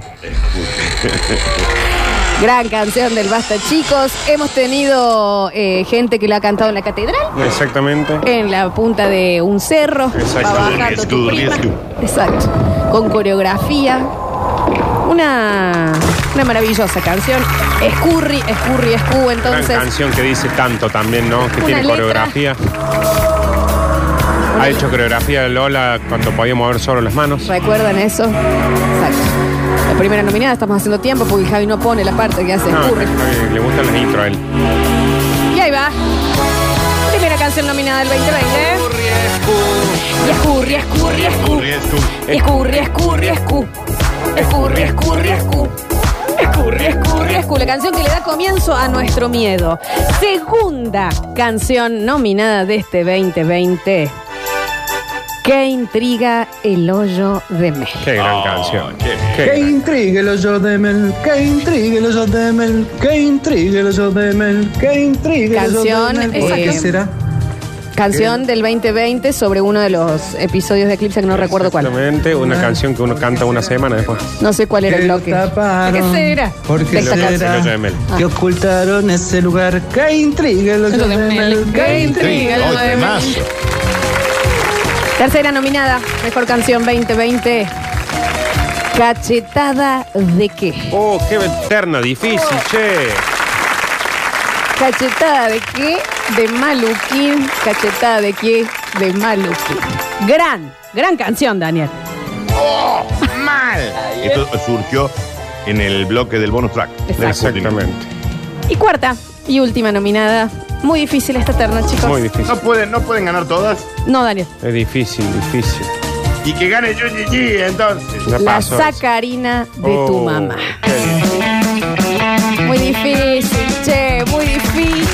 [SPEAKER 2] Gran canción del Basta, chicos. Hemos tenido eh, gente que la ha cantado en la catedral,
[SPEAKER 3] Exactamente.
[SPEAKER 2] en la punta de un cerro.
[SPEAKER 3] Exacto.
[SPEAKER 2] va bajando tu prima. Exacto. Con coreografía. Una, una maravillosa canción. Escurri, escurri, escu.
[SPEAKER 3] Gran
[SPEAKER 2] Entonces,
[SPEAKER 3] canción que dice tanto también, ¿no? Que
[SPEAKER 2] Una
[SPEAKER 3] tiene
[SPEAKER 2] letra.
[SPEAKER 3] coreografía. Ha hecho coreografía Lola cuando podía mover solo las manos.
[SPEAKER 2] ¿recuerdan eso? Exacto. La primera nominada, estamos haciendo tiempo porque Javi no pone la parte que hace
[SPEAKER 3] No,
[SPEAKER 2] escurri.
[SPEAKER 3] eh, le gustan las intro a él.
[SPEAKER 2] Y ahí va. Primera canción nominada del 2020. Y escurri, escurri, escurri. Escurri, escurri, escu. Escurri, escurri, escu. Escurri, escurri, escu. La canción que le da comienzo a nuestro miedo. Segunda canción nominada de este 2020. Qué intriga el hoyo de Mel.
[SPEAKER 3] Qué gran canción. Oh, Qué
[SPEAKER 1] Que
[SPEAKER 3] gran-
[SPEAKER 1] intrigue el hoyo de Mel, que intrigue el hoyo de Mel, que intrigue el hoyo de Mel, que intrigue el hoyo de
[SPEAKER 2] Canción,
[SPEAKER 1] Mel. ¿Por
[SPEAKER 2] eh,
[SPEAKER 1] qué será?
[SPEAKER 2] Canción del 2020 sobre uno de los episodios de Eclipse que no recuerdo cuál.
[SPEAKER 3] Exactamente, una canción que uno canta una semana después.
[SPEAKER 2] No sé cuál era el bloque. ¿Qué será?
[SPEAKER 1] Porque
[SPEAKER 2] De esta canción.
[SPEAKER 3] El hoyo de Mel.
[SPEAKER 1] Que ocultaron ese lugar, que intrigue el hoyo de Mel, que intrigue el hoyo de Mel.
[SPEAKER 2] Tercera nominada, mejor canción 2020. Cachetada de qué?
[SPEAKER 3] Oh, qué eterna, difícil, che.
[SPEAKER 2] Cachetada de qué? De Maluquín. Cachetada de qué? De Maluquín. Gran, gran canción, Daniel.
[SPEAKER 4] mal. Esto surgió en el bloque del bonus track.
[SPEAKER 3] Exactamente.
[SPEAKER 2] Y cuarta y última nominada. Muy difícil esta terna, chicos.
[SPEAKER 3] Muy difícil.
[SPEAKER 4] No pueden, no pueden ganar todas.
[SPEAKER 2] No, Daniel.
[SPEAKER 3] Es difícil, difícil.
[SPEAKER 4] Y que gane yo Gigi, entonces.
[SPEAKER 3] Ya
[SPEAKER 2] La
[SPEAKER 3] pasó.
[SPEAKER 2] sacarina de tu
[SPEAKER 3] Oh,
[SPEAKER 2] mamá. Muy difícil, che, muy difícil.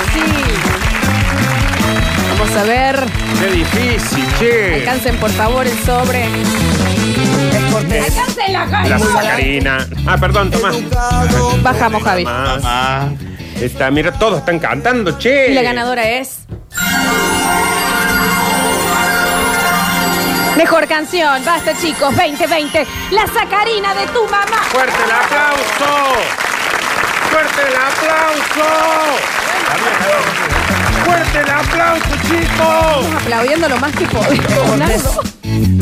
[SPEAKER 2] Vamos a ver.
[SPEAKER 3] Qué difícil, che.
[SPEAKER 2] Alcancen por favor el sobre. Alcancen la
[SPEAKER 3] La sacarina. Ah, perdón, Tomás.
[SPEAKER 2] Bajamos, Javi.
[SPEAKER 3] Mamá. Está, mira, todos están cantando, che.
[SPEAKER 2] Y la ganadora es. Mejor canción, basta chicos, 2020. La sacarina de tu mamá.
[SPEAKER 3] ¡Fuerte el aplauso! ¡Fuerte el aplauso! ¡Fuerte el aplauso, chicos!
[SPEAKER 2] Aplaudiendo lo más que podemos. Nardo.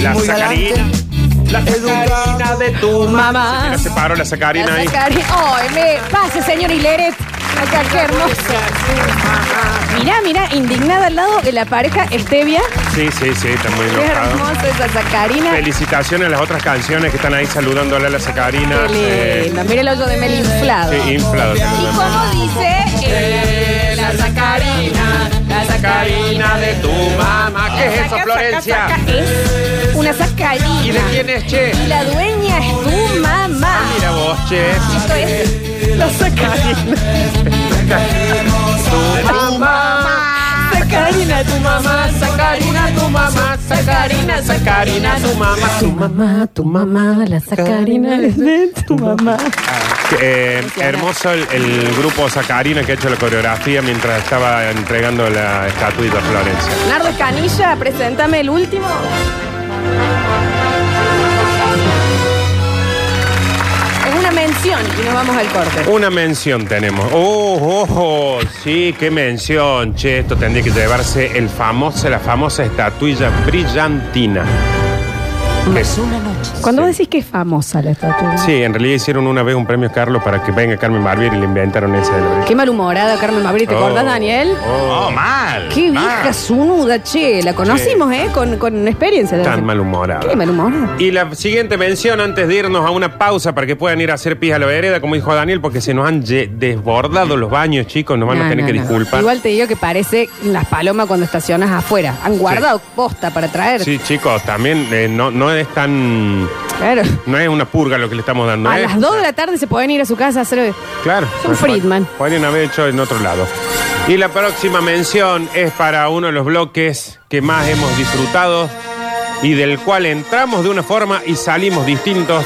[SPEAKER 3] La
[SPEAKER 2] Muy
[SPEAKER 3] sacarina. La sacarina de tu
[SPEAKER 2] mamá.
[SPEAKER 3] Mira, se paró la sacarina
[SPEAKER 2] La
[SPEAKER 3] ahí.
[SPEAKER 2] sacarina. Oh, me pase, señor Hileret. Acá, qué hermosa. Mirá, mirá, indignada al lado de la pareja Estevia.
[SPEAKER 3] Sí, sí, sí, está muy
[SPEAKER 2] Qué
[SPEAKER 3] enojado.
[SPEAKER 2] hermosa esa sacarina.
[SPEAKER 3] Felicitaciones a las otras canciones que están ahí saludándole a la sacarina. Eh,
[SPEAKER 2] Qué linda. Mira el hoyo de Mel inflado.
[SPEAKER 3] Sí, inflado.
[SPEAKER 2] ¿Y cómo dice? Eh, la sacarina, la sacarina de tu
[SPEAKER 3] mamá. ¿Qué es eso, Florencia?
[SPEAKER 2] Es una sacarina.
[SPEAKER 3] ¿Y de quién es, che?
[SPEAKER 2] Y la dueña es tu mamá.
[SPEAKER 3] Mira vos, che.
[SPEAKER 2] Esto es la sacarina.
[SPEAKER 3] Tu mamá.
[SPEAKER 2] Sacarina, tu mamá, sacarina, tu mamá, sacarina, sacarina, tu mamá. Tu mamá, tu mamá, la sacarina es de tu mamá.
[SPEAKER 3] Eh, hermoso el, el grupo Sacarina que ha hecho la coreografía mientras estaba entregando la estatuita a Florencia.
[SPEAKER 2] Nardo Canilla, preséntame el último. Es una mención y nos vamos al corte.
[SPEAKER 3] Una mención tenemos. ¡Oh, oh, oh! Sí, qué mención. Che, esto tendría que llevarse el famoso, la famosa estatuilla brillantina. Que-
[SPEAKER 2] Cuando vos decís que es famosa la estatua.
[SPEAKER 3] Sí, en realidad hicieron una vez un premio Carlos para que venga Carmen Barbier y le inventaron ese.
[SPEAKER 2] Qué malhumorada Carmen Mabri, ¿te
[SPEAKER 3] Oh.
[SPEAKER 2] acordás, Daniel?
[SPEAKER 3] Oh, mal.
[SPEAKER 2] Qué vieja sunuda, che. La conocimos, ¿eh? Con, con experiencia.
[SPEAKER 3] Tan malhumorada.
[SPEAKER 2] Qué malhumorada.
[SPEAKER 3] Y la siguiente mención antes de irnos a una pausa para que puedan ir a hacer pis a la vereda, como dijo Daniel, porque se nos han ye- desbordado los baños, chicos, nos van a
[SPEAKER 2] No,
[SPEAKER 3] tener
[SPEAKER 2] no,
[SPEAKER 3] que
[SPEAKER 2] no.
[SPEAKER 3] disculpar.
[SPEAKER 2] Igual te digo que parece las palomas cuando estacionas afuera. Han guardado posta para traer.
[SPEAKER 3] Sí, chicos, también eh, no, no es tan.
[SPEAKER 2] Claro.
[SPEAKER 3] No es una purga lo que le estamos dando.
[SPEAKER 2] a
[SPEAKER 3] ¿eh?
[SPEAKER 2] las 2 de la tarde se pueden ir a su casa a hacer.
[SPEAKER 3] Claro.
[SPEAKER 2] Es un Friedman.
[SPEAKER 3] Podrían haber hecho en otro lado. Y la próxima mención es para uno de los bloques que más hemos disfrutado y del cual entramos de una forma y salimos distintos.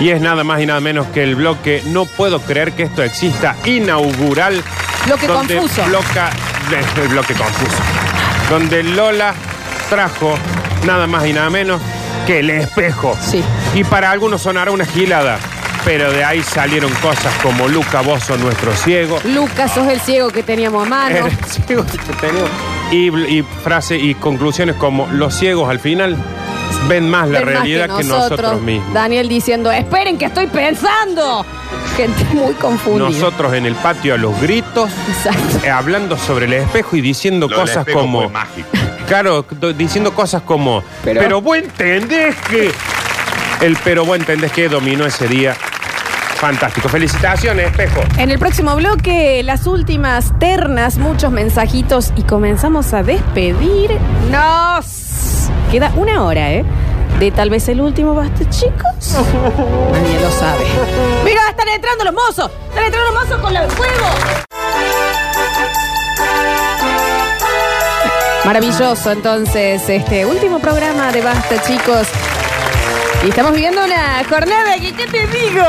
[SPEAKER 3] Y es nada más y nada menos que el bloque No puedo creer que esto exista inaugural.
[SPEAKER 2] Bloque
[SPEAKER 3] donde
[SPEAKER 2] confuso.
[SPEAKER 3] bloca- el bloque confuso. Donde Lola trajo nada más y nada menos que el espejo.
[SPEAKER 2] Sí.
[SPEAKER 3] Y para algunos sonará una gilada. pero de ahí salieron cosas como Luca, vos sos nuestro ciego.
[SPEAKER 2] Lucas, sos el ciego que teníamos a mano.
[SPEAKER 3] El ciego que teníamos. Y, y frases y conclusiones como los ciegos al final ven más la
[SPEAKER 2] Ven más
[SPEAKER 3] realidad que nosotros, mismos.
[SPEAKER 2] Daniel diciendo, esperen que estoy pensando. Gente muy confundida.
[SPEAKER 3] Nosotros en el patio a los gritos, eh, hablando sobre el espejo y diciendo
[SPEAKER 4] Lo del
[SPEAKER 3] cosas
[SPEAKER 4] espejo
[SPEAKER 3] como.
[SPEAKER 4] fue mágico.
[SPEAKER 3] Claro, do- diciendo cosas como. Pero,
[SPEAKER 4] Pero-
[SPEAKER 3] vos entendés que. El pero vos entendés que dominó ese día. Fantástico. Felicitaciones, espejo.
[SPEAKER 2] En el próximo bloque, las últimas ternas, muchos mensajitos y comenzamos a despedirnos. Queda una hora, ¿eh? De tal vez el último basta, chicos. Nadie lo sabe. Mira, están entrando los mozos. Están entrando los mozos con el fuego. Maravilloso, entonces, este último programa de Basta, chicos. Y estamos viviendo una jornada que, ¿qué te digo?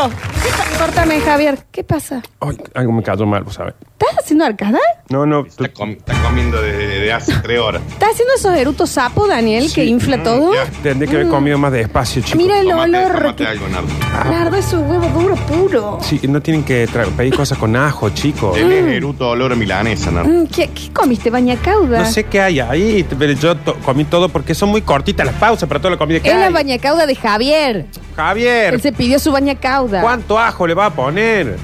[SPEAKER 2] ¿Qué pa- Cortame, Javier. ¿Qué pasa?
[SPEAKER 3] Ay, algo me cayó mal, vos sabés.
[SPEAKER 2] ¿Estás haciendo arcada?
[SPEAKER 3] No, no.
[SPEAKER 4] Está, com- está comiendo desde desde hace tres horas.
[SPEAKER 2] ¿Estás haciendo esos erutos sapo, Daniel, que infla todo?
[SPEAKER 3] Tendré que haber
[SPEAKER 2] Mm.
[SPEAKER 3] comido más despacio, chicos.
[SPEAKER 2] Mira el olor.
[SPEAKER 4] Mm, Tomate algo, Nardo.
[SPEAKER 2] Nardo es un huevo duro puro.
[SPEAKER 3] Sí, no tienen que tra- pedir cosas con ajo, chicos.
[SPEAKER 2] Tenés Mm.
[SPEAKER 4] eruto olor a milanesa,
[SPEAKER 2] Mm, ¿Qué, qué comiste, bañacauda?
[SPEAKER 3] No sé qué hay ahí, pero yo to- comí todo porque son muy cortitas las pausas para toda la comida que
[SPEAKER 2] Es la
[SPEAKER 3] hay.
[SPEAKER 2] bañacauda de Javier.
[SPEAKER 3] Javier,
[SPEAKER 2] Él se pidió su bañacauda.
[SPEAKER 3] ¿cuánto ajo le va a poner?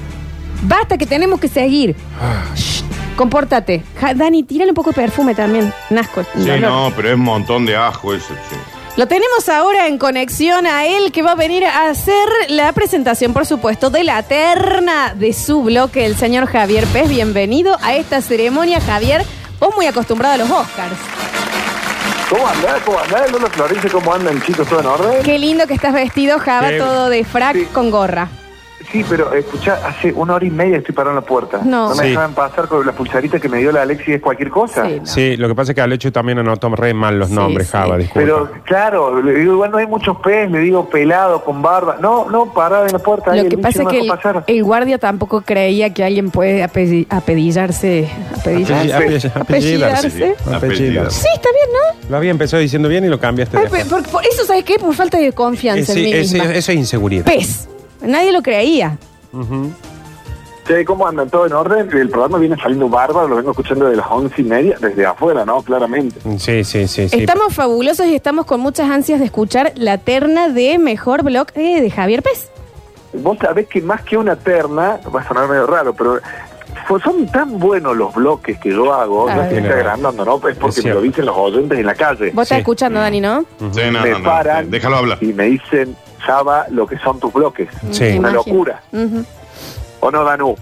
[SPEAKER 2] Basta que tenemos que seguir.
[SPEAKER 3] Ah.
[SPEAKER 2] Shh, Compórtate. Ja- Dani, tírale un poco de perfume también. Nasco.
[SPEAKER 4] Sí,
[SPEAKER 2] olor.
[SPEAKER 4] no, pero es un montón de ajo eso, che.
[SPEAKER 2] Lo tenemos ahora en conexión a él que va a venir a hacer la presentación, por supuesto, de la terna de su bloque, el señor Javier Pez. Bienvenido a esta ceremonia, Javier. Vos muy acostumbrado a los Oscars.
[SPEAKER 18] ¿Cómo andás? ¿Cómo andás? Lola Florencia, ¿cómo andan, chicos? ¿Todo en orden?
[SPEAKER 2] Qué lindo que estás vestido, Java,
[SPEAKER 18] Sí.
[SPEAKER 2] todo de frac con gorra.
[SPEAKER 18] Sí, pero escuchá, hace una hora y media estoy parado en la puerta.
[SPEAKER 2] No.
[SPEAKER 18] me
[SPEAKER 3] Sí.
[SPEAKER 18] dejaban pasar con la pulsarita que me dio la Alexi, es cualquier cosa.
[SPEAKER 3] Sí, lo que pasa es que al hecho también anotó re mal los nombres, Java, disculpa.
[SPEAKER 18] Pero claro, le digo, igual no hay muchos pez, le digo pelado, con barba. No, no, parado en la puerta. ahí
[SPEAKER 2] Lo
[SPEAKER 18] el
[SPEAKER 2] que
[SPEAKER 18] bicho
[SPEAKER 2] pasa es
[SPEAKER 18] no me
[SPEAKER 2] que
[SPEAKER 18] dejó
[SPEAKER 2] el,
[SPEAKER 18] pasar.
[SPEAKER 2] el guardia tampoco creía que alguien puede apelli- apedillarse. apedillarse.
[SPEAKER 3] Apelli- apellidarse.
[SPEAKER 2] Apellidarse.
[SPEAKER 3] Apellidarse.
[SPEAKER 2] Sí, está bien, ¿no?
[SPEAKER 3] Lo había empezado diciendo bien y lo cambiaste.
[SPEAKER 2] Ay,
[SPEAKER 3] de-
[SPEAKER 2] pe- por, por eso, ¿sabes qué? Por falta de confianza en mí
[SPEAKER 3] Ese- ese-
[SPEAKER 2] misma.
[SPEAKER 3] eso es inseguridad.
[SPEAKER 2] Pez. Nadie lo creía.
[SPEAKER 18] Che, ¿cómo andan? ¿Todo en orden? El programa viene saliendo bárbaro, lo vengo escuchando desde las once y media, desde afuera, ¿no? Claramente.
[SPEAKER 3] Sí, sí, sí, sí.
[SPEAKER 2] Estamos fabulosos y estamos con muchas ansias de escuchar la terna de Mejor Blog eh, de Javier Pez.
[SPEAKER 18] Vos sabés que más que una terna, va a sonar medio raro, pero fue- son tan buenos los bloques que yo hago,
[SPEAKER 2] Claro.
[SPEAKER 18] no es que esté agrandando, ¿no? Es porque me lo dicen los oyentes en la calle.
[SPEAKER 2] Vos estás escuchando, Dani, ¿no?
[SPEAKER 4] Sí, no,
[SPEAKER 18] me
[SPEAKER 4] no, no,
[SPEAKER 18] paran
[SPEAKER 4] sí, déjalo hablar.
[SPEAKER 18] y me dicen, Java, lo que son tus bloques.
[SPEAKER 3] Sí.
[SPEAKER 18] Una
[SPEAKER 3] Imagino.
[SPEAKER 18] locura.
[SPEAKER 2] Ujú.
[SPEAKER 18] ¿O no, Danú?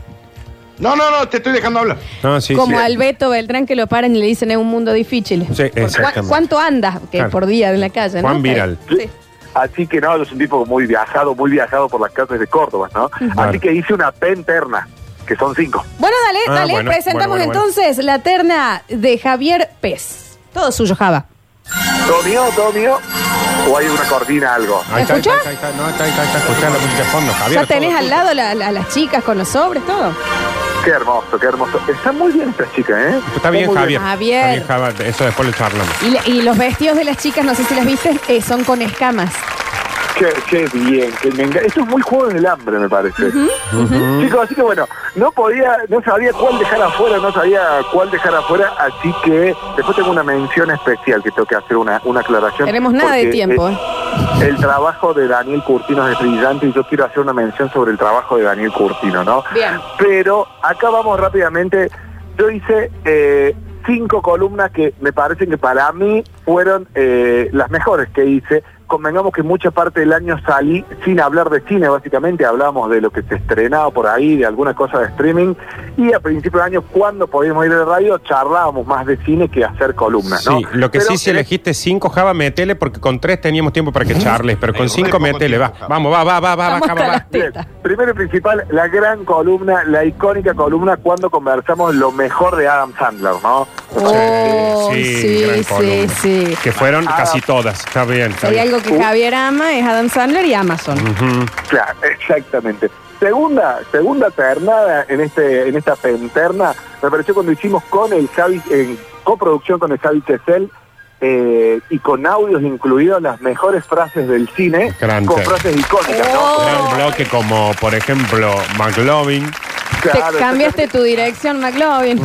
[SPEAKER 4] No, no, no, te estoy dejando hablar.
[SPEAKER 3] No, sí,
[SPEAKER 2] Como
[SPEAKER 3] sí.
[SPEAKER 2] al Beto Beltrán que lo paran y le dicen es un mundo difícil.
[SPEAKER 3] Sí,
[SPEAKER 2] Porque,
[SPEAKER 3] exactamente.
[SPEAKER 2] ¿cu- ¿Cuánto andas que
[SPEAKER 18] Claro.
[SPEAKER 2] por día en la calle?
[SPEAKER 18] Juan
[SPEAKER 2] no?
[SPEAKER 18] Viral.
[SPEAKER 2] Sí.
[SPEAKER 18] Así que no, yo soy un tipo muy viajado, muy viajado por las calles de Córdoba, ¿no? Así que hice una penterna, que son cinco.
[SPEAKER 2] Bueno, dale,
[SPEAKER 18] Ah,
[SPEAKER 2] dale.
[SPEAKER 18] bueno,
[SPEAKER 2] Presentamos
[SPEAKER 18] bueno, bueno,
[SPEAKER 2] entonces la terna de Javier Pez. Todo suyo, Java.
[SPEAKER 18] ¿Todo mío? ¿Todo mío? ¿O hay una cortina, algo?
[SPEAKER 3] Ahí está, ahí está, ahí está, no, ahí está, ahí está, ahí está, escuchá la música de fondo, Javier.
[SPEAKER 2] ya tenés
[SPEAKER 3] todo
[SPEAKER 2] al lado la- la- las chicas con los sobres, todo.
[SPEAKER 18] Qué hermoso, qué hermoso. Está muy bien esta chica, ¿eh?
[SPEAKER 3] Está bien,
[SPEAKER 18] muy
[SPEAKER 3] Javier.
[SPEAKER 2] Javier.
[SPEAKER 3] Está bien, Java, Eso después lo charlamos.
[SPEAKER 2] Y, le- y los vestidos de las chicas, no sé si las viste, eh, son con escamas.
[SPEAKER 18] Qué, qué bien, que me enga- Esto es muy juego del hambre, me parece. Chicos, así que bueno, no podía, no sabía cuál dejar afuera, no sabía cuál dejar afuera, así que después tengo una mención especial que tengo que hacer una, una aclaración.
[SPEAKER 2] Tenemos nada de
[SPEAKER 18] porque,
[SPEAKER 2] tiempo.
[SPEAKER 18] eh,
[SPEAKER 2] ¿eh?
[SPEAKER 18] El trabajo de Daniel Curtino es brillante y yo quiero hacer una mención sobre el trabajo de Daniel Curtino, ¿no?
[SPEAKER 2] Bien.
[SPEAKER 18] Pero acá vamos rápidamente. Yo hice eh, cinco columnas que me parecen que para mí fueron eh, las mejores que hice. Convengamos que mucha parte del año salí sin hablar de cine, básicamente hablamos de lo que se estrenaba por ahí, de alguna cosa de streaming, y a principio de año, cuando podíamos ir de radio, charlábamos más de cine que hacer columnas, ¿no?
[SPEAKER 3] Sí, lo que
[SPEAKER 18] Pero
[SPEAKER 3] sí, si elegiste cinco, Java, metele, porque con tres teníamos tiempo para que charles, pero con cinco, metele, va. Vamos, va, va, va, va, va, Java, va.
[SPEAKER 18] Bien. Primero y principal, la gran columna, la icónica columna cuando conversamos lo mejor de Adam Sandler, ¿no?
[SPEAKER 2] Oh, sí,
[SPEAKER 3] gran
[SPEAKER 2] sí,
[SPEAKER 3] columna.
[SPEAKER 2] sí.
[SPEAKER 3] Que fueron
[SPEAKER 18] Ah.
[SPEAKER 3] casi todas. Está bien.
[SPEAKER 2] Si
[SPEAKER 3] está
[SPEAKER 2] hay
[SPEAKER 3] bien.
[SPEAKER 2] algo que Javier ama es Adam Sandler y Amazon.
[SPEAKER 3] Ujú.
[SPEAKER 18] Claro, exactamente. Segunda, segunda ternada en este, en esta penterna, me pareció cuando hicimos con el Javi, en coproducción con el Javi Chesel, eh, y con audios incluidos las mejores frases del cine,
[SPEAKER 3] Gran
[SPEAKER 18] con
[SPEAKER 3] tema.
[SPEAKER 18] frases icónicas, ¿no?
[SPEAKER 2] Oh.
[SPEAKER 3] Gran bloque como, por ejemplo, McLovin.
[SPEAKER 2] Te cambiaste tu dirección, McLovin.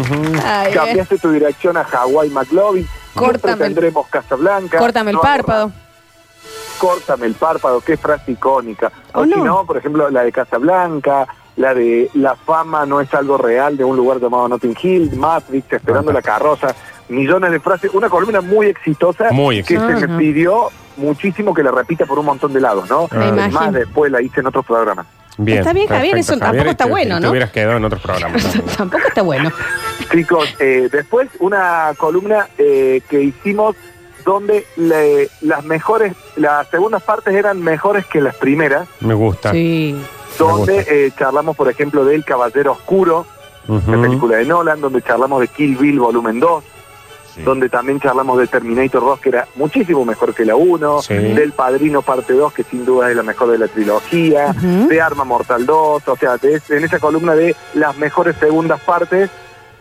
[SPEAKER 2] Ay, eh.
[SPEAKER 18] Cambiaste tu dirección a Hawái McLovin. Siempre
[SPEAKER 2] Córtame el-
[SPEAKER 18] tendremos Casablanca.
[SPEAKER 2] Córtame el
[SPEAKER 18] No,
[SPEAKER 2] párpado.
[SPEAKER 18] Córtame el párpado, qué frase icónica. O
[SPEAKER 2] ¿O
[SPEAKER 18] si
[SPEAKER 2] no?
[SPEAKER 18] no, por ejemplo, la de Casablanca, la de La fama no es algo real de un lugar llamado Notting Hill, Matrix, Esperando la carroza, millones de frases. Una columna muy exitosa
[SPEAKER 3] Muy
[SPEAKER 18] que
[SPEAKER 2] Ah,
[SPEAKER 3] exitosa.
[SPEAKER 18] se me
[SPEAKER 3] Ajá.
[SPEAKER 18] pidió muchísimo que la repita por un montón de lados, ¿no?
[SPEAKER 3] Me imagino.
[SPEAKER 18] Más después la hice en otros programas.
[SPEAKER 3] Bien.
[SPEAKER 2] Está bien, Javier, eso tampoco
[SPEAKER 3] y
[SPEAKER 2] está
[SPEAKER 3] te-
[SPEAKER 2] bueno,
[SPEAKER 3] te- Te
[SPEAKER 2] ¿no?
[SPEAKER 3] hubieras quedado en otros programas.
[SPEAKER 2] Tampoco está bueno.
[SPEAKER 18] Chicos, eh, después una columna eh, que hicimos donde le- las mejores, las segundas partes eran mejores que las primeras,
[SPEAKER 3] Me gusta.
[SPEAKER 2] Sí.
[SPEAKER 18] donde eh, charlamos, por ejemplo, del Caballero Oscuro, la película de Nolan, donde charlamos de Kill Bill Volumen 2, donde también charlamos de Terminator 2, que era muchísimo mejor que la 1,
[SPEAKER 3] Sí.
[SPEAKER 18] del Padrino Parte 2, que sin duda es la mejor de la trilogía, de Arma Mortal 2, o sea, de- en esa columna de las mejores segundas partes,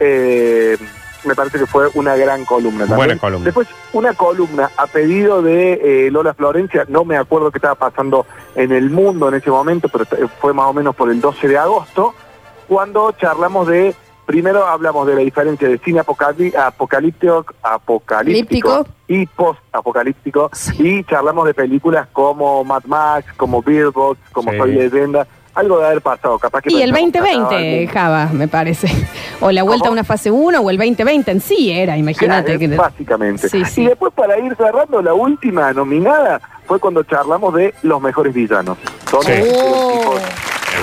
[SPEAKER 18] eh, me parece que fue una gran columna. también.
[SPEAKER 3] Buena columna.
[SPEAKER 18] Después, una columna a pedido de eh, Lola Florencia, no me acuerdo qué estaba pasando en el mundo en ese momento, pero t- fue más o menos por el 12 de agosto, cuando charlamos de, primero hablamos de la diferencia de cine apocali- apocalíptico, apocalíptico
[SPEAKER 2] Líptico.
[SPEAKER 18] y post-apocalíptico, y charlamos de películas como Mad Max, como Bird Box, como
[SPEAKER 3] Sí.
[SPEAKER 18] Soy Leyenda, algo de haber pasado, capaz que...
[SPEAKER 2] Y el
[SPEAKER 18] pensamos que pasaba
[SPEAKER 2] 2020,
[SPEAKER 18] algo.
[SPEAKER 2] Java, me parece. O la vuelta a una fase 1 o el 2020 en sí era, imagínate.
[SPEAKER 18] Claro,
[SPEAKER 2] que-
[SPEAKER 18] Básicamente.
[SPEAKER 2] Sí, sí.
[SPEAKER 18] Y después, para ir cerrando, la última nominada fue cuando charlamos de los mejores villanos. Donde
[SPEAKER 3] Sí.
[SPEAKER 2] Oh.
[SPEAKER 18] aparecieron tipos-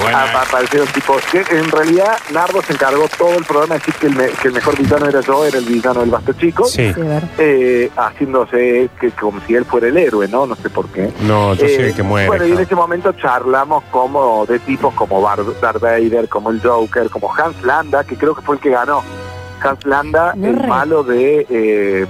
[SPEAKER 2] Ah,
[SPEAKER 4] eh.
[SPEAKER 18] apa- aparecieron tipos que en realidad Nardo se encargó todo el programa de decir que el, me- que el mejor villano era yo, era el villano del Basto Chico,
[SPEAKER 3] Sí.
[SPEAKER 2] Sí, verdad.
[SPEAKER 18] eh, haciéndose que, como si él fuera el héroe, ¿no? No sé por qué.
[SPEAKER 3] No, yo soy
[SPEAKER 18] Eh,
[SPEAKER 3] el que muere.
[SPEAKER 18] Bueno, y en
[SPEAKER 3] Javi.
[SPEAKER 18] ese momento charlamos como de tipos como Bar Darth Vader, como el Joker, como Hans Landa, que creo que fue el que ganó. Hans Landa,
[SPEAKER 2] No
[SPEAKER 18] el
[SPEAKER 2] re-
[SPEAKER 18] malo de, eh,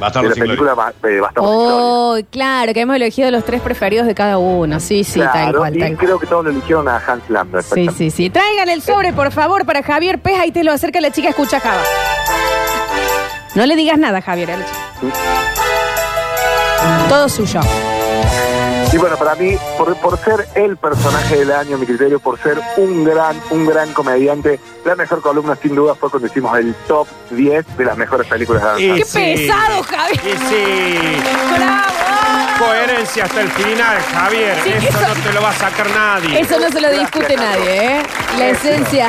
[SPEAKER 4] Bastardo
[SPEAKER 18] de la
[SPEAKER 4] sin
[SPEAKER 18] película Ba- de Bastardo sin Gloria.
[SPEAKER 2] Oh, claro, que hemos elegido los tres preferidos de cada uno. Sí, sí, tal
[SPEAKER 18] Claro,
[SPEAKER 2] cual,
[SPEAKER 18] y
[SPEAKER 2] tal cual.
[SPEAKER 18] creo que todos lo eligieron a Hans Landa.
[SPEAKER 2] Sí, sí, sí. Traigan el sobre, por favor, para Javier Peja y te lo acerca la chica escucha Java. No le digas nada, Javier. a la chica. Todo suyo.
[SPEAKER 18] Y bueno, para mí, por, por ser el personaje del año, mi criterio, por ser un gran, un gran comediante, la mejor columna sin duda fue cuando hicimos el top 10 de las mejores películas de Adam
[SPEAKER 3] Y
[SPEAKER 18] Sandler.
[SPEAKER 3] sí.
[SPEAKER 2] Javier!
[SPEAKER 3] Y sí. Coherencia hasta el final, Javier.
[SPEAKER 2] Sí,
[SPEAKER 3] eso,
[SPEAKER 2] eso-
[SPEAKER 3] no te lo va a sacar nadie.
[SPEAKER 2] Eso no se lo discute nadie, ¿eh? La esencia.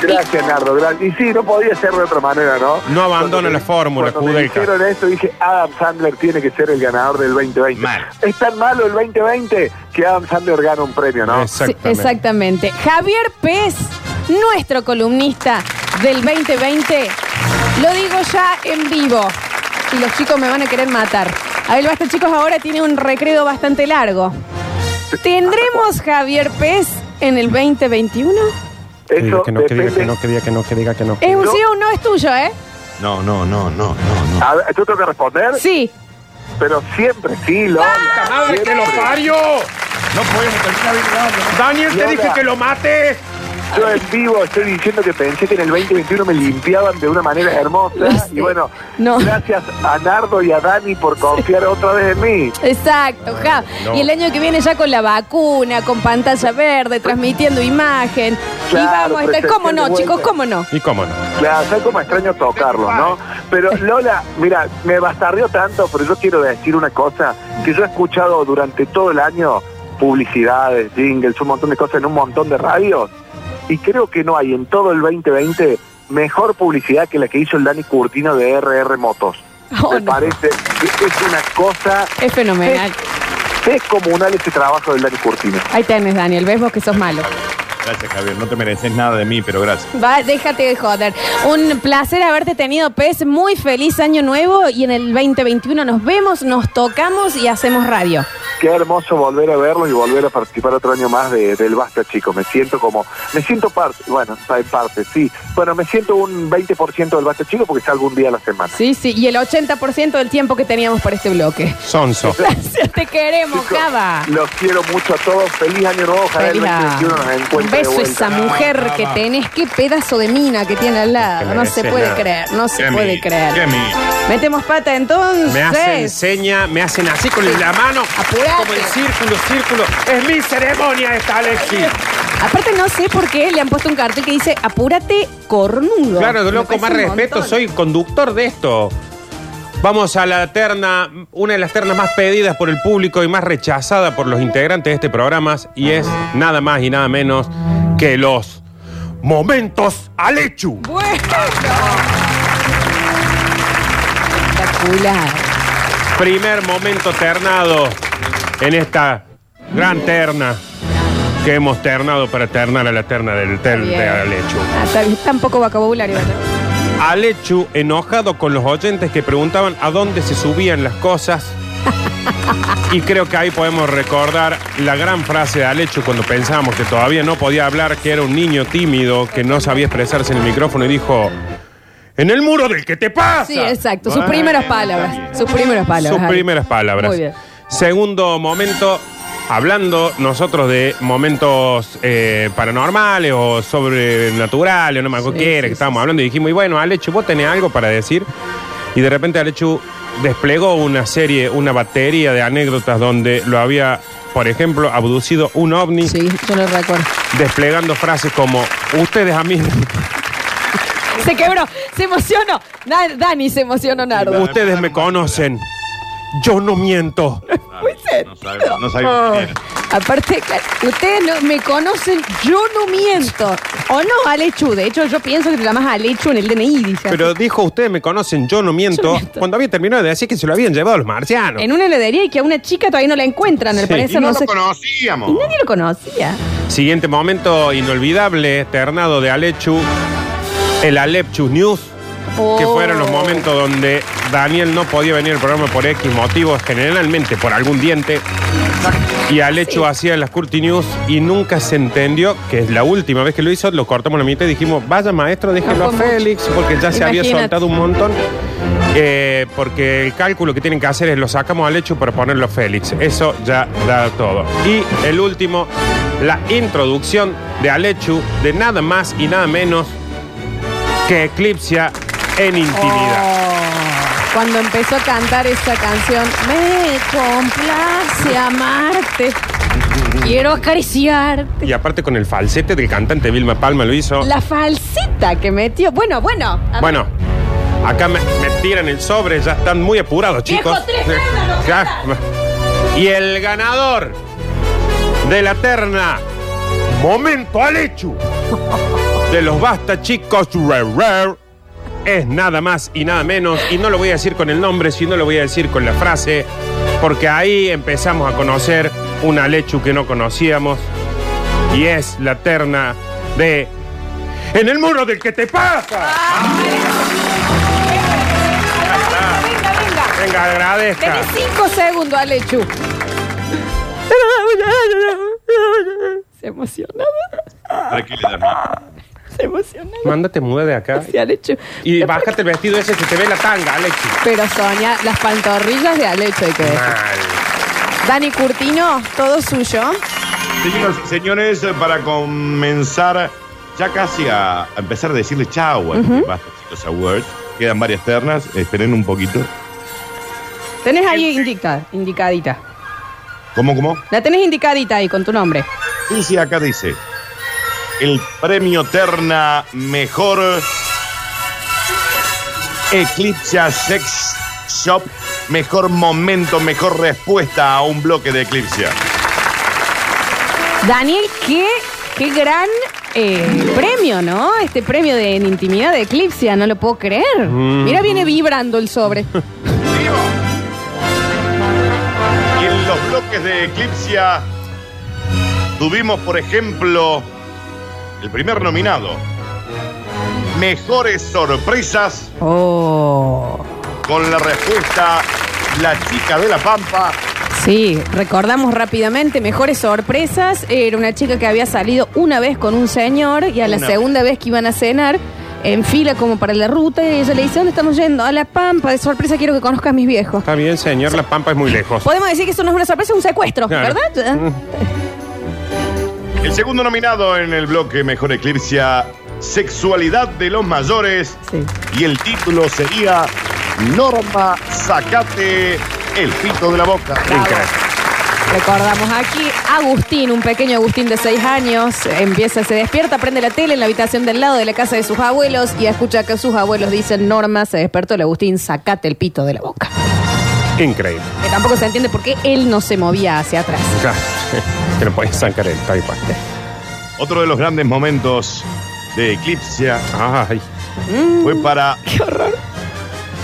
[SPEAKER 18] Gracias, Nardo. Gracias. Y sí, no podía ser de otra manera, ¿no?
[SPEAKER 3] No abandona la fórmula,
[SPEAKER 18] Cuando me
[SPEAKER 3] Judeca.
[SPEAKER 18] dijeron esto, dije, Adam Sandler tiene que ser el ganador del 2020. Es tan malo el 2020 que Adam Sandler gana un premio, ¿no?
[SPEAKER 2] Sí, exactamente. Javier Pez, nuestro columnista del 2020, lo digo ya en vivo. Y los chicos me van a querer matar. A ver, basta, chicos, ahora tiene un recreo bastante largo. ¿Tendremos Javier Pez en el 2021?
[SPEAKER 3] Que diga que no, que diga que
[SPEAKER 18] depende-
[SPEAKER 3] no, que diga que no, que diga que no.
[SPEAKER 2] Es un sí o un no, es tuyo, ¿eh?
[SPEAKER 3] No, no, no, no, no.
[SPEAKER 2] Ah.
[SPEAKER 18] A ver, ¿Yo tengo que responder?
[SPEAKER 2] Sí.
[SPEAKER 18] Pero siempre sí, Lola.
[SPEAKER 3] ¡Madre que lo
[SPEAKER 18] Siempre.
[SPEAKER 3] parió! No podemos terminar Daniel, te
[SPEAKER 18] Lola.
[SPEAKER 3] dije que lo mates.
[SPEAKER 18] Yo en vivo estoy diciendo que pensé que en el 2021 me limpiaban de una manera hermosa. Y bueno, gracias a Nardo y a Dani por confiar otra vez en mí.
[SPEAKER 2] Exacto, Jav.
[SPEAKER 18] no.
[SPEAKER 2] Y el año que viene ya con la vacuna, con pantalla verde, transmitiendo imagen. y
[SPEAKER 18] Claro,
[SPEAKER 2] vamos a estar,
[SPEAKER 18] protección
[SPEAKER 2] ¿cómo
[SPEAKER 18] de
[SPEAKER 2] no,
[SPEAKER 18] vuelta.
[SPEAKER 2] chicos? ¿Cómo no?
[SPEAKER 3] ¿Y cómo no?
[SPEAKER 18] Claro, soy como extraño tocarlo, ¿no? Pero Lola, mira, me bastardeó tanto, pero yo quiero decir una cosa que yo he escuchado durante todo el año publicidades, jingles, un montón de cosas en un montón de radios y creo que no hay en todo el 2020 mejor publicidad que la que hizo el Dani Curtino de RR Motos. me parece que es una cosa
[SPEAKER 2] Es fenomenal.
[SPEAKER 18] descomunal ese trabajo del Dani Curtino.
[SPEAKER 2] Ahí tenés, Daniel. Ves vos que sos malo.
[SPEAKER 4] Gracias, Javier. No te mereces nada de mí, pero gracias.
[SPEAKER 2] Va, déjate de joder. Un placer haberte tenido, Pez. Muy feliz año nuevo y en el 2021 nos vemos, nos tocamos y hacemos radio.
[SPEAKER 18] Qué hermoso volver a verlos y volver a participar otro año más de- del Basta, chicos. Me siento como, me siento parte, bueno, está en parte, sí. Bueno, me siento un 20% del Basta, chico, porque salgo un día a la semana.
[SPEAKER 2] Sí, sí, y el 80% del tiempo que teníamos para este bloque.
[SPEAKER 3] Sonso.
[SPEAKER 2] Gracias, te queremos, Java.
[SPEAKER 18] Los quiero mucho a todos. Feliz año nuevo. Ojalá el
[SPEAKER 2] Feliz año.
[SPEAKER 18] 2021 nos
[SPEAKER 2] Un
[SPEAKER 18] encuentre.
[SPEAKER 2] beso a
[SPEAKER 18] de
[SPEAKER 2] esa
[SPEAKER 18] vuelta.
[SPEAKER 2] mujer que tenés, qué pedazo de mina que tiene al lado.
[SPEAKER 3] Que
[SPEAKER 2] No
[SPEAKER 3] le
[SPEAKER 2] se
[SPEAKER 3] desea
[SPEAKER 2] puede
[SPEAKER 3] nada.
[SPEAKER 2] creer, no se
[SPEAKER 3] Qué
[SPEAKER 2] puede
[SPEAKER 3] mina, qué
[SPEAKER 2] creer.
[SPEAKER 3] mina.
[SPEAKER 2] Metemos pata
[SPEAKER 3] Me hacen
[SPEAKER 2] entonces.
[SPEAKER 3] seña, me hacen así con la mano, como el círculo, círculo. Es mi ceremonia esta, Alexi.
[SPEAKER 2] Aparte no sé por qué le han puesto un cartel que dice apúrate cornudo.
[SPEAKER 3] Claro,
[SPEAKER 2] Me
[SPEAKER 3] loco,
[SPEAKER 2] parece
[SPEAKER 3] más
[SPEAKER 2] un
[SPEAKER 3] respeto,
[SPEAKER 2] montón.
[SPEAKER 3] soy conductor de esto. Vamos a la terna, una de las ternas más pedidas por el público y más rechazada por los integrantes de este programa, y es nada más y nada menos que los momentos Alechu.
[SPEAKER 2] Bueno. Espectacular.
[SPEAKER 3] Primer momento ternado en esta gran terna que hemos ternado para ternar a la terna del ter
[SPEAKER 2] Bien.
[SPEAKER 3] de Alechu.
[SPEAKER 2] Ah, está bien, tampoco vocabulario. ¿verdad?
[SPEAKER 3] Alechu enojado con los oyentes que preguntaban a dónde se subían las cosas. Y creo que ahí podemos recordar la gran frase de Alechu cuando pensábamos que todavía no podía hablar, que era un niño tímido que no sabía expresarse en el micrófono y dijo, en el muro del que te pasa. Ah.
[SPEAKER 2] Sí, exacto. Sus
[SPEAKER 3] Bueno,
[SPEAKER 2] primeras palabras. Sus primeras palabras.
[SPEAKER 3] Sus
[SPEAKER 2] Ari.
[SPEAKER 3] primeras palabras.
[SPEAKER 2] Muy bien.
[SPEAKER 3] Segundo momento, hablando nosotros de momentos eh, paranormales o sobrenaturales, o no me acuerdo
[SPEAKER 11] Sí,
[SPEAKER 3] qué era
[SPEAKER 11] sí,
[SPEAKER 3] que estábamos hablando, y dijimos, y bueno, Alechu, vos tenés algo para decir. Y de repente Alechu desplegó una serie, una batería de anécdotas donde lo había, por ejemplo, abducido un ovni.
[SPEAKER 2] Sí, yo lo recuerdo.
[SPEAKER 3] Desplegando frases como, ustedes a mí,
[SPEAKER 2] Se quebró, se emocionó. Na- Dani se emocionó, Nardo.
[SPEAKER 3] ustedes me conocen, yo no miento.
[SPEAKER 4] No sabemos quién era.
[SPEAKER 2] Aparte, claro, ustedes no, me conocen, yo no miento. ¿O no, Alechu? De hecho, yo pienso que te llamas Alechu en el DNI, dice.
[SPEAKER 3] Pero dijo, ustedes me conocen, yo no miento. Cuando había terminado de decir que se lo habían llevado los marcianos.
[SPEAKER 2] En una heladería y que a una chica todavía no la encuentran, al
[SPEAKER 3] Sí,
[SPEAKER 2] parecer.
[SPEAKER 3] y no lo
[SPEAKER 2] sé-
[SPEAKER 3] conocíamos.
[SPEAKER 2] Y nadie lo conocía.
[SPEAKER 3] Siguiente momento inolvidable, ternado de Alechu, el Alepchu News, que fueron los momentos donde Daniel no podía venir al programa por X motivos, generalmente por algún diente. Y Alechu hacía las Curti News y nunca se entendió que es la última vez que lo hizo, lo cortamos la mitad y dijimos, vaya maestro, déjelo a Félix, porque ya se había
[SPEAKER 11] Imagínate.
[SPEAKER 3] soltado un montón. Eh, porque el cálculo que tienen que hacer es lo sacamos al hecho para ponerlo a Félix. Eso ya da todo. Y el último, la introducción de Alechu de nada más y nada menos que Eclipsia en intimidad.
[SPEAKER 2] Cuando empezó a cantar esa canción, me complace amarte, quiero acariciar.
[SPEAKER 3] Y aparte con el falsete del cantante Vilma Palma lo hizo.
[SPEAKER 2] La falsita que metió. Bueno, bueno. a ver.
[SPEAKER 3] Bueno, acá me, me tiran el sobre, ya están muy apurados, chicos.
[SPEAKER 2] tres dedos,
[SPEAKER 3] Ya. y el ganador de la terna, momento al hecho de los basta, chicos, Rare, rare, es nada más y nada menos. Y no lo voy a decir con el nombre, sino lo voy a decir con la frase, porque ahí empezamos a conocer un Alechu que no conocíamos. Y es la terna de. En el muro del que te pasa. Venga, agradezca.
[SPEAKER 2] Tenés cinco segundos, Alechu. Se emocionaba. Se emocionaba.
[SPEAKER 3] Mándate, muda de acá. Y bájate el vestido ese que te ve la tanga, Alexi.
[SPEAKER 2] Pero Sonia, las pantorrillas de Alechu hay que ver. Dani Curtino, todo suyo.
[SPEAKER 4] Señoras y señores, eh, para comenzar, ya casi a, a empezar a decirle chau a
[SPEAKER 2] Ujú.
[SPEAKER 4] este Basta Chicos Awards. Quedan varias ternas, esperen un poquito.
[SPEAKER 2] Tenés ahí indicada, indicadita.
[SPEAKER 4] ¿Cómo, cómo?
[SPEAKER 2] La tenés indicadita ahí con tu nombre.
[SPEAKER 4] Sí, sí, acá dice. El premio Terna Mejor Eclipse Sex Shop. Mejor momento, mejor respuesta a un bloque de Eclipse.
[SPEAKER 2] Daniel, qué, qué gran eh, premio, ¿no? Este premio de en intimidad de Eclipsia, no lo puedo creer.
[SPEAKER 4] Mm.
[SPEAKER 2] Mira, viene vibrando el sobre.
[SPEAKER 4] Y en los bloques de Eclipse tuvimos, por ejemplo, el primer nominado. Mejores sorpresas.
[SPEAKER 2] Oh.
[SPEAKER 4] Con la respuesta La chica de la pampa.
[SPEAKER 2] Sí, recordamos rápidamente, mejores sorpresas. Era una chica que había salido una vez con un señor y a la
[SPEAKER 25] Una.
[SPEAKER 2] segunda vez que iban a cenar, en fila como para la ruta, y ella le dice, ¿dónde estamos yendo? A La Pampa, de sorpresa quiero que conozcas a mis viejos.
[SPEAKER 3] Está bien, señor, la pampa es muy lejos.
[SPEAKER 2] Podemos decir que eso no es una sorpresa, es un secuestro,
[SPEAKER 3] Claro.
[SPEAKER 2] Pues,
[SPEAKER 3] Mm.
[SPEAKER 2] ¿verdad?
[SPEAKER 4] El segundo nominado en el bloque Mejor Eclipsia, Sexualidad de los Mayores. Y el título sería Norma, sacate el pito de la boca.
[SPEAKER 2] Recordamos aquí, Agustín, un pequeño Agustín de 6 años, empieza, se despierta, prende la tele en la habitación del lado de la casa de sus abuelos y escucha que sus abuelos dicen, Norma, se despertó el Agustín, sacate el pito de la boca.
[SPEAKER 3] Increíble.
[SPEAKER 2] Que tampoco se entiende por qué él no se movía hacia atrás.
[SPEAKER 3] Claro, que no podés sacar el tal cual.
[SPEAKER 4] Otro de los grandes momentos de Eclipsia
[SPEAKER 2] Mm,
[SPEAKER 4] fue para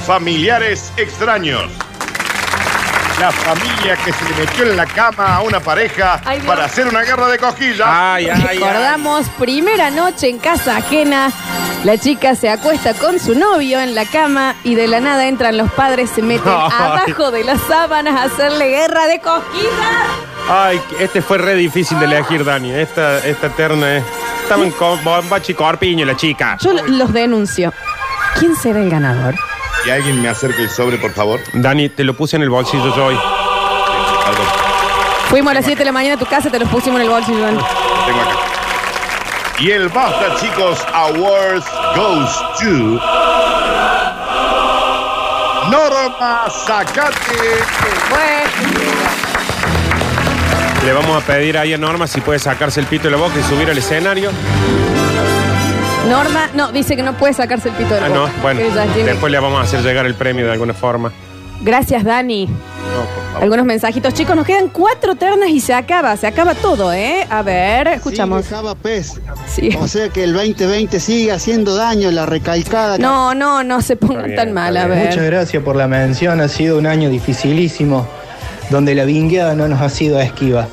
[SPEAKER 4] familiares extraños. La familia que se le metió en la cama a una pareja
[SPEAKER 2] Ay, Dios.
[SPEAKER 4] para hacer una guerra de cosquillas.
[SPEAKER 18] Ah.
[SPEAKER 2] Recordamos, primera noche en casa ajena, la chica se acuesta con su novio en la cama y de la nada entran los padres, se meten
[SPEAKER 3] Ay.
[SPEAKER 2] abajo de las sábanas a hacerle guerra de cosquillas.
[SPEAKER 3] Ay, este fue re difícil de elegir, Dani. Esta, esta terna es. Estaba en co- bomba chicorpiño la chica.
[SPEAKER 2] Yo lo- los denuncio. ¿Quién será el ganador?
[SPEAKER 4] Que alguien me acerque el sobre, por favor.
[SPEAKER 3] Dani, te lo puse en el bolsillo yo hoy.
[SPEAKER 2] Fuimos a las 7 de la mañana a tu casa, te los pusimos en el bolsillo. Dani.
[SPEAKER 4] Tengo acá. Y el Basta Chicos Awards goes to Norma Zacate.
[SPEAKER 3] Le vamos a pedir ahí a Norma si puede sacarse el pito de la boca y subir al escenario.
[SPEAKER 2] Norma, no, dice que no puede sacarse el pito del
[SPEAKER 3] Ah, no,
[SPEAKER 2] boca,
[SPEAKER 3] bueno.
[SPEAKER 2] que ya tiene-
[SPEAKER 3] Después le vamos a hacer llegar el premio de alguna forma.
[SPEAKER 2] Gracias, Dani. Algunos mensajitos, chicos, nos quedan cuatro ternas y se acaba, se acaba todo, ¿eh? A ver, escuchamos.
[SPEAKER 26] O sea que el 2020 sigue haciendo daño, la recalcada.
[SPEAKER 2] No, no, no se pongan tan mal, a ver.
[SPEAKER 24] Muchas gracias por la mención. Ha sido un año dificilísimo donde la vingueada no nos ha sido esquiva.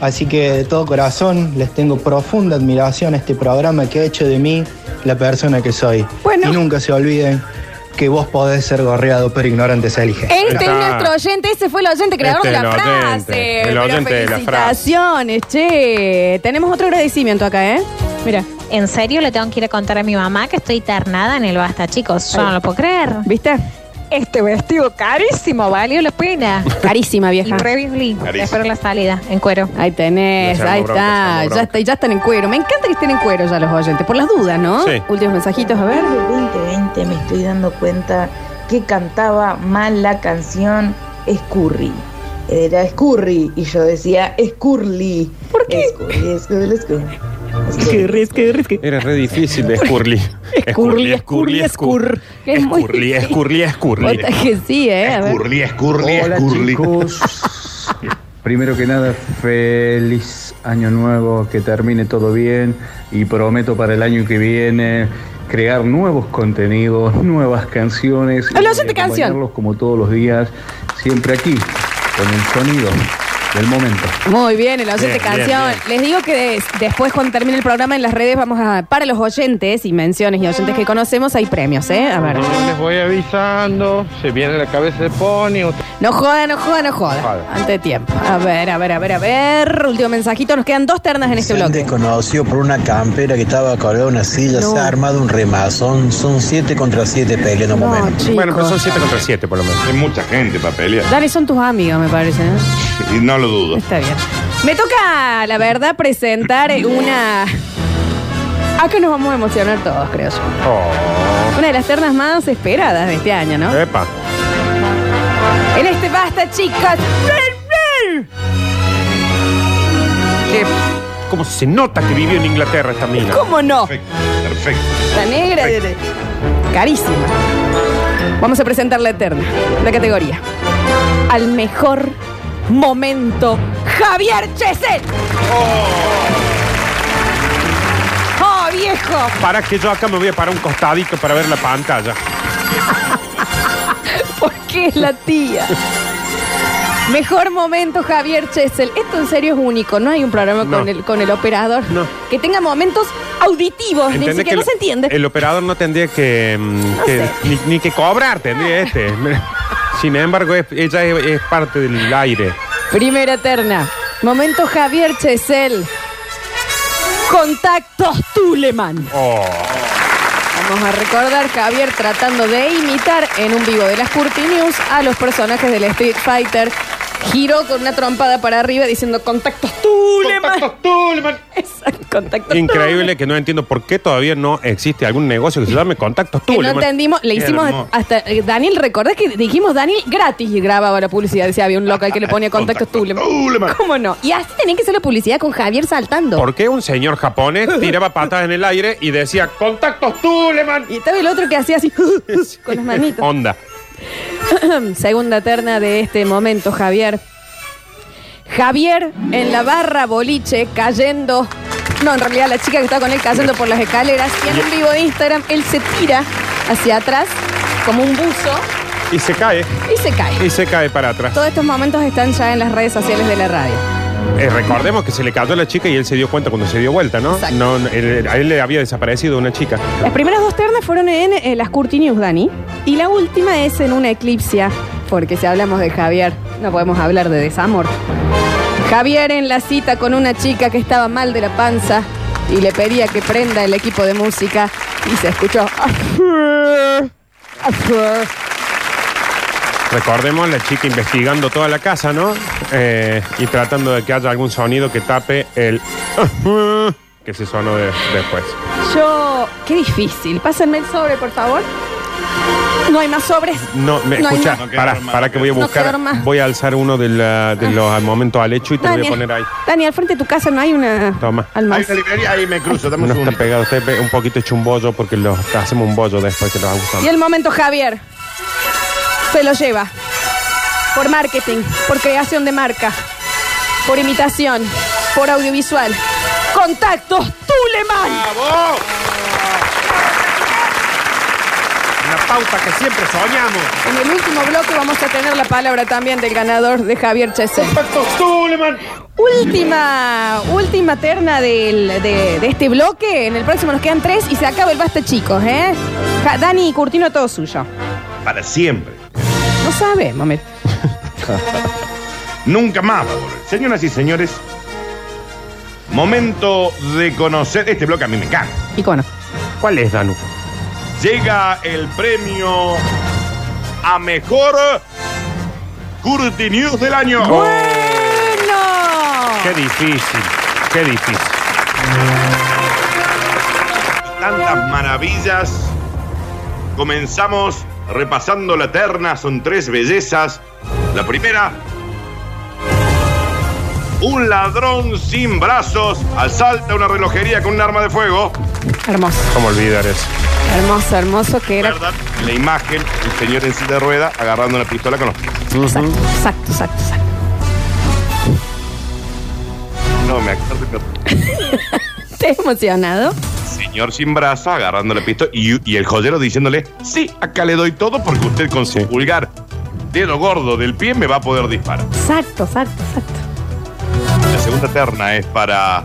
[SPEAKER 24] Así que de todo corazón les tengo profunda admiración a este programa que ha hecho de mí la persona que soy. Y nunca se olviden que vos podés ser gorreado, pero ignorante se elige.
[SPEAKER 2] Este es nuestro oyente, ese fue el oyente creador
[SPEAKER 24] Este
[SPEAKER 2] de
[SPEAKER 24] es
[SPEAKER 2] la
[SPEAKER 24] el
[SPEAKER 2] frase.
[SPEAKER 24] oyente, el
[SPEAKER 2] Pero
[SPEAKER 24] oyente de la frase.
[SPEAKER 2] felicitaciones, che. Tenemos otro agradecimiento acá, ¿eh? Mira.
[SPEAKER 27] En serio le tengo que ir a contar a mi mamá que estoy ternada en el basta, chicos. Yo
[SPEAKER 2] Ahí.
[SPEAKER 27] no lo puedo creer.
[SPEAKER 2] ¿Viste?
[SPEAKER 27] Este vestido carísimo, valió la pena.
[SPEAKER 2] Carísima, vieja.
[SPEAKER 27] Y re bien lindo.
[SPEAKER 2] Carísimo.
[SPEAKER 27] Espero la salida, en cuero.
[SPEAKER 2] Ahí tenés,
[SPEAKER 27] No se
[SPEAKER 2] ahí
[SPEAKER 27] armó bronca, se
[SPEAKER 2] está.
[SPEAKER 27] armó
[SPEAKER 2] Ya, está, ya están en cuero. Me encanta que estén en cuero ya los oyentes, por las dudas, ¿no?
[SPEAKER 27] Sí.
[SPEAKER 2] Últimos mensajitos, a ver.
[SPEAKER 6] 2020 me estoy dando cuenta que cantaba mal la canción Scurry. Era Scurry y yo decía Scurly. ¿Por qué? Scurly, Scurly, Scurry.
[SPEAKER 3] Era re difícil de Scurly.
[SPEAKER 2] Escurli, escurli, escur. Es muy
[SPEAKER 3] Escurli, escurli, escurli.
[SPEAKER 2] Otra que sí, ¿eh? A ver.
[SPEAKER 18] Hola, chicos. Primero que nada, feliz año nuevo, que termine todo bien y prometo para el año que viene crear nuevos contenidos, nuevas canciones.
[SPEAKER 2] Hola, oyente
[SPEAKER 18] y acompañarlos
[SPEAKER 2] canción.
[SPEAKER 18] como todos los días, siempre aquí, con el sonido del momento.
[SPEAKER 2] Muy bien, el oyente
[SPEAKER 18] Bien,
[SPEAKER 2] canción.
[SPEAKER 18] bien,
[SPEAKER 2] Les digo que des- después, cuando termine el programa en las redes, vamos a. Para los oyentes y menciones y oyentes que conocemos, hay premios, ¿eh? A ver.
[SPEAKER 28] Les voy avisando, se viene la cabeza de pony.
[SPEAKER 2] No joda, no joda, no joda. Antes de tiempo. A ver, a ver, a ver, a ver. Último mensajito. Nos quedan dos ternas en este bloque.
[SPEAKER 22] Conocido por una campera que estaba colgada en una silla,
[SPEAKER 2] No.
[SPEAKER 22] se ha armado un remazón. Son 7 contra 7 peleando un
[SPEAKER 2] No,
[SPEAKER 3] pues,
[SPEAKER 22] momento.
[SPEAKER 2] chicos. Bueno, pero son
[SPEAKER 3] 7 contra 7 por lo menos.
[SPEAKER 4] Hay mucha gente para pelear.
[SPEAKER 2] Dani, son tus amigos, me parece. ¿eh?
[SPEAKER 4] Y no lo dudo.
[SPEAKER 2] Está bien. Me toca, la verdad, presentar una. Acá nos vamos a emocionar todos, creo yo. Una de las ternas más esperadas de este año, ¿no?
[SPEAKER 3] Oh, Epa.
[SPEAKER 2] En este basta, chicas.
[SPEAKER 3] Qué- ¿Cómo se nota que vivió en Inglaterra esta mina?
[SPEAKER 2] ¿Cómo no?
[SPEAKER 4] Perfecto.
[SPEAKER 2] La negra. Carísima. Vamos a presentar la eterna, la categoría. Al mejor momento, Javier Chesel. ¡Oh, viejo!
[SPEAKER 3] Para que yo acá me voy a parar un costadito para ver la pantalla.
[SPEAKER 2] ¿Por qué es la tía? Mejor momento, Javier Chesel. Esto en serio es único. No hay un programa con,
[SPEAKER 3] No.
[SPEAKER 2] el, con el operador que tenga momentos auditivos. Ni
[SPEAKER 3] Entendés
[SPEAKER 2] siquiera
[SPEAKER 3] que
[SPEAKER 2] no
[SPEAKER 3] el-
[SPEAKER 2] se entiende.
[SPEAKER 3] El operador no tendría que. mm, que- ni, ni que cobrar, tendría este. Mira, Sin embargo, es- ella es, es parte del aire.
[SPEAKER 2] Primera terna. Momento Javier Chesel. Contactos Tuleman.
[SPEAKER 3] Oh.
[SPEAKER 2] Vamos a recordar Javier tratando de imitar en un vivo de las Curti News a los personajes del Street Fighter. Giró con una trompada para arriba diciendo contactos Tuleman. Contactos Tuleman. Exacto, contactos
[SPEAKER 3] Increíble que no entiendo por qué todavía no existe algún negocio que se llame Contactos
[SPEAKER 2] Que no
[SPEAKER 3] Tuleman.
[SPEAKER 2] entendimos, le
[SPEAKER 3] Qué
[SPEAKER 2] hicimos
[SPEAKER 3] hermoso.
[SPEAKER 2] hasta. eh, Daniel, ¿recordás que dijimos Daniel gratis y grababa la publicidad? Decía, había un local que le ponía contactos Tuleman. ¿Cómo no? Y así tenían que hacer la publicidad con Javier saltando.
[SPEAKER 3] Uh, ¿Por qué un señor japonés tiraba patas en el aire y decía Contactos Tuleman?
[SPEAKER 2] Y estaba el otro que hacía así con las manitos.
[SPEAKER 3] Onda.
[SPEAKER 2] Segunda terna de este momento, Javier. Javier en la barra boliche cayendo. No, en realidad la chica que está con él cayendo por las escaleras. Y en un vivo de Instagram, él se tira hacia atrás como un buzo
[SPEAKER 3] Y se cae.
[SPEAKER 2] y se cae.
[SPEAKER 3] Y se cae para atrás.
[SPEAKER 2] Todos estos momentos están ya en las redes sociales de la radio.
[SPEAKER 3] Eh, recordemos que se le cayó la chica y él se dio cuenta cuando se dio vuelta, ¿no?
[SPEAKER 2] Exacto.
[SPEAKER 3] no no, él- a él le había desaparecido una chica.
[SPEAKER 2] Las primeras dos ternas fueron en eh, las Curti News, Dani. Y la última es en una eclipsia, porque si hablamos de Javier, no podemos hablar de desamor. Javier en la cita con una chica que estaba mal de la panza y le pedía que prenda el equipo de música y se escuchó.
[SPEAKER 3] Recordemos la chica investigando toda la casa, ¿no? Eh, y tratando de que haya algún sonido que tape el que se sonó de- después.
[SPEAKER 2] Yo, qué difícil. Pásenme el sobre, por favor. No hay más sobres.
[SPEAKER 3] No, me
[SPEAKER 2] No hay
[SPEAKER 3] escucha,
[SPEAKER 2] más.
[SPEAKER 3] para, para que voy a
[SPEAKER 2] No
[SPEAKER 3] buscar,
[SPEAKER 2] quedaron más. Ah.
[SPEAKER 3] voy a alzar uno de, la- de los al momento al hecho y te lo voy a
[SPEAKER 2] Daniel,
[SPEAKER 3] poner ahí.
[SPEAKER 2] Dani, al frente de tu casa no hay una.
[SPEAKER 3] Toma.
[SPEAKER 2] almacén.
[SPEAKER 4] ahí me cruzo, dame un
[SPEAKER 3] No está pegado, está pe- un poquito hecho un bollo porque lo, hacemos un bollo después que lo
[SPEAKER 2] Y
[SPEAKER 3] usamos.
[SPEAKER 2] el momento Javier se lo lleva por marketing, por creación de marca, por imitación, por audiovisual. Contactos Tuleman.
[SPEAKER 3] ¡Bravo! Una pauta que siempre soñamos.
[SPEAKER 2] En el último bloque vamos a tener la palabra también del ganador de Javier Chesel. Última, última terna del- de, de este bloque. En el próximo nos quedan tres y se acaba el basta, chicos, ¿eh? Ja- Dani y Curtino, todo suyo.
[SPEAKER 4] Para siempre.
[SPEAKER 2] No sabe, mami.
[SPEAKER 4] Nunca más. va a volver. Señoras y señores, momento de conocer. Este bloque a mí me encanta.
[SPEAKER 2] Icono.
[SPEAKER 3] ¿Cuál es, Danu?
[SPEAKER 4] Llega el premio a mejor Curti News del año.
[SPEAKER 2] ¡Bueno!
[SPEAKER 3] Qué difícil, qué difícil.
[SPEAKER 4] Tantas maravillas. Comenzamos repasando la terna. Son tres bellezas. La primera. Un ladrón sin brazos asalta una relojería con un arma de fuego.
[SPEAKER 2] Hermoso,
[SPEAKER 3] ¿Cómo olvidar eso?
[SPEAKER 2] hermoso, hermoso que era.
[SPEAKER 4] La imagen, el señor en silla de rueda agarrando una pistola con los pies.
[SPEAKER 2] Exacto, exacto, exacto, exacto.
[SPEAKER 4] No, me acuerdo.
[SPEAKER 2] ¿Estás emocionado?
[SPEAKER 4] Señor sin brazo agarrando la pistola y, y el joyero diciéndole, sí, acá le doy todo porque usted con su pulgar, dedo gordo del pie, me va a poder disparar.
[SPEAKER 2] Exacto, exacto, exacto.
[SPEAKER 4] La segunda terna es para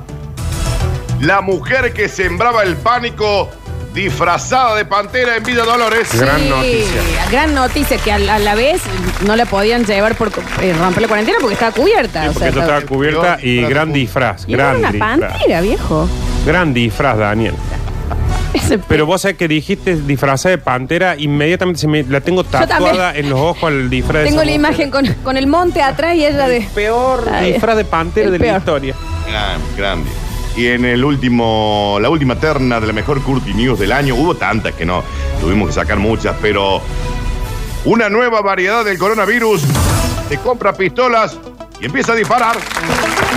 [SPEAKER 4] la mujer que sembraba el pánico disfrazada de pantera en Villa Dolores.
[SPEAKER 2] Sí, Gran noticia que a, la- a la vez no la podían llevar por co- eh, romper la cuarentena porque estaba cubierta. o
[SPEAKER 3] Porque
[SPEAKER 2] sea,
[SPEAKER 3] esto estaba cubierta y gran disfraz,
[SPEAKER 2] Y era
[SPEAKER 3] gran
[SPEAKER 2] una
[SPEAKER 3] disfraz.
[SPEAKER 2] pantera, viejo.
[SPEAKER 3] Gran disfraz, Daniel. Pero vos sabés que dijiste disfrazada de pantera, inmediatamente se me, la tengo tatuada
[SPEAKER 2] también.
[SPEAKER 3] en los ojos al disfraz. de
[SPEAKER 2] Tengo
[SPEAKER 3] esa
[SPEAKER 2] la
[SPEAKER 3] mujer.
[SPEAKER 2] imagen con, con el monte atrás y ella de.
[SPEAKER 3] Peor Disfraz de pantera
[SPEAKER 2] El
[SPEAKER 3] de
[SPEAKER 2] peor.
[SPEAKER 3] la historia.
[SPEAKER 4] Gran, grande. Y en el último, la última terna de la mejor Curti News del año, hubo tantas que no, tuvimos que sacar muchas, pero una nueva variedad del coronavirus, te compra pistolas y empieza a disparar.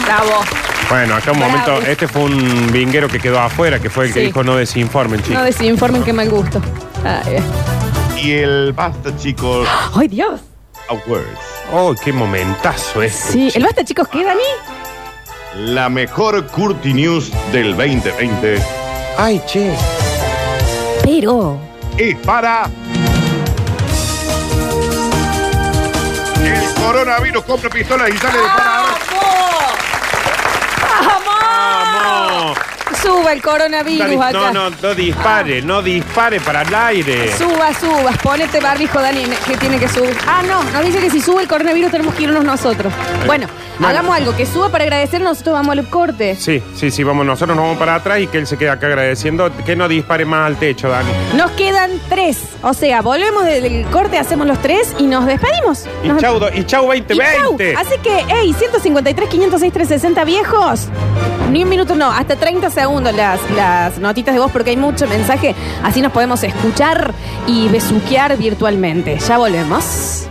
[SPEAKER 2] Bravo.
[SPEAKER 3] Bueno, acá un
[SPEAKER 2] Bravo.
[SPEAKER 3] momento, este fue un vinguero que quedó afuera, que fue el que
[SPEAKER 2] Sí.
[SPEAKER 3] dijo no desinformen, chicos.
[SPEAKER 2] No desinformen que mal gusto. Ay, eh.
[SPEAKER 4] Y el basta, chicos,
[SPEAKER 2] ay, Dios.
[SPEAKER 4] Awards.
[SPEAKER 3] Oh, qué momentazo este.
[SPEAKER 2] Sí, el basta, chicos, ¿qué, Dani?
[SPEAKER 4] La mejor Curti News del 2020
[SPEAKER 3] Ay, che.
[SPEAKER 2] Pero.
[SPEAKER 4] es para. El coronavirus compra pistolas y sale a disparar.
[SPEAKER 2] ¡Vamos! ¡Vamos! Suba el coronavirus
[SPEAKER 3] Dani,
[SPEAKER 2] acá.
[SPEAKER 3] no, no, no dispare, no dispare para el aire.
[SPEAKER 2] Suba, suba, ponete barbijo, Dani, que tiene que subir. Ah, no, nos dice que si sube el coronavirus tenemos que irnos nosotros. Bueno,
[SPEAKER 3] Bueno.
[SPEAKER 2] hagamos algo, que suba para agradecer, nosotros vamos al corte.
[SPEAKER 3] Sí, sí, sí, vamos, nosotros nos vamos para atrás y que él se quede acá agradeciendo que no dispare más al techo, Dani.
[SPEAKER 2] Nos quedan tres, o sea, volvemos del del corte, hacemos los tres y nos despedimos.
[SPEAKER 3] Y
[SPEAKER 2] Nos-
[SPEAKER 3] chau, do- y chau
[SPEAKER 2] Y chau.
[SPEAKER 3] 2020.
[SPEAKER 2] Así que, hey, 153, 506, 360 viejos. Ni un minuto, no, hasta 30 segundos las, las notitas de voz porque hay mucho mensaje. Así nos podemos escuchar y besuquear virtualmente. Ya volvemos.